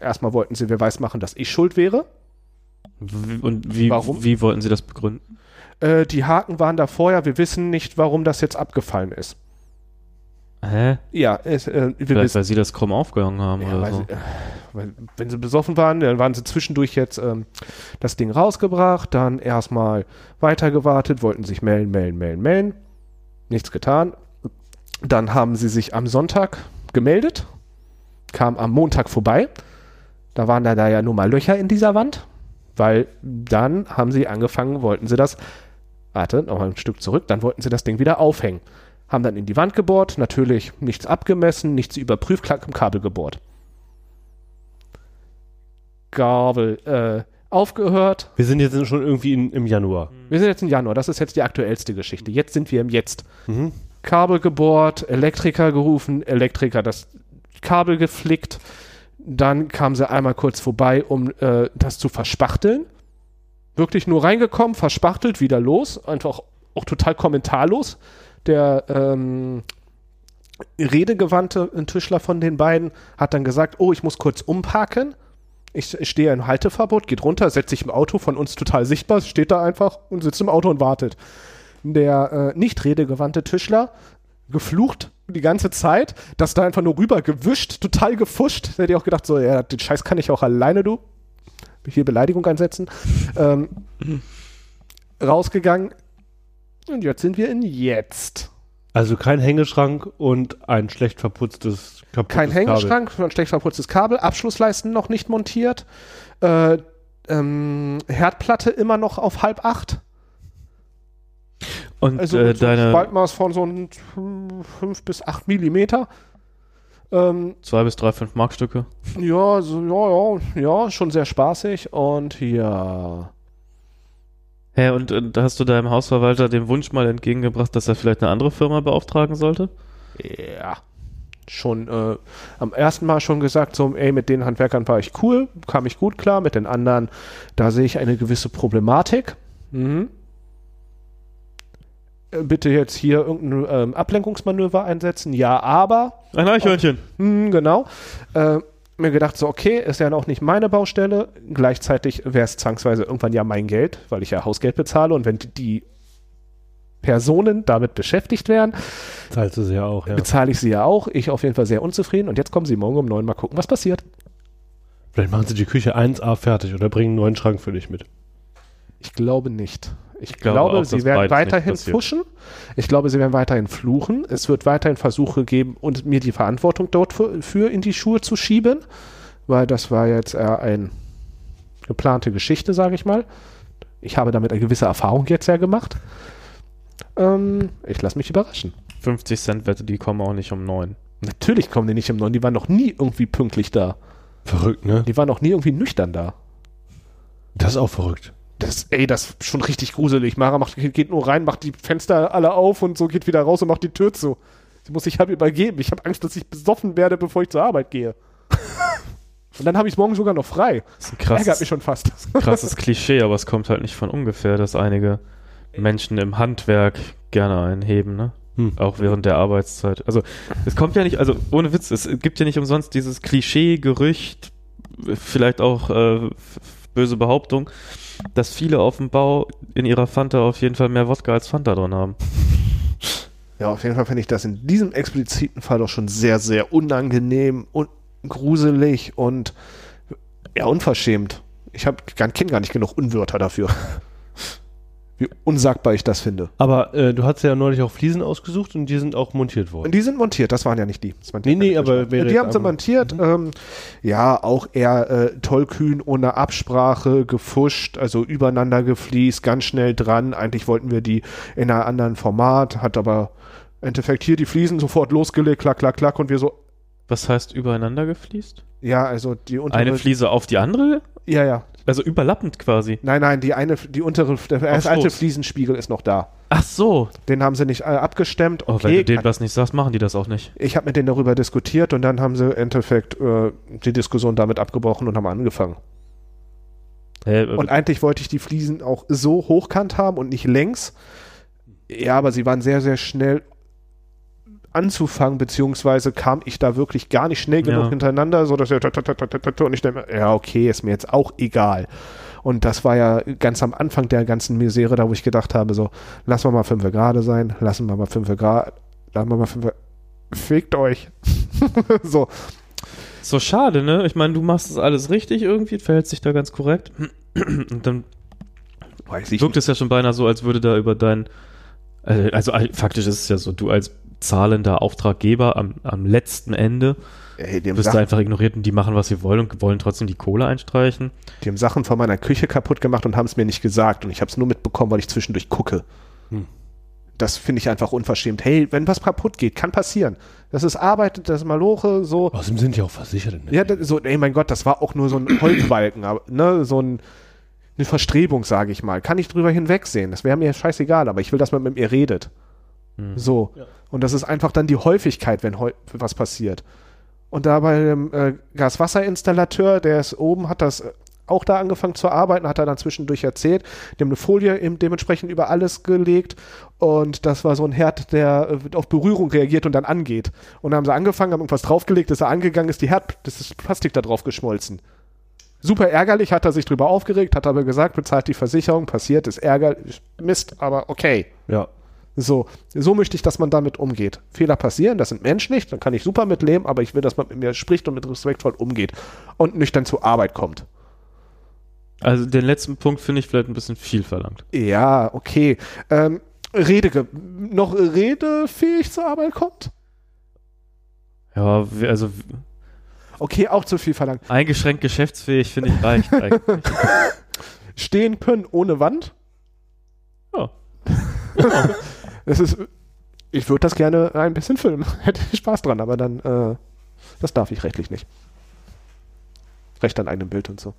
S2: Erstmal wollten sie mir weismachen, dass ich schuld wäre.
S5: W- Und wie,
S2: Warum?
S5: wie wollten sie das begründen?
S2: Äh, die Haken waren da vorher, wir wissen nicht, warum das jetzt abgefallen ist.
S5: Hä?
S2: Ja, es, äh, wir
S5: Vielleicht,
S2: wissen.
S5: weil sie das krumm aufgehangen haben
S2: Ja,
S5: oder
S2: weil
S5: so.
S2: sie, äh, weil, wenn sie besoffen waren, dann waren sie zwischendurch jetzt ähm, das Ding rausgebracht, dann erstmal weitergewartet, wollten sich melden, melden, melden, melden. Nichts getan. Dann haben sie sich am Sonntag gemeldet, kam am Montag vorbei. Da waren da, da ja nur mal Löcher in dieser Wand, weil dann haben sie angefangen, wollten sie das, warte, nochmal ein Stück zurück, dann wollten sie das Ding wieder aufhängen. Haben dann in die Wand gebohrt, natürlich nichts abgemessen, nichts überprüft, klack im Kabel gebohrt. Gabel äh, aufgehört.
S4: Wir sind jetzt schon irgendwie in, im Januar.
S2: Wir sind jetzt im Januar, das ist jetzt die aktuellste Geschichte. Jetzt sind wir im Jetzt.
S4: Mhm.
S2: Kabel gebohrt, Elektriker gerufen, Elektriker das Kabel geflickt. Dann kam sie einmal kurz vorbei, um äh, das zu verspachteln. Wirklich nur reingekommen, verspachtelt, wieder los. Einfach auch total kommentarlos. Der ähm, redegewandte Tischler von den beiden hat dann gesagt, oh, ich muss kurz umparken. Ich ich stehe im Halteverbot, geht runter, setzt sich im Auto, von uns total sichtbar, steht da einfach und sitzt im Auto und wartet. Der äh, nicht redegewandte Tischler geflucht die ganze Zeit, dass da einfach nur rüber gewischt, total gefuscht. Da hätte ich auch gedacht, so, ja, den Scheiß kann ich auch alleine, du. Hier Beleidigung einsetzen. Ähm, rausgegangen. Und jetzt sind wir in jetzt.
S4: Also kein Hängeschrank und ein schlecht verputztes, kaputtes
S2: Kein
S4: Kabel.
S2: Hängeschrank, ein schlecht verputztes Kabel, Abschlussleisten noch nicht montiert, äh, ähm, Herdplatte immer noch auf halb acht.
S5: Und
S2: Also
S5: äh,
S2: mit so einem
S5: deine
S2: Spaltmaß von so einem 5 bis 8 Millimeter. Ähm,
S5: zwei bis drei, fünf Markstücke.
S2: ja, so, ja, ja, ja, schon sehr spaßig und ja.
S5: Hä, und, und hast du deinem Hausverwalter den Wunsch mal entgegengebracht, dass er vielleicht eine andere Firma beauftragen sollte?
S2: Ja. schon äh, am ersten Mal schon gesagt, so, ey, mit den Handwerkern war ich cool, kam ich gut klar, mit den anderen, da sehe ich eine gewisse Problematik. Mhm. Äh, Bitte jetzt hier irgendein ähm, Ablenkungsmanöver einsetzen, ja, aber.
S1: Ein Eichhörnchen.
S5: Oh,
S2: Hm, genau. Äh, mir gedacht, so, okay, ist ja auch nicht meine Baustelle. Gleichzeitig wäre es zwangsweise irgendwann ja mein Geld, weil ich ja Hausgeld bezahle. Und wenn die Personen damit beschäftigt wären,
S4: Zahlst du sie ja auch, ja.
S2: bezahle ich sie ja auch. Ich auf jeden Fall sehr unzufrieden. Und jetzt kommen sie morgen um neun mal gucken, was passiert.
S4: Vielleicht machen sie die Küche 1A fertig oder bringen einen neuen Schrank für dich mit.
S2: Ich glaube nicht. Ich
S1: glaube
S2: glaube,
S1: auch, dass
S2: sie werden
S1: beides nicht
S2: weiterhin
S1: passiert.
S2: fuschen. Ich glaube, sie werden weiterhin fluchen. Es wird weiterhin Versuche geben, und mir die Verantwortung dort für, für in die Schuhe zu schieben, weil das war jetzt eher eine geplante Geschichte, sage ich mal. Ich habe damit eine gewisse Erfahrung jetzt ja gemacht. Ähm, ich lasse mich überraschen.
S1: 50 Cent Wette, die kommen auch nicht um neun.
S2: Natürlich kommen die nicht im Neuen. Die waren noch nie irgendwie pünktlich da.
S4: Verrückt, ne?
S2: Die waren noch nie irgendwie nüchtern da.
S4: Das ist auch verrückt.
S2: Das, ey, das ist schon richtig gruselig. Mara macht, geht nur rein, macht die Fenster alle auf und so geht wieder raus und macht die Tür zu. Sie muss sich halb übergeben. Ich habe Angst, dass ich besoffen werde, bevor ich zur Arbeit gehe. und dann habe ich morgen sogar noch frei.
S1: Das ist ein
S2: Ärgert mich
S1: krasses,
S2: schon fast. *laughs*
S1: krasses Klischee, aber es kommt halt nicht von ungefähr, dass einige Menschen im Handwerk gerne einheben, ne?
S4: Hm.
S1: Auch während der Arbeitszeit. Also, es kommt ja nicht, also ohne Witz, es gibt ja nicht umsonst dieses Klischee, Gerücht, vielleicht auch äh, f- böse Behauptung, dass viele auf dem Bau in ihrer Fanta auf jeden Fall mehr Wodka als Fanta drin haben.
S2: Ja, auf jeden Fall finde ich das in diesem expliziten Fall doch schon sehr, sehr unangenehm und gruselig und ja, unverschämt. Ich habe kenne gar nicht genug Unwörter dafür. Wie unsagbar ich das finde.
S4: Aber äh, du hast ja neulich auch Fliesen ausgesucht und die sind auch montiert worden.
S2: Und die sind montiert, das waren ja nicht die. Das waren
S4: Nee, nee, aber wäre
S2: die
S4: jetzt Mhm.
S2: haben sie
S4: aber-
S2: montiert. Ähm, ja, auch eher äh, tollkühn, ohne Absprache, gefuscht, also übereinander gefließt, ganz schnell dran. Eigentlich wollten wir die in einem anderen Format, hat aber im Endeffekt hier die Fliesen sofort losgelegt, klack, klack, klack und wir so,
S1: Was heißt übereinander gefließt?
S2: ja, also die untere.
S1: Eine Fliese auf die andere?
S2: ja, ja.
S1: Also überlappend quasi.
S2: Nein, nein, die eine, die untere, der
S1: Auf
S2: alte
S1: Stoß.
S2: Fliesenspiegel ist noch da.
S1: Ach so.
S2: Den haben sie nicht äh, abgestemmt.
S1: Oh, wenn
S2: Okay,
S1: du denen
S2: kann-
S1: was nicht sagst, machen die das auch nicht.
S2: ich habe mit denen darüber diskutiert und dann haben sie im Endeffekt äh, die Diskussion damit abgebrochen und haben angefangen.
S1: Hä,
S2: Und eigentlich wollte ich die Fliesen auch so hochkant haben und nicht längs. Ja, aber sie waren sehr, sehr schnell anzufangen, beziehungsweise kam ich da wirklich gar nicht schnell genug
S1: Ja.
S2: hintereinander, sodass er und ich denke, mir, ja, okay, ist mir jetzt auch egal. Und das war ja ganz am Anfang der ganzen Misere, da wo ich gedacht habe, so, lassen wir mal 5 gerade sein, lassen wir mal 5 Grad, lassen wir mal 5 Fickt euch. *laughs* so,
S1: So schade, ne? Ich meine, du machst das alles richtig irgendwie, verhältst dich da ganz korrekt. *clears throat* Und dann
S2: weiß ich
S1: wirkt es ja schon beinahe so, als würde da über dein. äh, Also äh, faktisch ist es ja so, du als zahlender Auftraggeber am, am letzten Ende
S2: Ey, dem
S1: wirst
S2: Sachen-
S1: du einfach ignoriert und die machen, was sie wollen und wollen trotzdem die Kohle einstreichen.
S2: Die haben Sachen von meiner Küche kaputt gemacht und haben es mir nicht gesagt. Und ich habe es nur mitbekommen, weil ich zwischendurch gucke.
S4: Hm.
S2: Das finde ich einfach unverschämt. Hey, wenn was kaputt geht, kann passieren. Das ist Arbeit, das ist Maloche, so.
S4: Außerdem sind die auch versichert. Ne?
S2: Ja, das, so, ey, mein Gott, das war auch nur so ein Holzbalken, aber, ne, so ein, eine Verstrebung, sage ich mal. Kann ich drüber hinwegsehen. Das wäre mir scheißegal, aber ich will, dass man mit mir redet.
S1: Hm.
S2: So. Und das ist einfach dann die Häufigkeit, wenn häu- was passiert. Und da bei dem äh, Gaswasserinstallateur, der ist oben, hat das äh, auch da angefangen zu arbeiten, hat er dann zwischendurch erzählt. Die haben eine Folie eben dementsprechend über alles gelegt. Und das war so ein Herd, der äh, auf Berührung reagiert und dann angeht. Und dann haben sie angefangen, haben irgendwas draufgelegt, ist er angegangen, ist die Herd, das ist Plastik da drauf geschmolzen. Super ärgerlich, hat er sich drüber aufgeregt, hat aber gesagt, bezahlt die Versicherung, passiert, ist ärgerlich, Mist, aber okay.
S4: Ja.
S2: So, so möchte ich, dass man damit umgeht. Fehler passieren, das sind menschlich, dann kann ich super mitleben, aber ich will, dass man mit mir spricht und mit respektvoll umgeht und nüchtern zur Arbeit kommt.
S1: Also den letzten Punkt finde ich vielleicht ein bisschen viel verlangt.
S2: Ja, okay. Ähm, Rede, noch redefähig zur Arbeit kommt?
S1: Ja, wir- also
S2: Okay, auch zu viel verlangt.
S1: eingeschränkt geschäftsfähig finde ich reicht eigentlich.
S2: Stehen können ohne Wand?
S1: Ja.
S2: *laughs* Das ist, ich würde das gerne ein bisschen filmen. *laughs* Hätte ich Spaß dran, aber dann, äh, das darf ich rechtlich nicht. Recht an eigenem Bild und so.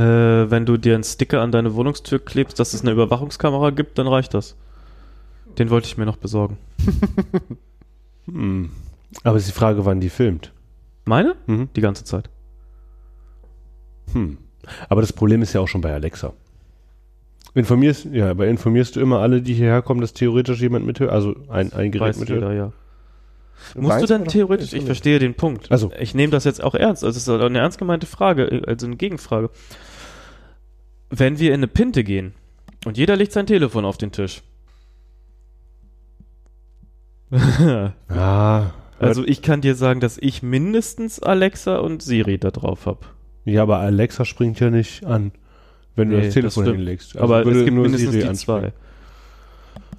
S1: äh, wenn du dir einen Sticker an deine Wohnungstür klebst, dass es eine Überwachungskamera gibt, dann reicht das. Den wollte ich mir noch besorgen.
S4: Hm. Aber es ist die Frage, wann die filmt.
S1: Meine?
S4: Mhm.
S1: Die ganze Zeit.
S4: Hm. Aber das Problem ist ja auch schon bei Alexa. Informierst, ja, aber informierst du immer alle, die hierher kommen, dass theoretisch jemand mithört? Also ein, ein Gerät
S1: Weiß
S4: mithört?
S1: jeder, ja. Musst du denn theoretisch, ich verstehe den Punkt.
S4: Also.
S1: Ich nehme das jetzt auch ernst. Also, es ist eine ernst gemeinte Frage, also eine Gegenfrage. Wenn wir in eine Pinte gehen und jeder legt sein Telefon auf den
S4: *laughs*
S1: Tisch.
S4: Ah,
S1: also, ich kann dir sagen, dass ich mindestens Alexa und Siri da drauf habe.
S4: ja, aber Alexa springt ja nicht an, wenn du
S1: Nee,
S4: das Telefon
S1: das stimmt.
S4: hinlegst. Also
S1: Aber
S4: würde
S1: es gibt
S4: nur
S1: mindestens
S4: Siri
S1: die
S4: anspringen.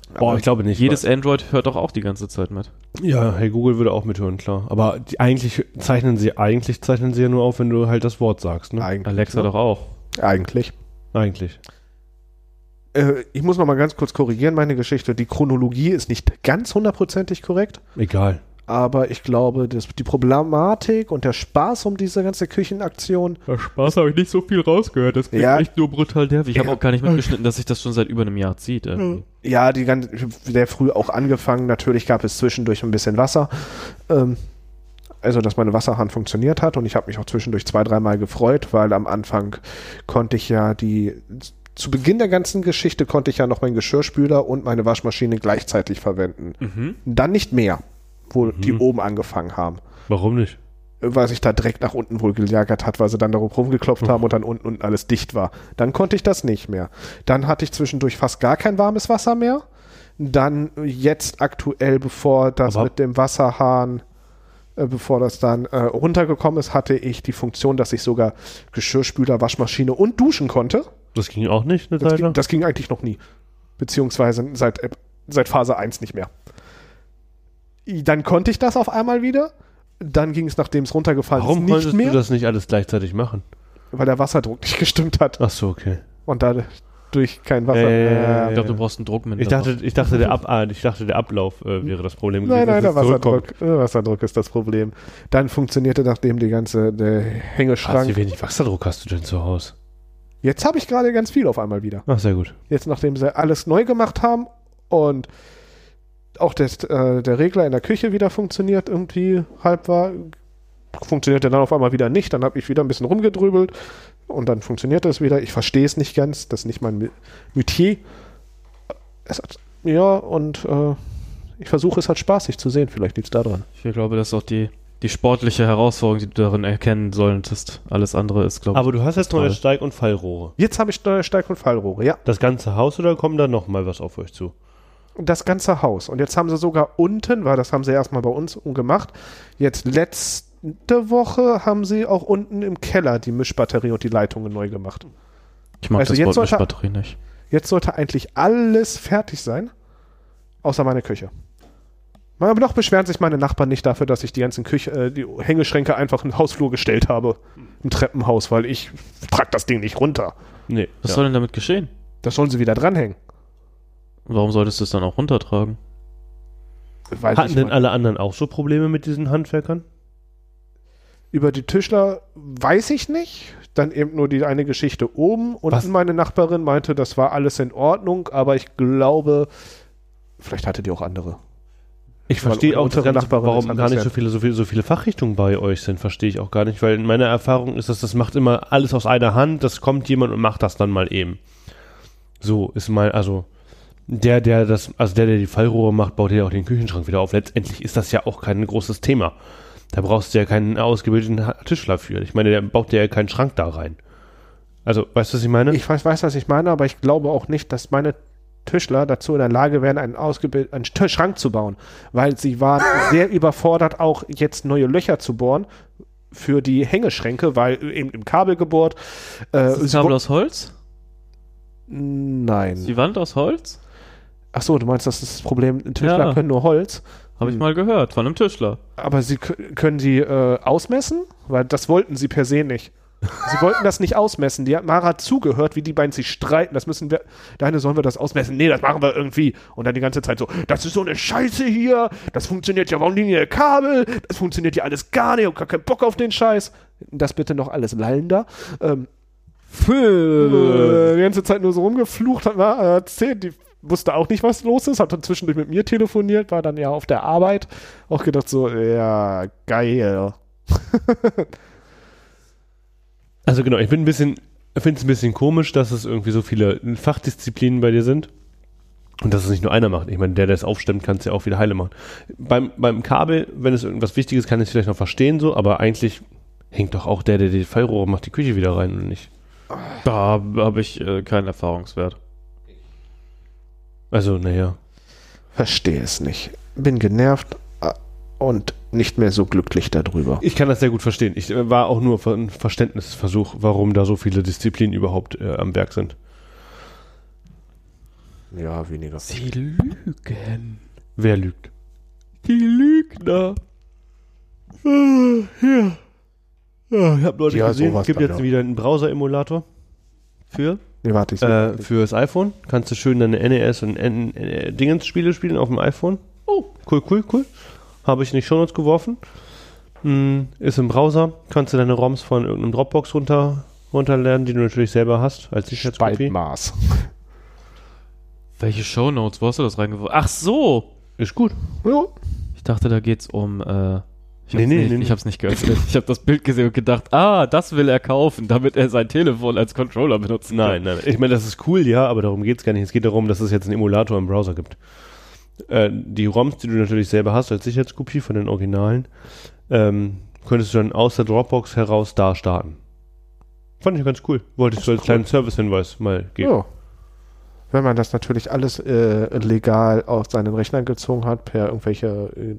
S1: zwei.
S4: Boah, ich glaube nicht.
S1: Jedes Android hört doch auch die ganze Zeit mit.
S4: Ja, hey, Google würde auch mithören, klar. Aber die, eigentlich zeichnen sie, eigentlich zeichnen sie ja nur auf, wenn du halt das Wort sagst, ne?
S2: Eigentlich.
S1: Alexa doch auch.
S2: Eigentlich.
S4: Eigentlich.
S2: Äh, ich muss noch mal ganz kurz korrigieren, meine Geschichte. Die Chronologie ist nicht ganz hundertprozentig korrekt,
S4: Egal.
S2: aber ich glaube, dass die Problematik und der Spaß um diese ganze Küchenaktion
S1: Spaß habe ich nicht so viel rausgehört. Das
S2: klingt Ja.
S1: echt nur brutal derb. Ich
S2: Ja.
S1: habe auch gar nicht mitgeschnitten, dass sich das schon seit über einem Jahr zieht. irgendwie.
S2: Ja, die ganz sehr früh auch angefangen. Natürlich gab es zwischendurch ein bisschen Wasser. Ähm, also, dass meine Wasserhahn funktioniert hat und ich habe mich auch zwischendurch zwei, dreimal gefreut, weil am Anfang konnte ich ja die. Zu Beginn der ganzen Geschichte konnte ich ja noch meinen Geschirrspüler und meine Waschmaschine gleichzeitig verwenden. Dann nicht mehr, wo die oben angefangen haben.
S4: Warum nicht?
S2: Weil sich da direkt nach unten wohl gelagert hat, weil sie dann darauf rumgeklopft haben und dann unten unten alles dicht war. Dann konnte ich das nicht mehr. Dann hatte ich zwischendurch fast gar kein warmes Wasser mehr. Dann äh, jetzt aktuell, bevor das
S4: Aber-
S2: mit dem Wasserhahn, äh, bevor das dann äh, runtergekommen ist, hatte ich die Funktion, dass ich sogar Geschirrspüler, Waschmaschine und duschen konnte.
S4: Das ging auch nicht, eine
S2: Das,
S4: Zeit
S2: ging,
S4: lang?
S2: das ging eigentlich noch nie. Beziehungsweise seit, App- seit Phase 1 nicht mehr. I- Dann konnte ich das auf einmal wieder. Dann ging es, nachdem es runtergefallen
S4: Warum
S2: ist, nicht
S4: konntest
S2: mehr,
S4: du das nicht alles gleichzeitig machen?
S2: weil der Wasserdruck *laughs* nicht gestimmt hat
S4: Ach so, okay.
S2: und dadurch kein Wasser.
S4: Äh,
S1: Ich glaube, du brauchst einen Druckminder.
S4: Ich dachte, ich dachte, der, Ab ah, ich dachte, der Ablauf äh, wäre das Problem
S2: nein, nein,
S4: dass
S2: der
S4: es zurückkommt.
S2: Wasserdruck, der Wasserdruck ist das Problem. Dann funktionierte, nachdem die ganze der
S4: Krass, wie
S2: Hängeschrank.
S4: wenig Wasserdruck hast du denn zu Hause?
S2: Jetzt habe ich gerade ganz viel auf einmal wieder.
S4: Ach, sehr gut.
S2: Jetzt, nachdem sie alles neu gemacht haben und auch das, äh, der Regler in der Küche wieder funktioniert, irgendwie halb war, funktioniert er dann auf einmal wieder nicht. Dann habe ich wieder ein bisschen rumgedrübelt und dann funktioniert es wieder. Ich verstehe es nicht ganz, das ist nicht mein Mi- Metier. Es hat, ja, und äh, ich versuche es halt spaßig zu sehen. Vielleicht liegt es da dran.
S1: Ich glaube, das ist auch die, die sportliche Herausforderung, die du darin erkennen solltest. Alles andere ist, glaube ich.
S4: Aber du hast jetzt
S1: toll.
S4: neue Steig- und Fallrohre.
S2: Jetzt habe ich neue Steig- und Fallrohre, ja.
S4: Das ganze Haus oder kommt da nochmal was auf euch zu?
S2: das ganze Haus. Und jetzt haben sie sogar unten, weil das haben sie erstmal bei uns gemacht, jetzt letzte Woche haben sie auch unten im Keller die Mischbatterie und die Leitungen neu gemacht.
S1: ich mag
S2: also
S1: das
S2: jetzt
S1: Wort
S2: sollte-
S1: Mischbatterie nicht.
S2: Jetzt sollte eigentlich alles fertig sein, außer meine Küche. Aber noch beschweren sich meine Nachbarn nicht dafür, dass ich die ganzen Küche, äh, die Hängeschränke einfach in den Hausflur gestellt habe. Im Treppenhaus, weil ich trag das Ding nicht runter.
S4: Nee.
S1: Was
S4: ja.
S1: soll denn damit geschehen?
S2: Das sollen sie wieder dranhängen.
S1: Warum solltest du es dann auch runtertragen?
S2: Weiß
S4: Hatten
S2: ich
S4: denn
S2: mal.
S4: alle anderen auch so Probleme mit diesen Handwerkern?
S2: Über die Tischler weiß ich nicht. Dann eben nur die eine Geschichte oben. Und
S4: Was?
S2: meine Nachbarin meinte, das war alles in Ordnung, aber ich glaube, vielleicht hatte die auch andere.
S4: Ich
S2: Weil
S4: verstehe auch das
S2: unsere
S4: ganze,
S2: Nachbarin
S4: warum
S2: ist anders,
S4: gar nicht so
S2: ja.
S4: viele, so viele, so viele Fachrichtungen bei euch sind, verstehe ich auch gar nicht, weil in meiner Erfahrung ist das, das macht immer alles aus einer Hand, das kommt jemand und macht das dann mal eben. So ist mal, also der, der das, also der, der die Fallrohre macht, baut ja auch den Küchenschrank wieder auf. Letztendlich ist das ja auch kein großes Thema. Da brauchst du ja keinen ausgebildeten Ha- Tischler für. Ich meine, der baut dir ja keinen Schrank da rein. Also, weißt du, was ich
S1: Hm?
S4: meine?
S2: Ich weiß, weiß, was ich meine, aber ich glaube auch nicht, dass meine Tischler dazu in der Lage wären, einen, ausgebild- einen Tisch- Schrank zu bauen, weil sie
S1: *laughs*
S2: waren sehr überfordert, auch jetzt neue Löcher zu bohren für die Hängeschränke, weil eben im Kabel gebohrt. Äh,
S1: Ist das
S2: sie
S1: Kabel
S2: wo-
S1: aus Holz? Ist
S2: Nein.
S1: die Wand aus Holz?
S2: Ach so, du meinst, das ist das Problem, Tischler
S1: Ja.
S2: können nur Holz.
S1: Habe ich
S2: Hm.
S1: mal gehört, von einem Tischler.
S2: Aber sie kö- können die äh, ausmessen? Weil das wollten sie per se nicht. Sie wollten das nicht ausmessen. Die hat Mara zugehört, wie die beiden sich streiten. Das müssen wir. Deine sollen wir das ausmessen. Nee, das machen wir irgendwie. Und dann die ganze Zeit so, das ist so eine Scheiße hier, das funktioniert ja warum liegen hier Kabel, das funktioniert ja alles gar nicht, ich hab gar keinen Bock auf den Scheiß. Das bitte noch alles lallender. Ähm, äh, die ganze Zeit nur so rumgeflucht hat, Mara erzählt, die wusste auch nicht, was los ist, hat dann zwischendurch mit mir telefoniert, war dann ja auf der Arbeit, auch gedacht so, ja, geil.
S4: Also genau, ich bin ein bisschen, finde es ein bisschen komisch, dass es irgendwie so viele Fachdisziplinen bei dir sind. Und dass es nicht nur einer macht. Ich meine, der, der es aufstemmt, kann es ja auch wieder heile machen. Beim, beim Kabel, wenn es irgendwas Wichtiges, kann ich es vielleicht noch verstehen, so, aber eigentlich hängt doch auch der, der die Fallrohre macht, die Küche wieder rein und nicht.
S5: Da habe ich äh, keinen Erfahrungswert.
S4: Also, naja.
S2: Verstehe es nicht. Bin genervt äh, und nicht mehr so glücklich darüber.
S4: Ich kann das sehr gut verstehen. Ich äh, war auch nur ein Verständnisversuch, warum da so viele Disziplinen überhaupt äh, am Werk sind.
S2: Ja, weniger.
S5: Die Lügen.
S4: Wer lügt?
S5: Die Lügner.
S4: Ah, ja. ja. Ich habe Leute
S2: Ja,
S4: gesehen,
S2: sowas
S4: es gibt
S2: dann,
S4: jetzt
S2: ja.
S4: wieder einen Browser-Emulator für
S2: Nee, warte, ich
S4: äh, fürs iPhone. Kannst du schön deine NES und N- äh, Dingens-Spiele spielen auf dem iPhone. Oh, cool, cool, cool. Habe ich in die Shownotes geworfen. Mm, ist im Browser. Kannst du deine ROMs von irgendeinem Dropbox runter, runterladen, die du natürlich selber hast, als Sicherheitskopie.
S2: Spaltmaß.
S5: Welche Shownotes? Wo hast du das reingeworfen? Ach so!
S4: Ist gut.
S2: Ja.
S5: Ich dachte, da geht's um. Äh, ich hab's,
S4: Nee, nee,
S5: nicht,
S4: nee, nee.
S5: ich hab's nicht geöffnet. Ich habe das Bild gesehen und gedacht, ah, das will er kaufen, damit er sein Telefon als Controller benutzen
S4: Nein, nein. Ich meine, das ist cool, ja, aber darum geht es gar nicht. Es geht darum, dass es jetzt einen Emulator im Browser gibt. Äh, die ROMs, die du natürlich selber hast als Sicherheitskopie von den Originalen, ähm, könntest du dann aus der Dropbox heraus da starten. Fand ich ganz cool. Wollte ich so als kleinen Service-Hinweis mal geben.
S2: Ja. Oh. Wenn man das natürlich alles äh, legal aus seinen Rechnern gezogen hat, per irgendwelche. Äh,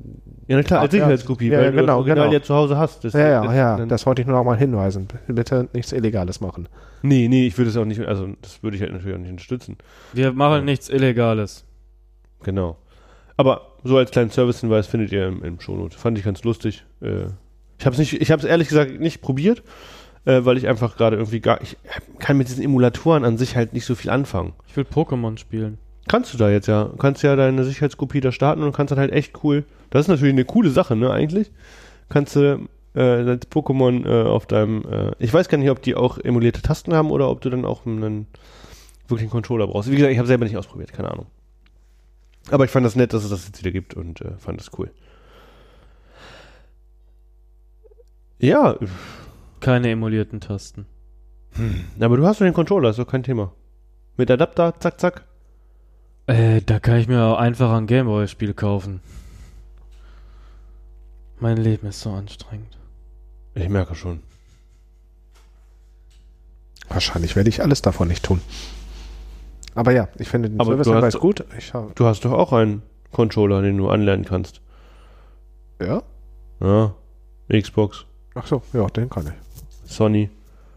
S4: Ja, na klar, als
S2: Ja,
S4: Sicherheitskopie,
S2: ja,
S4: weil du
S2: genau,
S4: das Original
S2: genau.
S4: ja zu Hause hast. Das-
S2: ja, ja,
S4: das-
S2: ja,
S4: dann-
S2: das wollte ich nur noch mal hinweisen. Bitte nichts Illegales machen.
S4: nee, nee, ich würde es auch nicht, also das würde ich halt natürlich auch nicht unterstützen.
S5: Wir machen nichts Illegales.
S4: Genau. Aber so als kleinen Service-Hinweis findet ihr im, im Shownote. Fand ich ganz lustig. Äh, ich habe es nicht, ich habe es ehrlich gesagt nicht probiert, äh, weil ich einfach gerade irgendwie gar, ich kann mit diesen Emulatoren an sich halt nicht so viel anfangen.
S5: Ich will Pokémon spielen.
S4: Kannst du da jetzt ja, kannst ja deine Sicherheitskopie da starten und kannst dann halt echt cool. Das ist natürlich eine coole Sache, ne? Eigentlich kannst du äh, das Pokémon äh, auf deinem, äh, ich weiß gar nicht, ob die auch emulierte Tasten haben oder ob du dann auch einen wirklichen Controller brauchst. Wie gesagt, ich habe selber nicht ausprobiert, keine Ahnung. Aber ich fand das nett, dass es das jetzt wieder gibt und äh, fand das cool. Ja,
S5: Keine emulierten Tasten.
S4: hm, aber du hast ja den Controller, ist doch kein Thema. Mit Adapter, zack, zack.
S5: Äh, da kann ich mir auch einfach ein Gameboy-Spiel kaufen. Mein Leben ist so anstrengend.
S4: Ich merke schon.
S2: Wahrscheinlich werde ich alles davon nicht tun. Aber ja, ich finde den
S4: Aber du
S2: Servicehinweis
S4: hast-
S2: gut. Ich hab,
S4: Du hast doch auch einen Controller, den du anlernen kannst.
S2: ja?
S4: Ja, Xbox,
S2: Ach so, ja, den kann ich.
S4: Sony.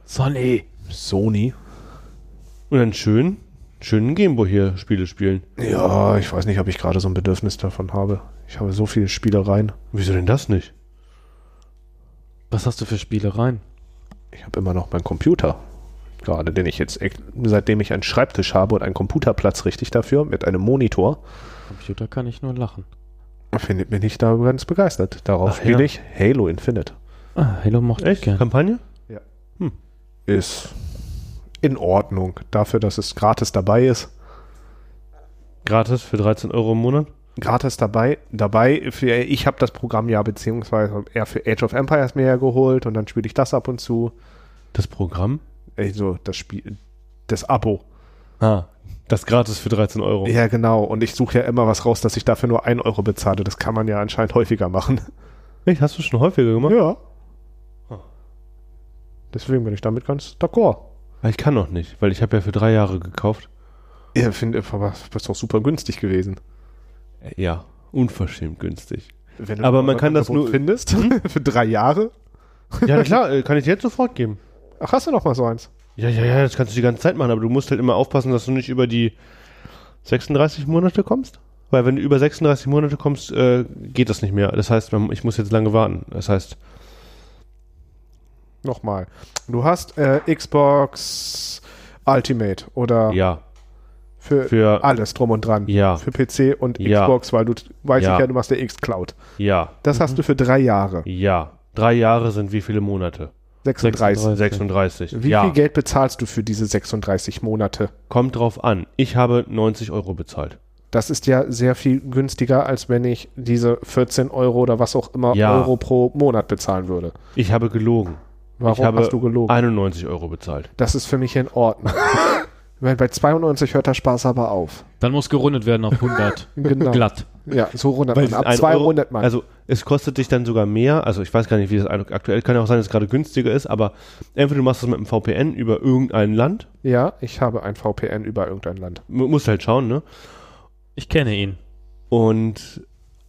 S5: Sonny!
S2: Sony?
S4: Und dann schön, schönen Gameboy hier Spiele spielen.
S2: Ja, ich weiß nicht, ob ich gerade so ein Bedürfnis davon habe. Ich habe so viele Spielereien.
S4: Wieso denn das nicht?
S5: Was hast du für Spielereien?
S2: Ich habe immer noch meinen Computer. Gerade den ich jetzt, echt- seitdem ich einen Schreibtisch habe und einen Computerplatz richtig dafür, mit einem Monitor,
S5: Computer kann ich nur lachen.
S2: find, bin ich da ganz begeistert. Darauf
S4: Ach
S2: spiele
S4: ja.
S2: ich Halo Infinite.
S5: Ah, Halo mochte ich gern.
S4: Kampagne?
S2: Ist in Ordnung. Dafür, dass es gratis dabei ist.
S4: Gratis für 13 Euro im Monat?
S2: gratis dabei. Dabei, für, ich habe das Programm ja beziehungsweise eher für Age of Empires mir ja geholt und dann spiele ich das ab und zu.
S4: Das Programm?
S2: Also das Spiel, das Abo.
S4: Ah, das gratis für 13 Euro.
S2: Ja, genau. Und ich suche ja immer was raus, dass ich dafür nur 1 Euro bezahle. Das kann man ja anscheinend häufiger machen.
S4: Echt? Hast du schon häufiger gemacht?
S2: Ja. Deswegen bin ich damit ganz d'accord.
S4: Ja. Ich kann noch nicht, weil ich habe ja für drei Jahre gekauft.
S2: Ich finde, das doch super günstig gewesen.
S4: Äh, Ja, unverschämt günstig.
S2: Wenn
S4: Aber man
S2: ein
S4: kann das
S2: Angebot
S4: nur- Hm?
S2: findest *laughs* für drei Jahre.
S4: Ja, na klar, äh, kann ich dir jetzt sofort geben.
S2: Ach, hast du noch mal so eins?
S4: Ja, ja, ja, das kannst du die ganze Zeit machen, aber du musst halt immer aufpassen, dass du nicht über die 36 Monate kommst. Weil wenn du über 36 Monate kommst, äh, geht das nicht mehr. Das heißt, man- ich muss jetzt lange warten. Das heißt,
S2: Nochmal. Du hast äh, Xbox Ultimate oder
S4: ja,
S2: für,
S4: für
S2: alles drum und dran.
S4: Ja.
S2: Für PC und
S4: Ja.
S2: Xbox, weil du weiß
S4: Ja. Mhm.
S2: ich ja, du machst der X-Cloud.
S4: ja,
S2: Das hast du für drei Jahre.
S4: ja. Drei Jahre sind wie viele Monate?
S2: 36.
S4: 36.
S2: Wie
S4: ja,
S2: viel Geld bezahlst du für diese 36 Monate?
S4: kommt drauf an. Ich habe 90 Euro bezahlt.
S2: Das ist ja sehr viel günstiger, als wenn ich diese 14 Euro oder was auch immer
S4: Ja.
S2: Euro pro Monat bezahlen würde.
S4: Ich habe gelogen.
S2: Warum
S4: ich habe
S2: hast du gelogen?
S4: 91 Euro bezahlt.
S2: Das ist für mich in Ordnung. *laughs* Weil bei 92 hört der Spaß aber
S4: *laughs*
S2: auf.
S5: Dann muss gerundet werden auf 100.
S2: Genau.
S5: Glatt.
S2: *laughs* Ja, so rundet
S4: Weil
S2: man. Ab
S4: ein
S2: 2
S4: Euro-
S2: rundet man.
S4: Also es kostet dich dann sogar mehr, also ich weiß gar nicht, wie das aktuell, kann ja auch sein, dass es gerade günstiger ist, aber entweder du machst das mit einem VPN über irgendein Land,
S2: ja, ich habe ein VPN über irgendein Land.
S4: mu- musst halt schauen, ne?
S5: Ich kenne ihn.
S4: Und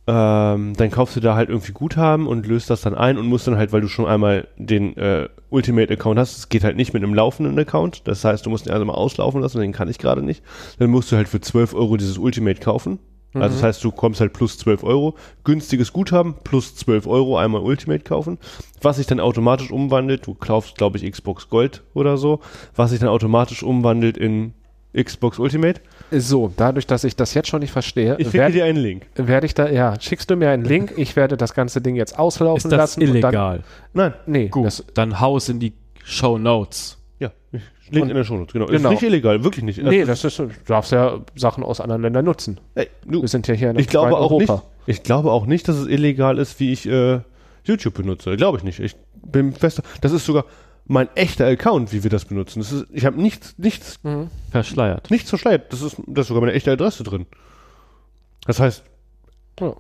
S4: ähm, dann kaufst du da halt irgendwie Guthaben und löst das dann ein und musst dann halt, weil du schon einmal den äh, Ultimate-Account hast, es geht halt nicht mit einem laufenden Account, das heißt, du musst ihn also mal auslaufen lassen, den kann ich gerade nicht, dann musst du halt für 12 Euro dieses Ultimate kaufen. Also das heißt, du kommst halt plus 12 Euro, günstiges Guthaben plus 12 Euro einmal Ultimate kaufen, was sich dann automatisch umwandelt, du kaufst glaube ich Xbox Gold oder so, was sich dann automatisch umwandelt in Xbox Ultimate.
S2: So, dadurch, dass ich das jetzt schon nicht verstehe,
S4: Ich schicke
S2: werde
S4: dir einen Link.
S2: werde ich da, ja, schickst du mir einen Link, ich werde das ganze Ding jetzt auslaufen
S5: Ist das
S2: lassen. Und
S5: illegal?
S4: Nein,
S2: dann, nee,
S5: Gut,
S2: das
S5: dann haus in die Show Notes.
S4: Ja, Link in der Shownotes, genau.
S2: Genau.
S4: Ist nicht illegal, wirklich nicht. Äh,
S2: Nee, das ist, du darfst ja Sachen aus anderen Ländern nutzen.
S4: Ey, du,
S2: Wir sind ja hier in
S4: ich glaube
S2: freien
S4: auch nicht. Ich glaube auch nicht, dass es illegal ist, wie ich äh, YouTube benutze. Glaube ich nicht. Ich bin fest. Das ist sogar mein echter Account, wie wir das benutzen. Das ist, ich habe nichts, nichts,
S5: Verschleiert.
S4: nichts verschleiert. Das ist, das ist sogar meine echte Adresse drin. Das heißt,
S2: Ja.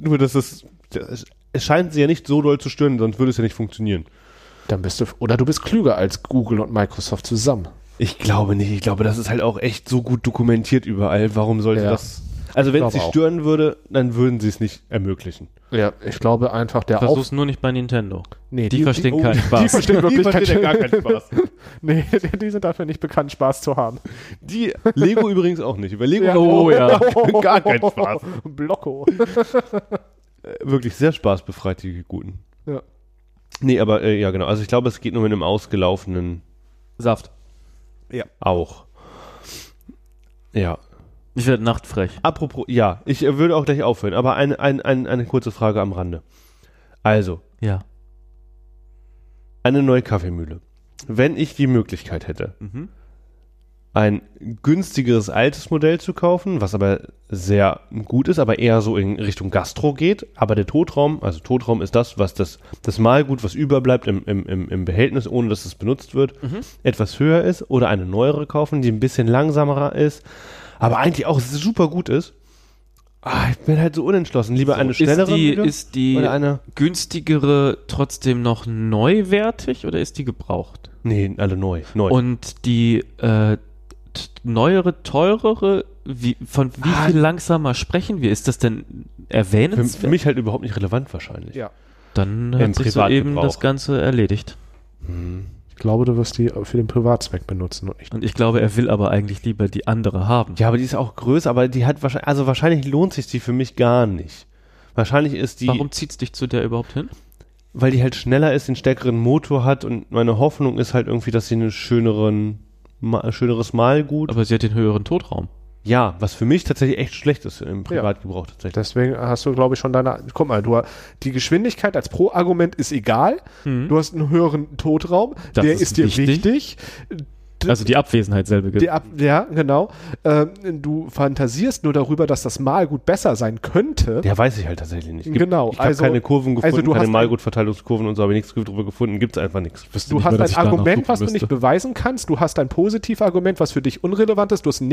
S4: nur dass es, das, es scheint sie ja nicht so doll zu stören, sonst würde es ja nicht funktionieren.
S2: Dann bist du, oder du bist klüger als Google und Microsoft zusammen.
S4: Ich glaube nicht. Ich glaube, das ist halt auch echt so gut dokumentiert überall. Warum sollte
S2: Ja.
S4: das? Also wenn es
S2: glaube
S4: sie
S2: auch.
S4: stören würde, dann würden sie es nicht ermöglichen.
S2: Ja, ich glaube einfach, der Auf...
S5: Versuch's nur nicht bei Nintendo.
S2: Nee,
S5: Die verstehen
S4: oh,
S5: keinen
S4: die
S5: Spaß.
S2: verstehen wirklich
S4: Die verstehen ja
S2: keinen- *laughs*
S4: gar keinen Spaß.
S2: Nee, die sind dafür nicht bekannt, Spaß zu haben.
S4: Die Lego übrigens auch nicht. Über Lego
S5: Oh
S2: *laughs*
S5: ja.
S4: gar keinen Spaß.
S2: Blocko.
S4: Äh, Wirklich sehr spaßbefreit, die Guten.
S2: Ja.
S4: Nee, aber äh, ja genau. Also ich glaube, es geht nur mit einem ausgelaufenen
S5: Saft.
S4: auch. Ja.
S5: Ich werde nachtfrech.
S4: Apropos, ja, ich äh, würde auch gleich aufhören, aber ein, ein, ein, eine kurze Frage am Rande. Also,
S5: Ja.
S4: eine neue Kaffeemühle. Wenn ich die Möglichkeit hätte,
S5: Mhm.
S4: ein günstigeres altes Modell zu kaufen, was aber sehr gut ist, aber eher so in Richtung Gastro geht. Aber der Totraum, also Totraum ist das, was das, das Mahlgut, was überbleibt im, im, im, im Behältnis, ohne dass es benutzt wird,
S5: Mhm.
S4: etwas höher ist oder eine neuere kaufen, die ein bisschen langsamer ist, aber eigentlich auch super gut ist. Ah, ich bin halt so unentschlossen. Lieber eine
S5: Ist
S4: schnellere
S5: die,
S4: Mühle
S5: ist die
S4: oder eine.
S5: günstigere trotzdem noch neuwertig oder ist die gebraucht?
S4: Nee, alle neu. Neu.
S5: Und die äh, t- neuere, teurere, wie, von wie
S4: Ah.
S5: viel langsamer sprechen wir? Ist das denn
S4: für,
S5: erwähnenswert?
S4: für mich halt überhaupt nicht relevant wahrscheinlich.
S2: Ja.
S5: Dann
S4: Im
S5: hat sich so eben
S4: Privatgebrauch.
S5: das Ganze erledigt.
S2: Mhm. Ich glaube, du wirst die für den Privatzweck benutzen und nicht.
S5: Und ich glaube, er will aber eigentlich lieber die andere haben.
S4: Ja, aber die ist auch größer, aber die hat wahrscheinlich, also wahrscheinlich lohnt sich die für mich gar nicht. Wahrscheinlich ist die,
S5: Warum zieht's dich zu der überhaupt hin?
S4: weil die halt schneller ist, den stärkeren Motor hat und meine Hoffnung ist halt irgendwie, dass sie einen schöneren, ma, schöneres Malgut.
S5: Aber sie hat den höheren Totraum.
S4: ja, was für mich tatsächlich echt schlecht ist im Privatgebrauch tatsächlich.
S2: Deswegen hast du, glaube ich, schon deine. Guck mal, du, die Geschwindigkeit als Pro-Argument ist egal. Du hast einen höheren Totraum.
S5: Mhm. Das
S2: der
S5: ist
S2: ist, dir
S5: wichtig.
S2: wichtig.
S5: Also die Abwesenheit selber.
S2: Die Ab ja, genau. Ähm, du fantasierst nur darüber, dass das Malgut besser sein könnte.
S4: Der weiß ich halt tatsächlich nicht.
S2: Genau,
S4: Ich habe
S2: also-
S4: keine Kurven
S2: also
S4: gefunden,
S2: du hast
S4: keine
S2: ein-
S4: Malgutverteilungskurven und so, habe ich nichts drüber gefunden, gibt's einfach nichts.
S2: Du hast ein Argument, was du nicht beweisen kannst. Du hast ein Positivargument, was für dich unrelevant ist. Du hast ein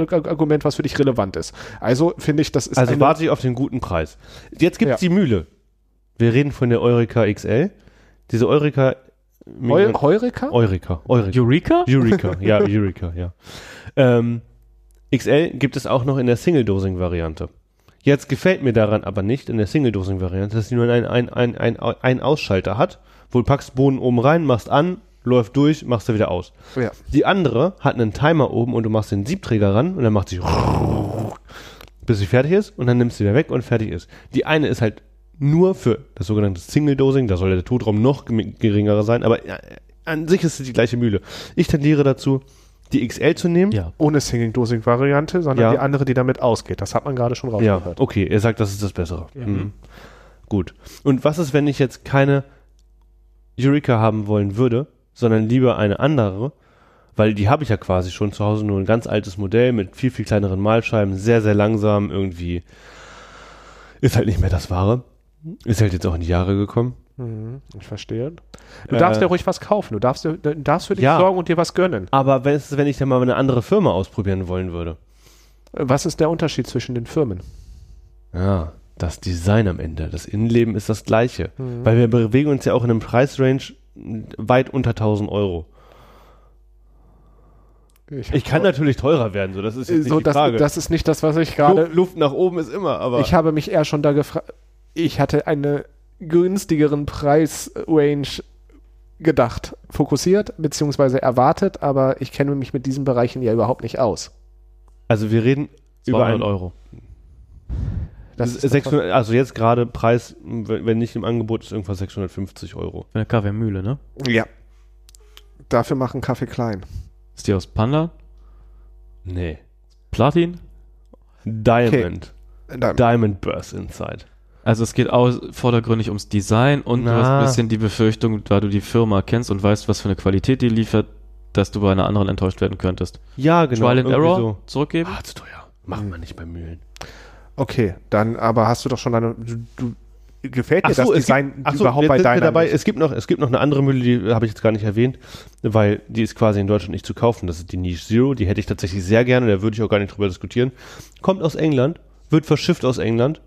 S2: Negativargument, was für dich relevant ist. Also finde ich, das ist
S4: Also
S2: eine-
S4: warte ich auf den guten Preis. Jetzt gibt's
S2: Ja.
S4: die Mühle. Wir reden von der Eureka XL. Diese Eureka
S2: Eu Heureka?
S4: Eureka. Eureka.
S5: Eureka?
S4: Eureka, ja, Eureka, ja. Ähm, XL gibt es auch noch in der Single-Dosing-Variante. Jetzt gefällt mir daran aber nicht in der Single-Dosing-Variante, dass sie nur einen ein, ein, ein, ein Ausschalter hat, wo du packst Bohnen oben rein, machst an, läuft durch, machst du wieder aus.
S2: Ja.
S4: Die andere hat einen Timer oben und du machst den Siebträger ran und dann macht sie bis sie fertig ist und dann nimmst du sie wieder weg und fertig ist. Die eine ist halt nur für das sogenannte Single-Dosing, da soll der Totraum noch gem- geringerer sein, aber äh, an sich ist es die gleiche Mühle. Ich tendiere dazu, die XL zu nehmen.
S5: Ja.
S2: Ohne Single-Dosing-Variante, sondern
S4: Ja.
S2: die andere, die damit ausgeht. Das hat man gerade schon
S4: Ja, Oh.
S2: rausgehört.
S4: okay, er sagt, das ist das Bessere. Mhm. Gut. Und was ist, wenn ich jetzt keine Eureka haben wollen würde, sondern lieber eine andere, weil die habe ich ja quasi schon zu Hause, nur ein ganz altes Modell mit viel, viel kleineren Malscheiben, sehr, sehr langsam irgendwie. Ist halt nicht mehr das Wahre. Ist halt jetzt auch in die Jahre gekommen.
S2: Mhm, ich verstehe. Du darfst ja ruhig was kaufen. Du darfst, dir- du darfst für dich
S4: Äh, Ja.
S2: sorgen und dir was gönnen.
S4: Aber wenn, es, wenn ich dann mal eine andere Firma ausprobieren wollen würde.
S2: Was ist der Unterschied zwischen den Firmen?
S4: Ja, das Design am Ende, das Innenleben ist das gleiche. Weil wir bewegen uns ja auch in einem Preisrange weit unter 1000 Euro. Ich kann natürlich teurer werden, so das ist jetzt
S2: so,
S4: nicht die
S2: das,
S4: Frage.
S2: das ist nicht das, was ich gerade.
S4: Luft, Luft nach oben ist immer, aber
S2: Ich habe mich eher schon da gefragt. Ich hatte einen günstigeren Preisrange gedacht, fokussiert bzw. erwartet, aber ich kenne mich mit diesen Bereichen ja überhaupt nicht aus.
S4: also wir reden über einen
S1: Euro.
S2: Das ist
S4: 600, also jetzt gerade Preis, wenn wenn nicht im Angebot ist irgendwas 650 Euro.
S1: Von der Kaffeemühle, ne?
S2: ja. Dafür machen Kaffee klein.
S1: Ist die aus Panda?
S4: Nee.
S1: Platin?
S4: Diamond,
S2: Dann-
S4: Diamond Burst Inside.
S1: Also es geht aus, vordergründig ums Design und du
S4: Na.
S1: hast ein bisschen die Befürchtung, da du die Firma kennst und weißt, was für eine Qualität die liefert, dass du bei einer anderen enttäuscht werden könntest.
S4: Ja, genau.
S1: Trial and
S4: irgendwie
S1: Error
S4: So.
S1: zurückgeben?
S4: Ah, zu teuer. Machen wir nicht bei Mühlen.
S2: Okay, dann aber hast du doch schon deine. Du, du, gefällt dir
S4: Ach so,
S2: das
S4: es
S2: Design
S4: Ach so,
S2: überhaupt
S4: jetzt
S2: bei
S4: sind wir
S2: deiner?
S4: dabei.
S2: nicht?
S4: Es gibt noch, es gibt noch eine andere Mühle, die äh, habe ich jetzt gar nicht erwähnt, weil die ist quasi in Deutschland nicht zu kaufen. Das ist die Niche Zero, die hätte ich tatsächlich sehr gerne, da würde ich auch gar nicht drüber diskutieren. Kommt aus England, wird verschifft aus England.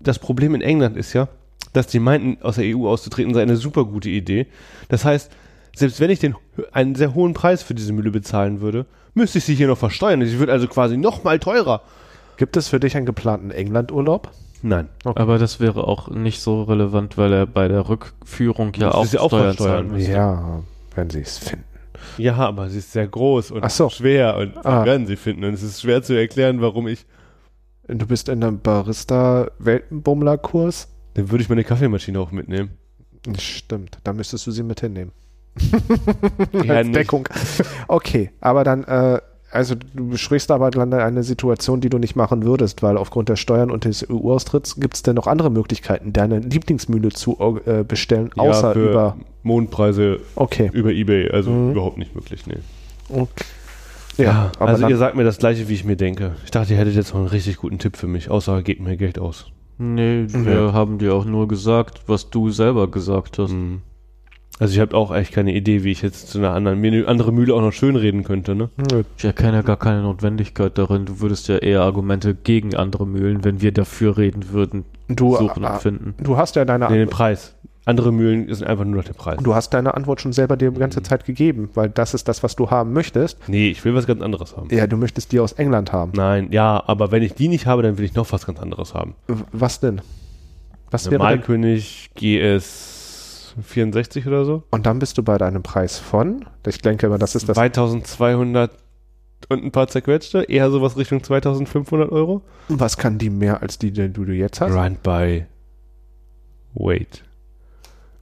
S4: Das Problem in England ist ja, dass die meinten, aus der EU auszutreten sei eine super gute Idee. Das heißt, selbst wenn ich den, einen sehr hohen Preis für diese Mühle bezahlen würde, müsste ich sie hier noch versteuern. Sie wird also quasi noch mal teurer.
S2: Gibt es für dich einen geplanten Englandurlaub?
S4: Nein.
S1: Aber das wäre auch nicht so relevant, weil er bei der Rückführung ja
S4: Das
S1: auch
S4: ist ja auch
S1: Steuern
S4: versteuern.
S1: zahlen muss.
S2: Ja, wenn sie es finden.
S4: Ja, aber sie ist sehr groß und
S2: Ach so.
S4: schwer und
S2: Ah.
S4: werden sie finden. Und es ist schwer zu erklären, warum ich.
S2: Du bist in einem Barista-Weltenbummler-Kurs?
S4: Dann würde ich meine Kaffeemaschine
S2: *laughs*
S4: auch mitnehmen.
S2: Stimmt, dann müsstest du sie mit hinnehmen.
S4: Ja,
S2: Als
S4: nicht.
S2: Deckung. *laughs* Okay, aber dann, äh, also du besprichst aber dann eine Situation, die du nicht machen würdest, weil aufgrund der Steuern und des EU-Austritts gibt es denn noch andere Möglichkeiten, deine Lieblingsmühle zu äh, bestellen,
S4: Ja,
S2: außer
S4: für
S2: über.
S4: Mondpreise
S2: Okay.
S4: über Ebay, also
S2: Mhm.
S4: überhaupt nicht möglich, nee.
S2: okay. Ja, aber
S4: also
S2: dann,
S4: ihr sagt mir das gleiche, wie ich mir denke. Ich dachte, ihr hättet jetzt noch einen richtig guten Tipp für mich, außer gebt mir Geld aus.
S1: Nee, wir haben dir auch nur gesagt, was du selber gesagt hast.
S4: Mhm. Also ich habe auch echt keine Idee, wie ich jetzt zu einer anderen mir eine andere Mühle auch noch schön reden könnte, ne?
S1: Ich erkenne gar keine Notwendigkeit darin. Du würdest ja eher Argumente gegen andere Mühlen, wenn wir dafür reden würden,
S2: du,
S1: suchen
S2: ah,
S1: und finden.
S2: du hast ja deine
S4: Nee, den Preis. Andere Mühlen sind einfach nur noch der Preis.
S2: Du hast deine Antwort schon selber dir die ganze Zeit gegeben, weil das ist das, was du haben möchtest.
S4: Nee, ich will was ganz anderes haben.
S2: Ja, du möchtest die aus England haben.
S4: Nein, ja, aber wenn ich die nicht habe, dann will ich noch was ganz anderes haben.
S2: W- Was denn? Was wäre denn?
S4: Also Malkönig GS 64 oder so.
S2: Und dann bist du bei deinem Preis von, ich denke immer, das ist das.
S4: 2200 und ein paar zerquetschte, eher sowas Richtung 2500 Euro.
S2: Was kann die mehr als die, die du die jetzt hast?
S4: Run by Wait.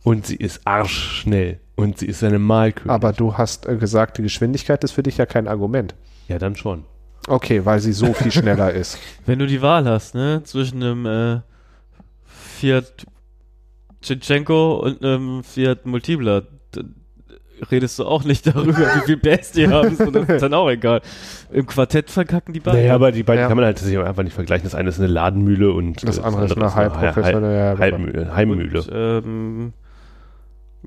S4: Und sie ist arschschnell. Und sie ist eine Malkönig.
S2: Aber du hast äh, gesagt, die Geschwindigkeit ist für dich ja kein Argument.
S4: ja, dann schon.
S2: Okay, weil sie so viel schneller ist.
S1: Wenn du die Wahl hast, ne, zwischen einem äh, Fiat Tschetschenko und einem Fiat Multipla, dann redest du auch nicht darüber, wie viel PS die haben, sondern das ist dann auch egal. Im Quartett verkacken die beiden.
S4: Naja, aber die beiden
S2: Ja.
S4: kann man halt tatsächlich einfach nicht vergleichen. Das eine ist eine Ladenmühle und äh,
S2: Das andere ist eine halbprofessionelle.
S4: Halbmühle. Heimmühle.
S1: Und, ähm,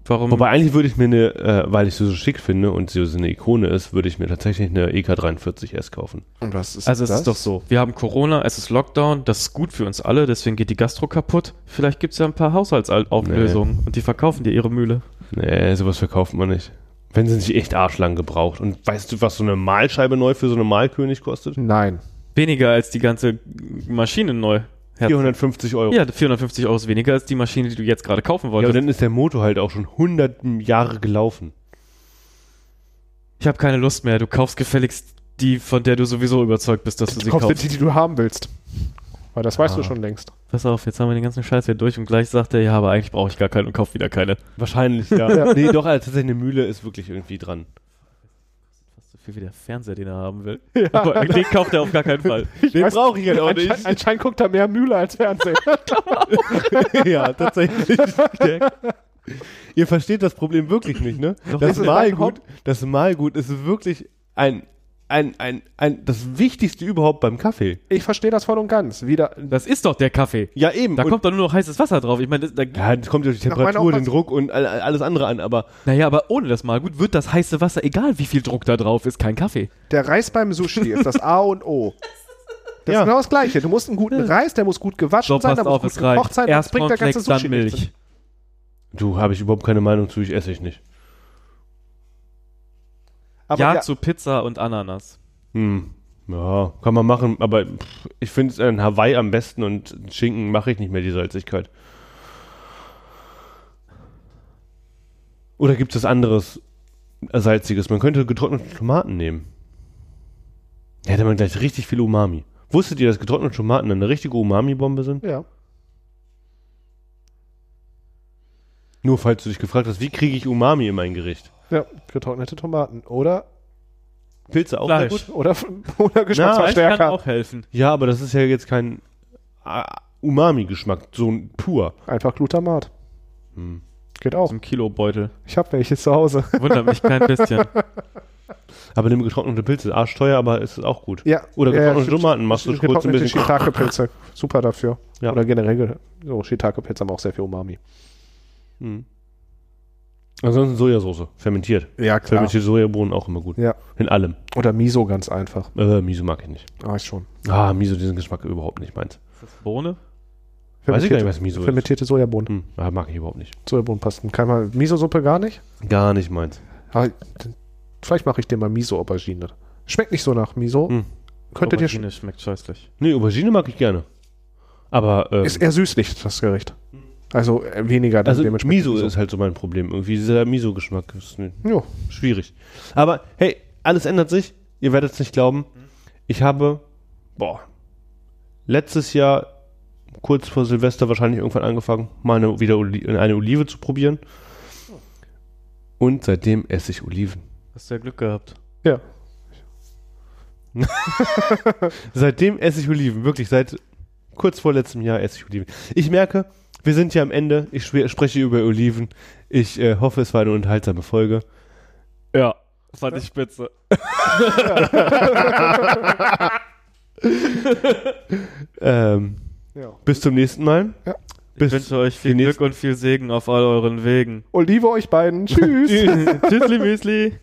S1: warum?
S4: Wobei eigentlich würde ich mir eine, äh, weil ich sie so schick finde und sie so eine Ikone ist, würde ich mir tatsächlich eine E EK43S kaufen.
S2: Und was ist
S1: also es
S2: das?
S1: ist doch so, wir haben Corona, es ist Lockdown, das ist gut für uns alle, deswegen geht die Gastro kaputt. Vielleicht gibt es ja ein paar Haushaltsauflösungen und die verkaufen dir ihre Mühle.
S4: Nee, sowas verkauft man nicht. Wenn sie sich echt arschlang gebraucht. Und weißt du, was so eine Mahlscheibe neu für so eine Mahlkönig kostet?
S2: Nein.
S1: Weniger als die ganze Maschine neu.
S4: 450 Euro.
S1: Ja, 450 Euro ist weniger als die Maschine, die du jetzt gerade kaufen
S4: Ja, und
S1: wolltest.
S4: dann ist der Motor halt auch schon 100 Jahre gelaufen.
S1: ich habe keine Lust mehr. Du kaufst gefälligst die, von der du sowieso überzeugt bist, dass du sie
S2: Du kaufst dir
S1: kaufst.
S2: die, die du haben willst. Weil das weißt du
S4: Ah.
S2: schon längst.
S1: Pass auf, jetzt haben wir den ganzen Scheiß hier durch und gleich sagt er, ja, aber eigentlich brauche ich gar keine und kauf wieder keine.
S4: Wahrscheinlich, *laughs* ja.
S2: Ja.
S4: Nee, doch, also tatsächlich eine Mühle ist wirklich irgendwie dran.
S1: Fast so viel wie der Fernseher, den er haben will. Aber den kauft er auf gar keinen Fall.
S4: Den
S2: weiß-
S4: brauche ich halt auch
S2: Anschein,
S4: nicht.
S2: anscheinend guckt er
S4: *laughs*
S2: mehr Mühle als Fernsehen.
S4: ja, tatsächlich. Ihr versteht das Problem wirklich nicht, ne? Das
S2: ist es dein
S4: Malgut, das Malgut ist wirklich ein, ein, ein, ein, das Wichtigste überhaupt beim Kaffee.
S2: Ich verstehe das voll und ganz. Wieder,
S5: Das ist doch der Kaffee.
S4: Ja, eben.
S5: Da
S4: und,
S5: kommt doch nur noch heißes Wasser drauf. Ich meine, das- da,
S4: ja, halt, es kommt ja durch die
S2: Nach meiner
S4: Temperatur, den
S2: Auffassung-
S4: Druck und all- alles andere an, aber
S5: naja, aber ohne das Malgut wird das heiße Wasser, egal wie viel Druck da drauf ist, kein Kaffee.
S2: der Reis beim Sushi ist das A und O. Das
S4: Ja.
S2: ist genau das Gleiche. Du musst einen guten Reis, der muss gut gewaschen
S5: So,
S2: sein,
S5: passt
S2: der muss
S5: auf,
S2: gut
S5: es reicht.
S2: gekocht sein,
S5: Erst Cornflakes, dann
S2: nicht.
S5: Milch.
S4: du habe ich überhaupt keine Meinung zu, ich esse ich nicht.
S2: Aber
S5: Ja,
S2: ja,
S5: zu Pizza und Ananas.
S4: Hm. Ja, kann man machen, aber pff, ich finde es in Hawaii am besten und Schinken mache ich nicht mehr die Salzigkeit. Oder gibt es anderes äh, Salziges? Man könnte getrocknete Tomaten nehmen. Da hätte man gleich richtig viel Umami. Wusstet ihr, dass getrocknete Tomaten eine richtige Umami-Bombe sind?
S2: ja.
S4: Nur falls du dich gefragt hast, wie kriege ich Umami in mein Gericht?
S2: ja, getrocknete Tomaten. Oder,
S4: Pilze auch
S5: Fleisch.
S4: sehr gut?
S2: oder, *laughs* oder
S5: Fleisch kann
S2: Geschmacksverstärker.
S5: auch helfen.
S4: Ja, aber das ist ja jetzt kein äh, Umami-Geschmack, so ein pur. Hm.
S2: Einfach Glutamat. Geht auch.
S5: So ein Kilobeutel.
S2: Ich habe welche zu Hause.
S5: Wundert mich kein bisschen.
S4: Aber nimm getrocknete Pilze, arschteuer, aber es ist auch gut.
S2: Ja. *laughs*
S4: Oder
S2: ja,
S4: getrocknete
S2: stimmt.
S4: Tomaten machst du kurz ein
S2: Getrocknete
S4: bisschen.
S2: Shiitake-Pilze. Super dafür.
S4: Ja.
S2: Oder generell, so Shiitake-Pilze haben auch sehr viel Umami.
S4: Hm. Ansonsten Sojasauce, fermentiert.
S2: Ja,
S4: Fermentierte Sojabohnen auch immer gut.
S2: Ja.
S4: In allem.
S2: Oder Miso ganz einfach.
S4: Äh, Miso mag ich nicht.
S2: Ah, ist schon.
S4: Ah, Miso, diesen Geschmack überhaupt nicht meins.
S5: Ist das Bohne?
S4: Weiß ich gar nicht, was Miso ist.
S2: Fermentierte Sojabohnen.
S4: Hm, ah, mag ich überhaupt nicht.
S2: Sojabohnenpasten. Kann man Miso-Suppe gar nicht?
S4: Gar nicht meins.
S2: Ah, dann- Vielleicht mache ich dir mal Miso-Aubergine. Schmeckt nicht so nach Miso.
S4: Hm.
S2: Könntet ihr
S5: Aubergine schmeckt scheußlich.
S4: Nee, Aubergine mag ich gerne. Aber ähm,
S2: Ist eher süßlich, das Gericht. Also äh, weniger dann
S4: also
S2: dementsprechend
S4: Miso ist halt so mein Problem. Irgendwie dieser Miso-Geschmack ist nicht.
S2: Jo.
S4: *laughs* Schwierig. Aber hey, alles ändert sich. Ihr werdet es nicht glauben. Ich habe, boah, letztes Jahr kurz vor Silvester wahrscheinlich irgendwann angefangen, mal eine, wieder Oli eine Olive zu probieren. Und seitdem esse ich Oliven.
S5: Hast du ja Glück gehabt.
S2: Ja.
S4: Seitdem esse ich Oliven. Wirklich, seit kurz vor letztem Jahr esse ich Oliven. Ich merke, wir sind ja am Ende. Ich schwe- spreche über Oliven. Ich äh, hoffe, es war eine unterhaltsame Folge.
S5: Ja, fand ich spitze.
S4: Ähm,
S2: Ja.
S4: Bis zum nächsten Mal.
S2: Ja.
S5: Ich
S4: Bis
S5: wünsche euch viel
S4: die nächste-
S5: Glück und viel Segen auf all euren Wegen.
S4: *laughs*
S2: Olive euch beiden. Tschüss.
S5: *laughs* Tschüssli Müsli.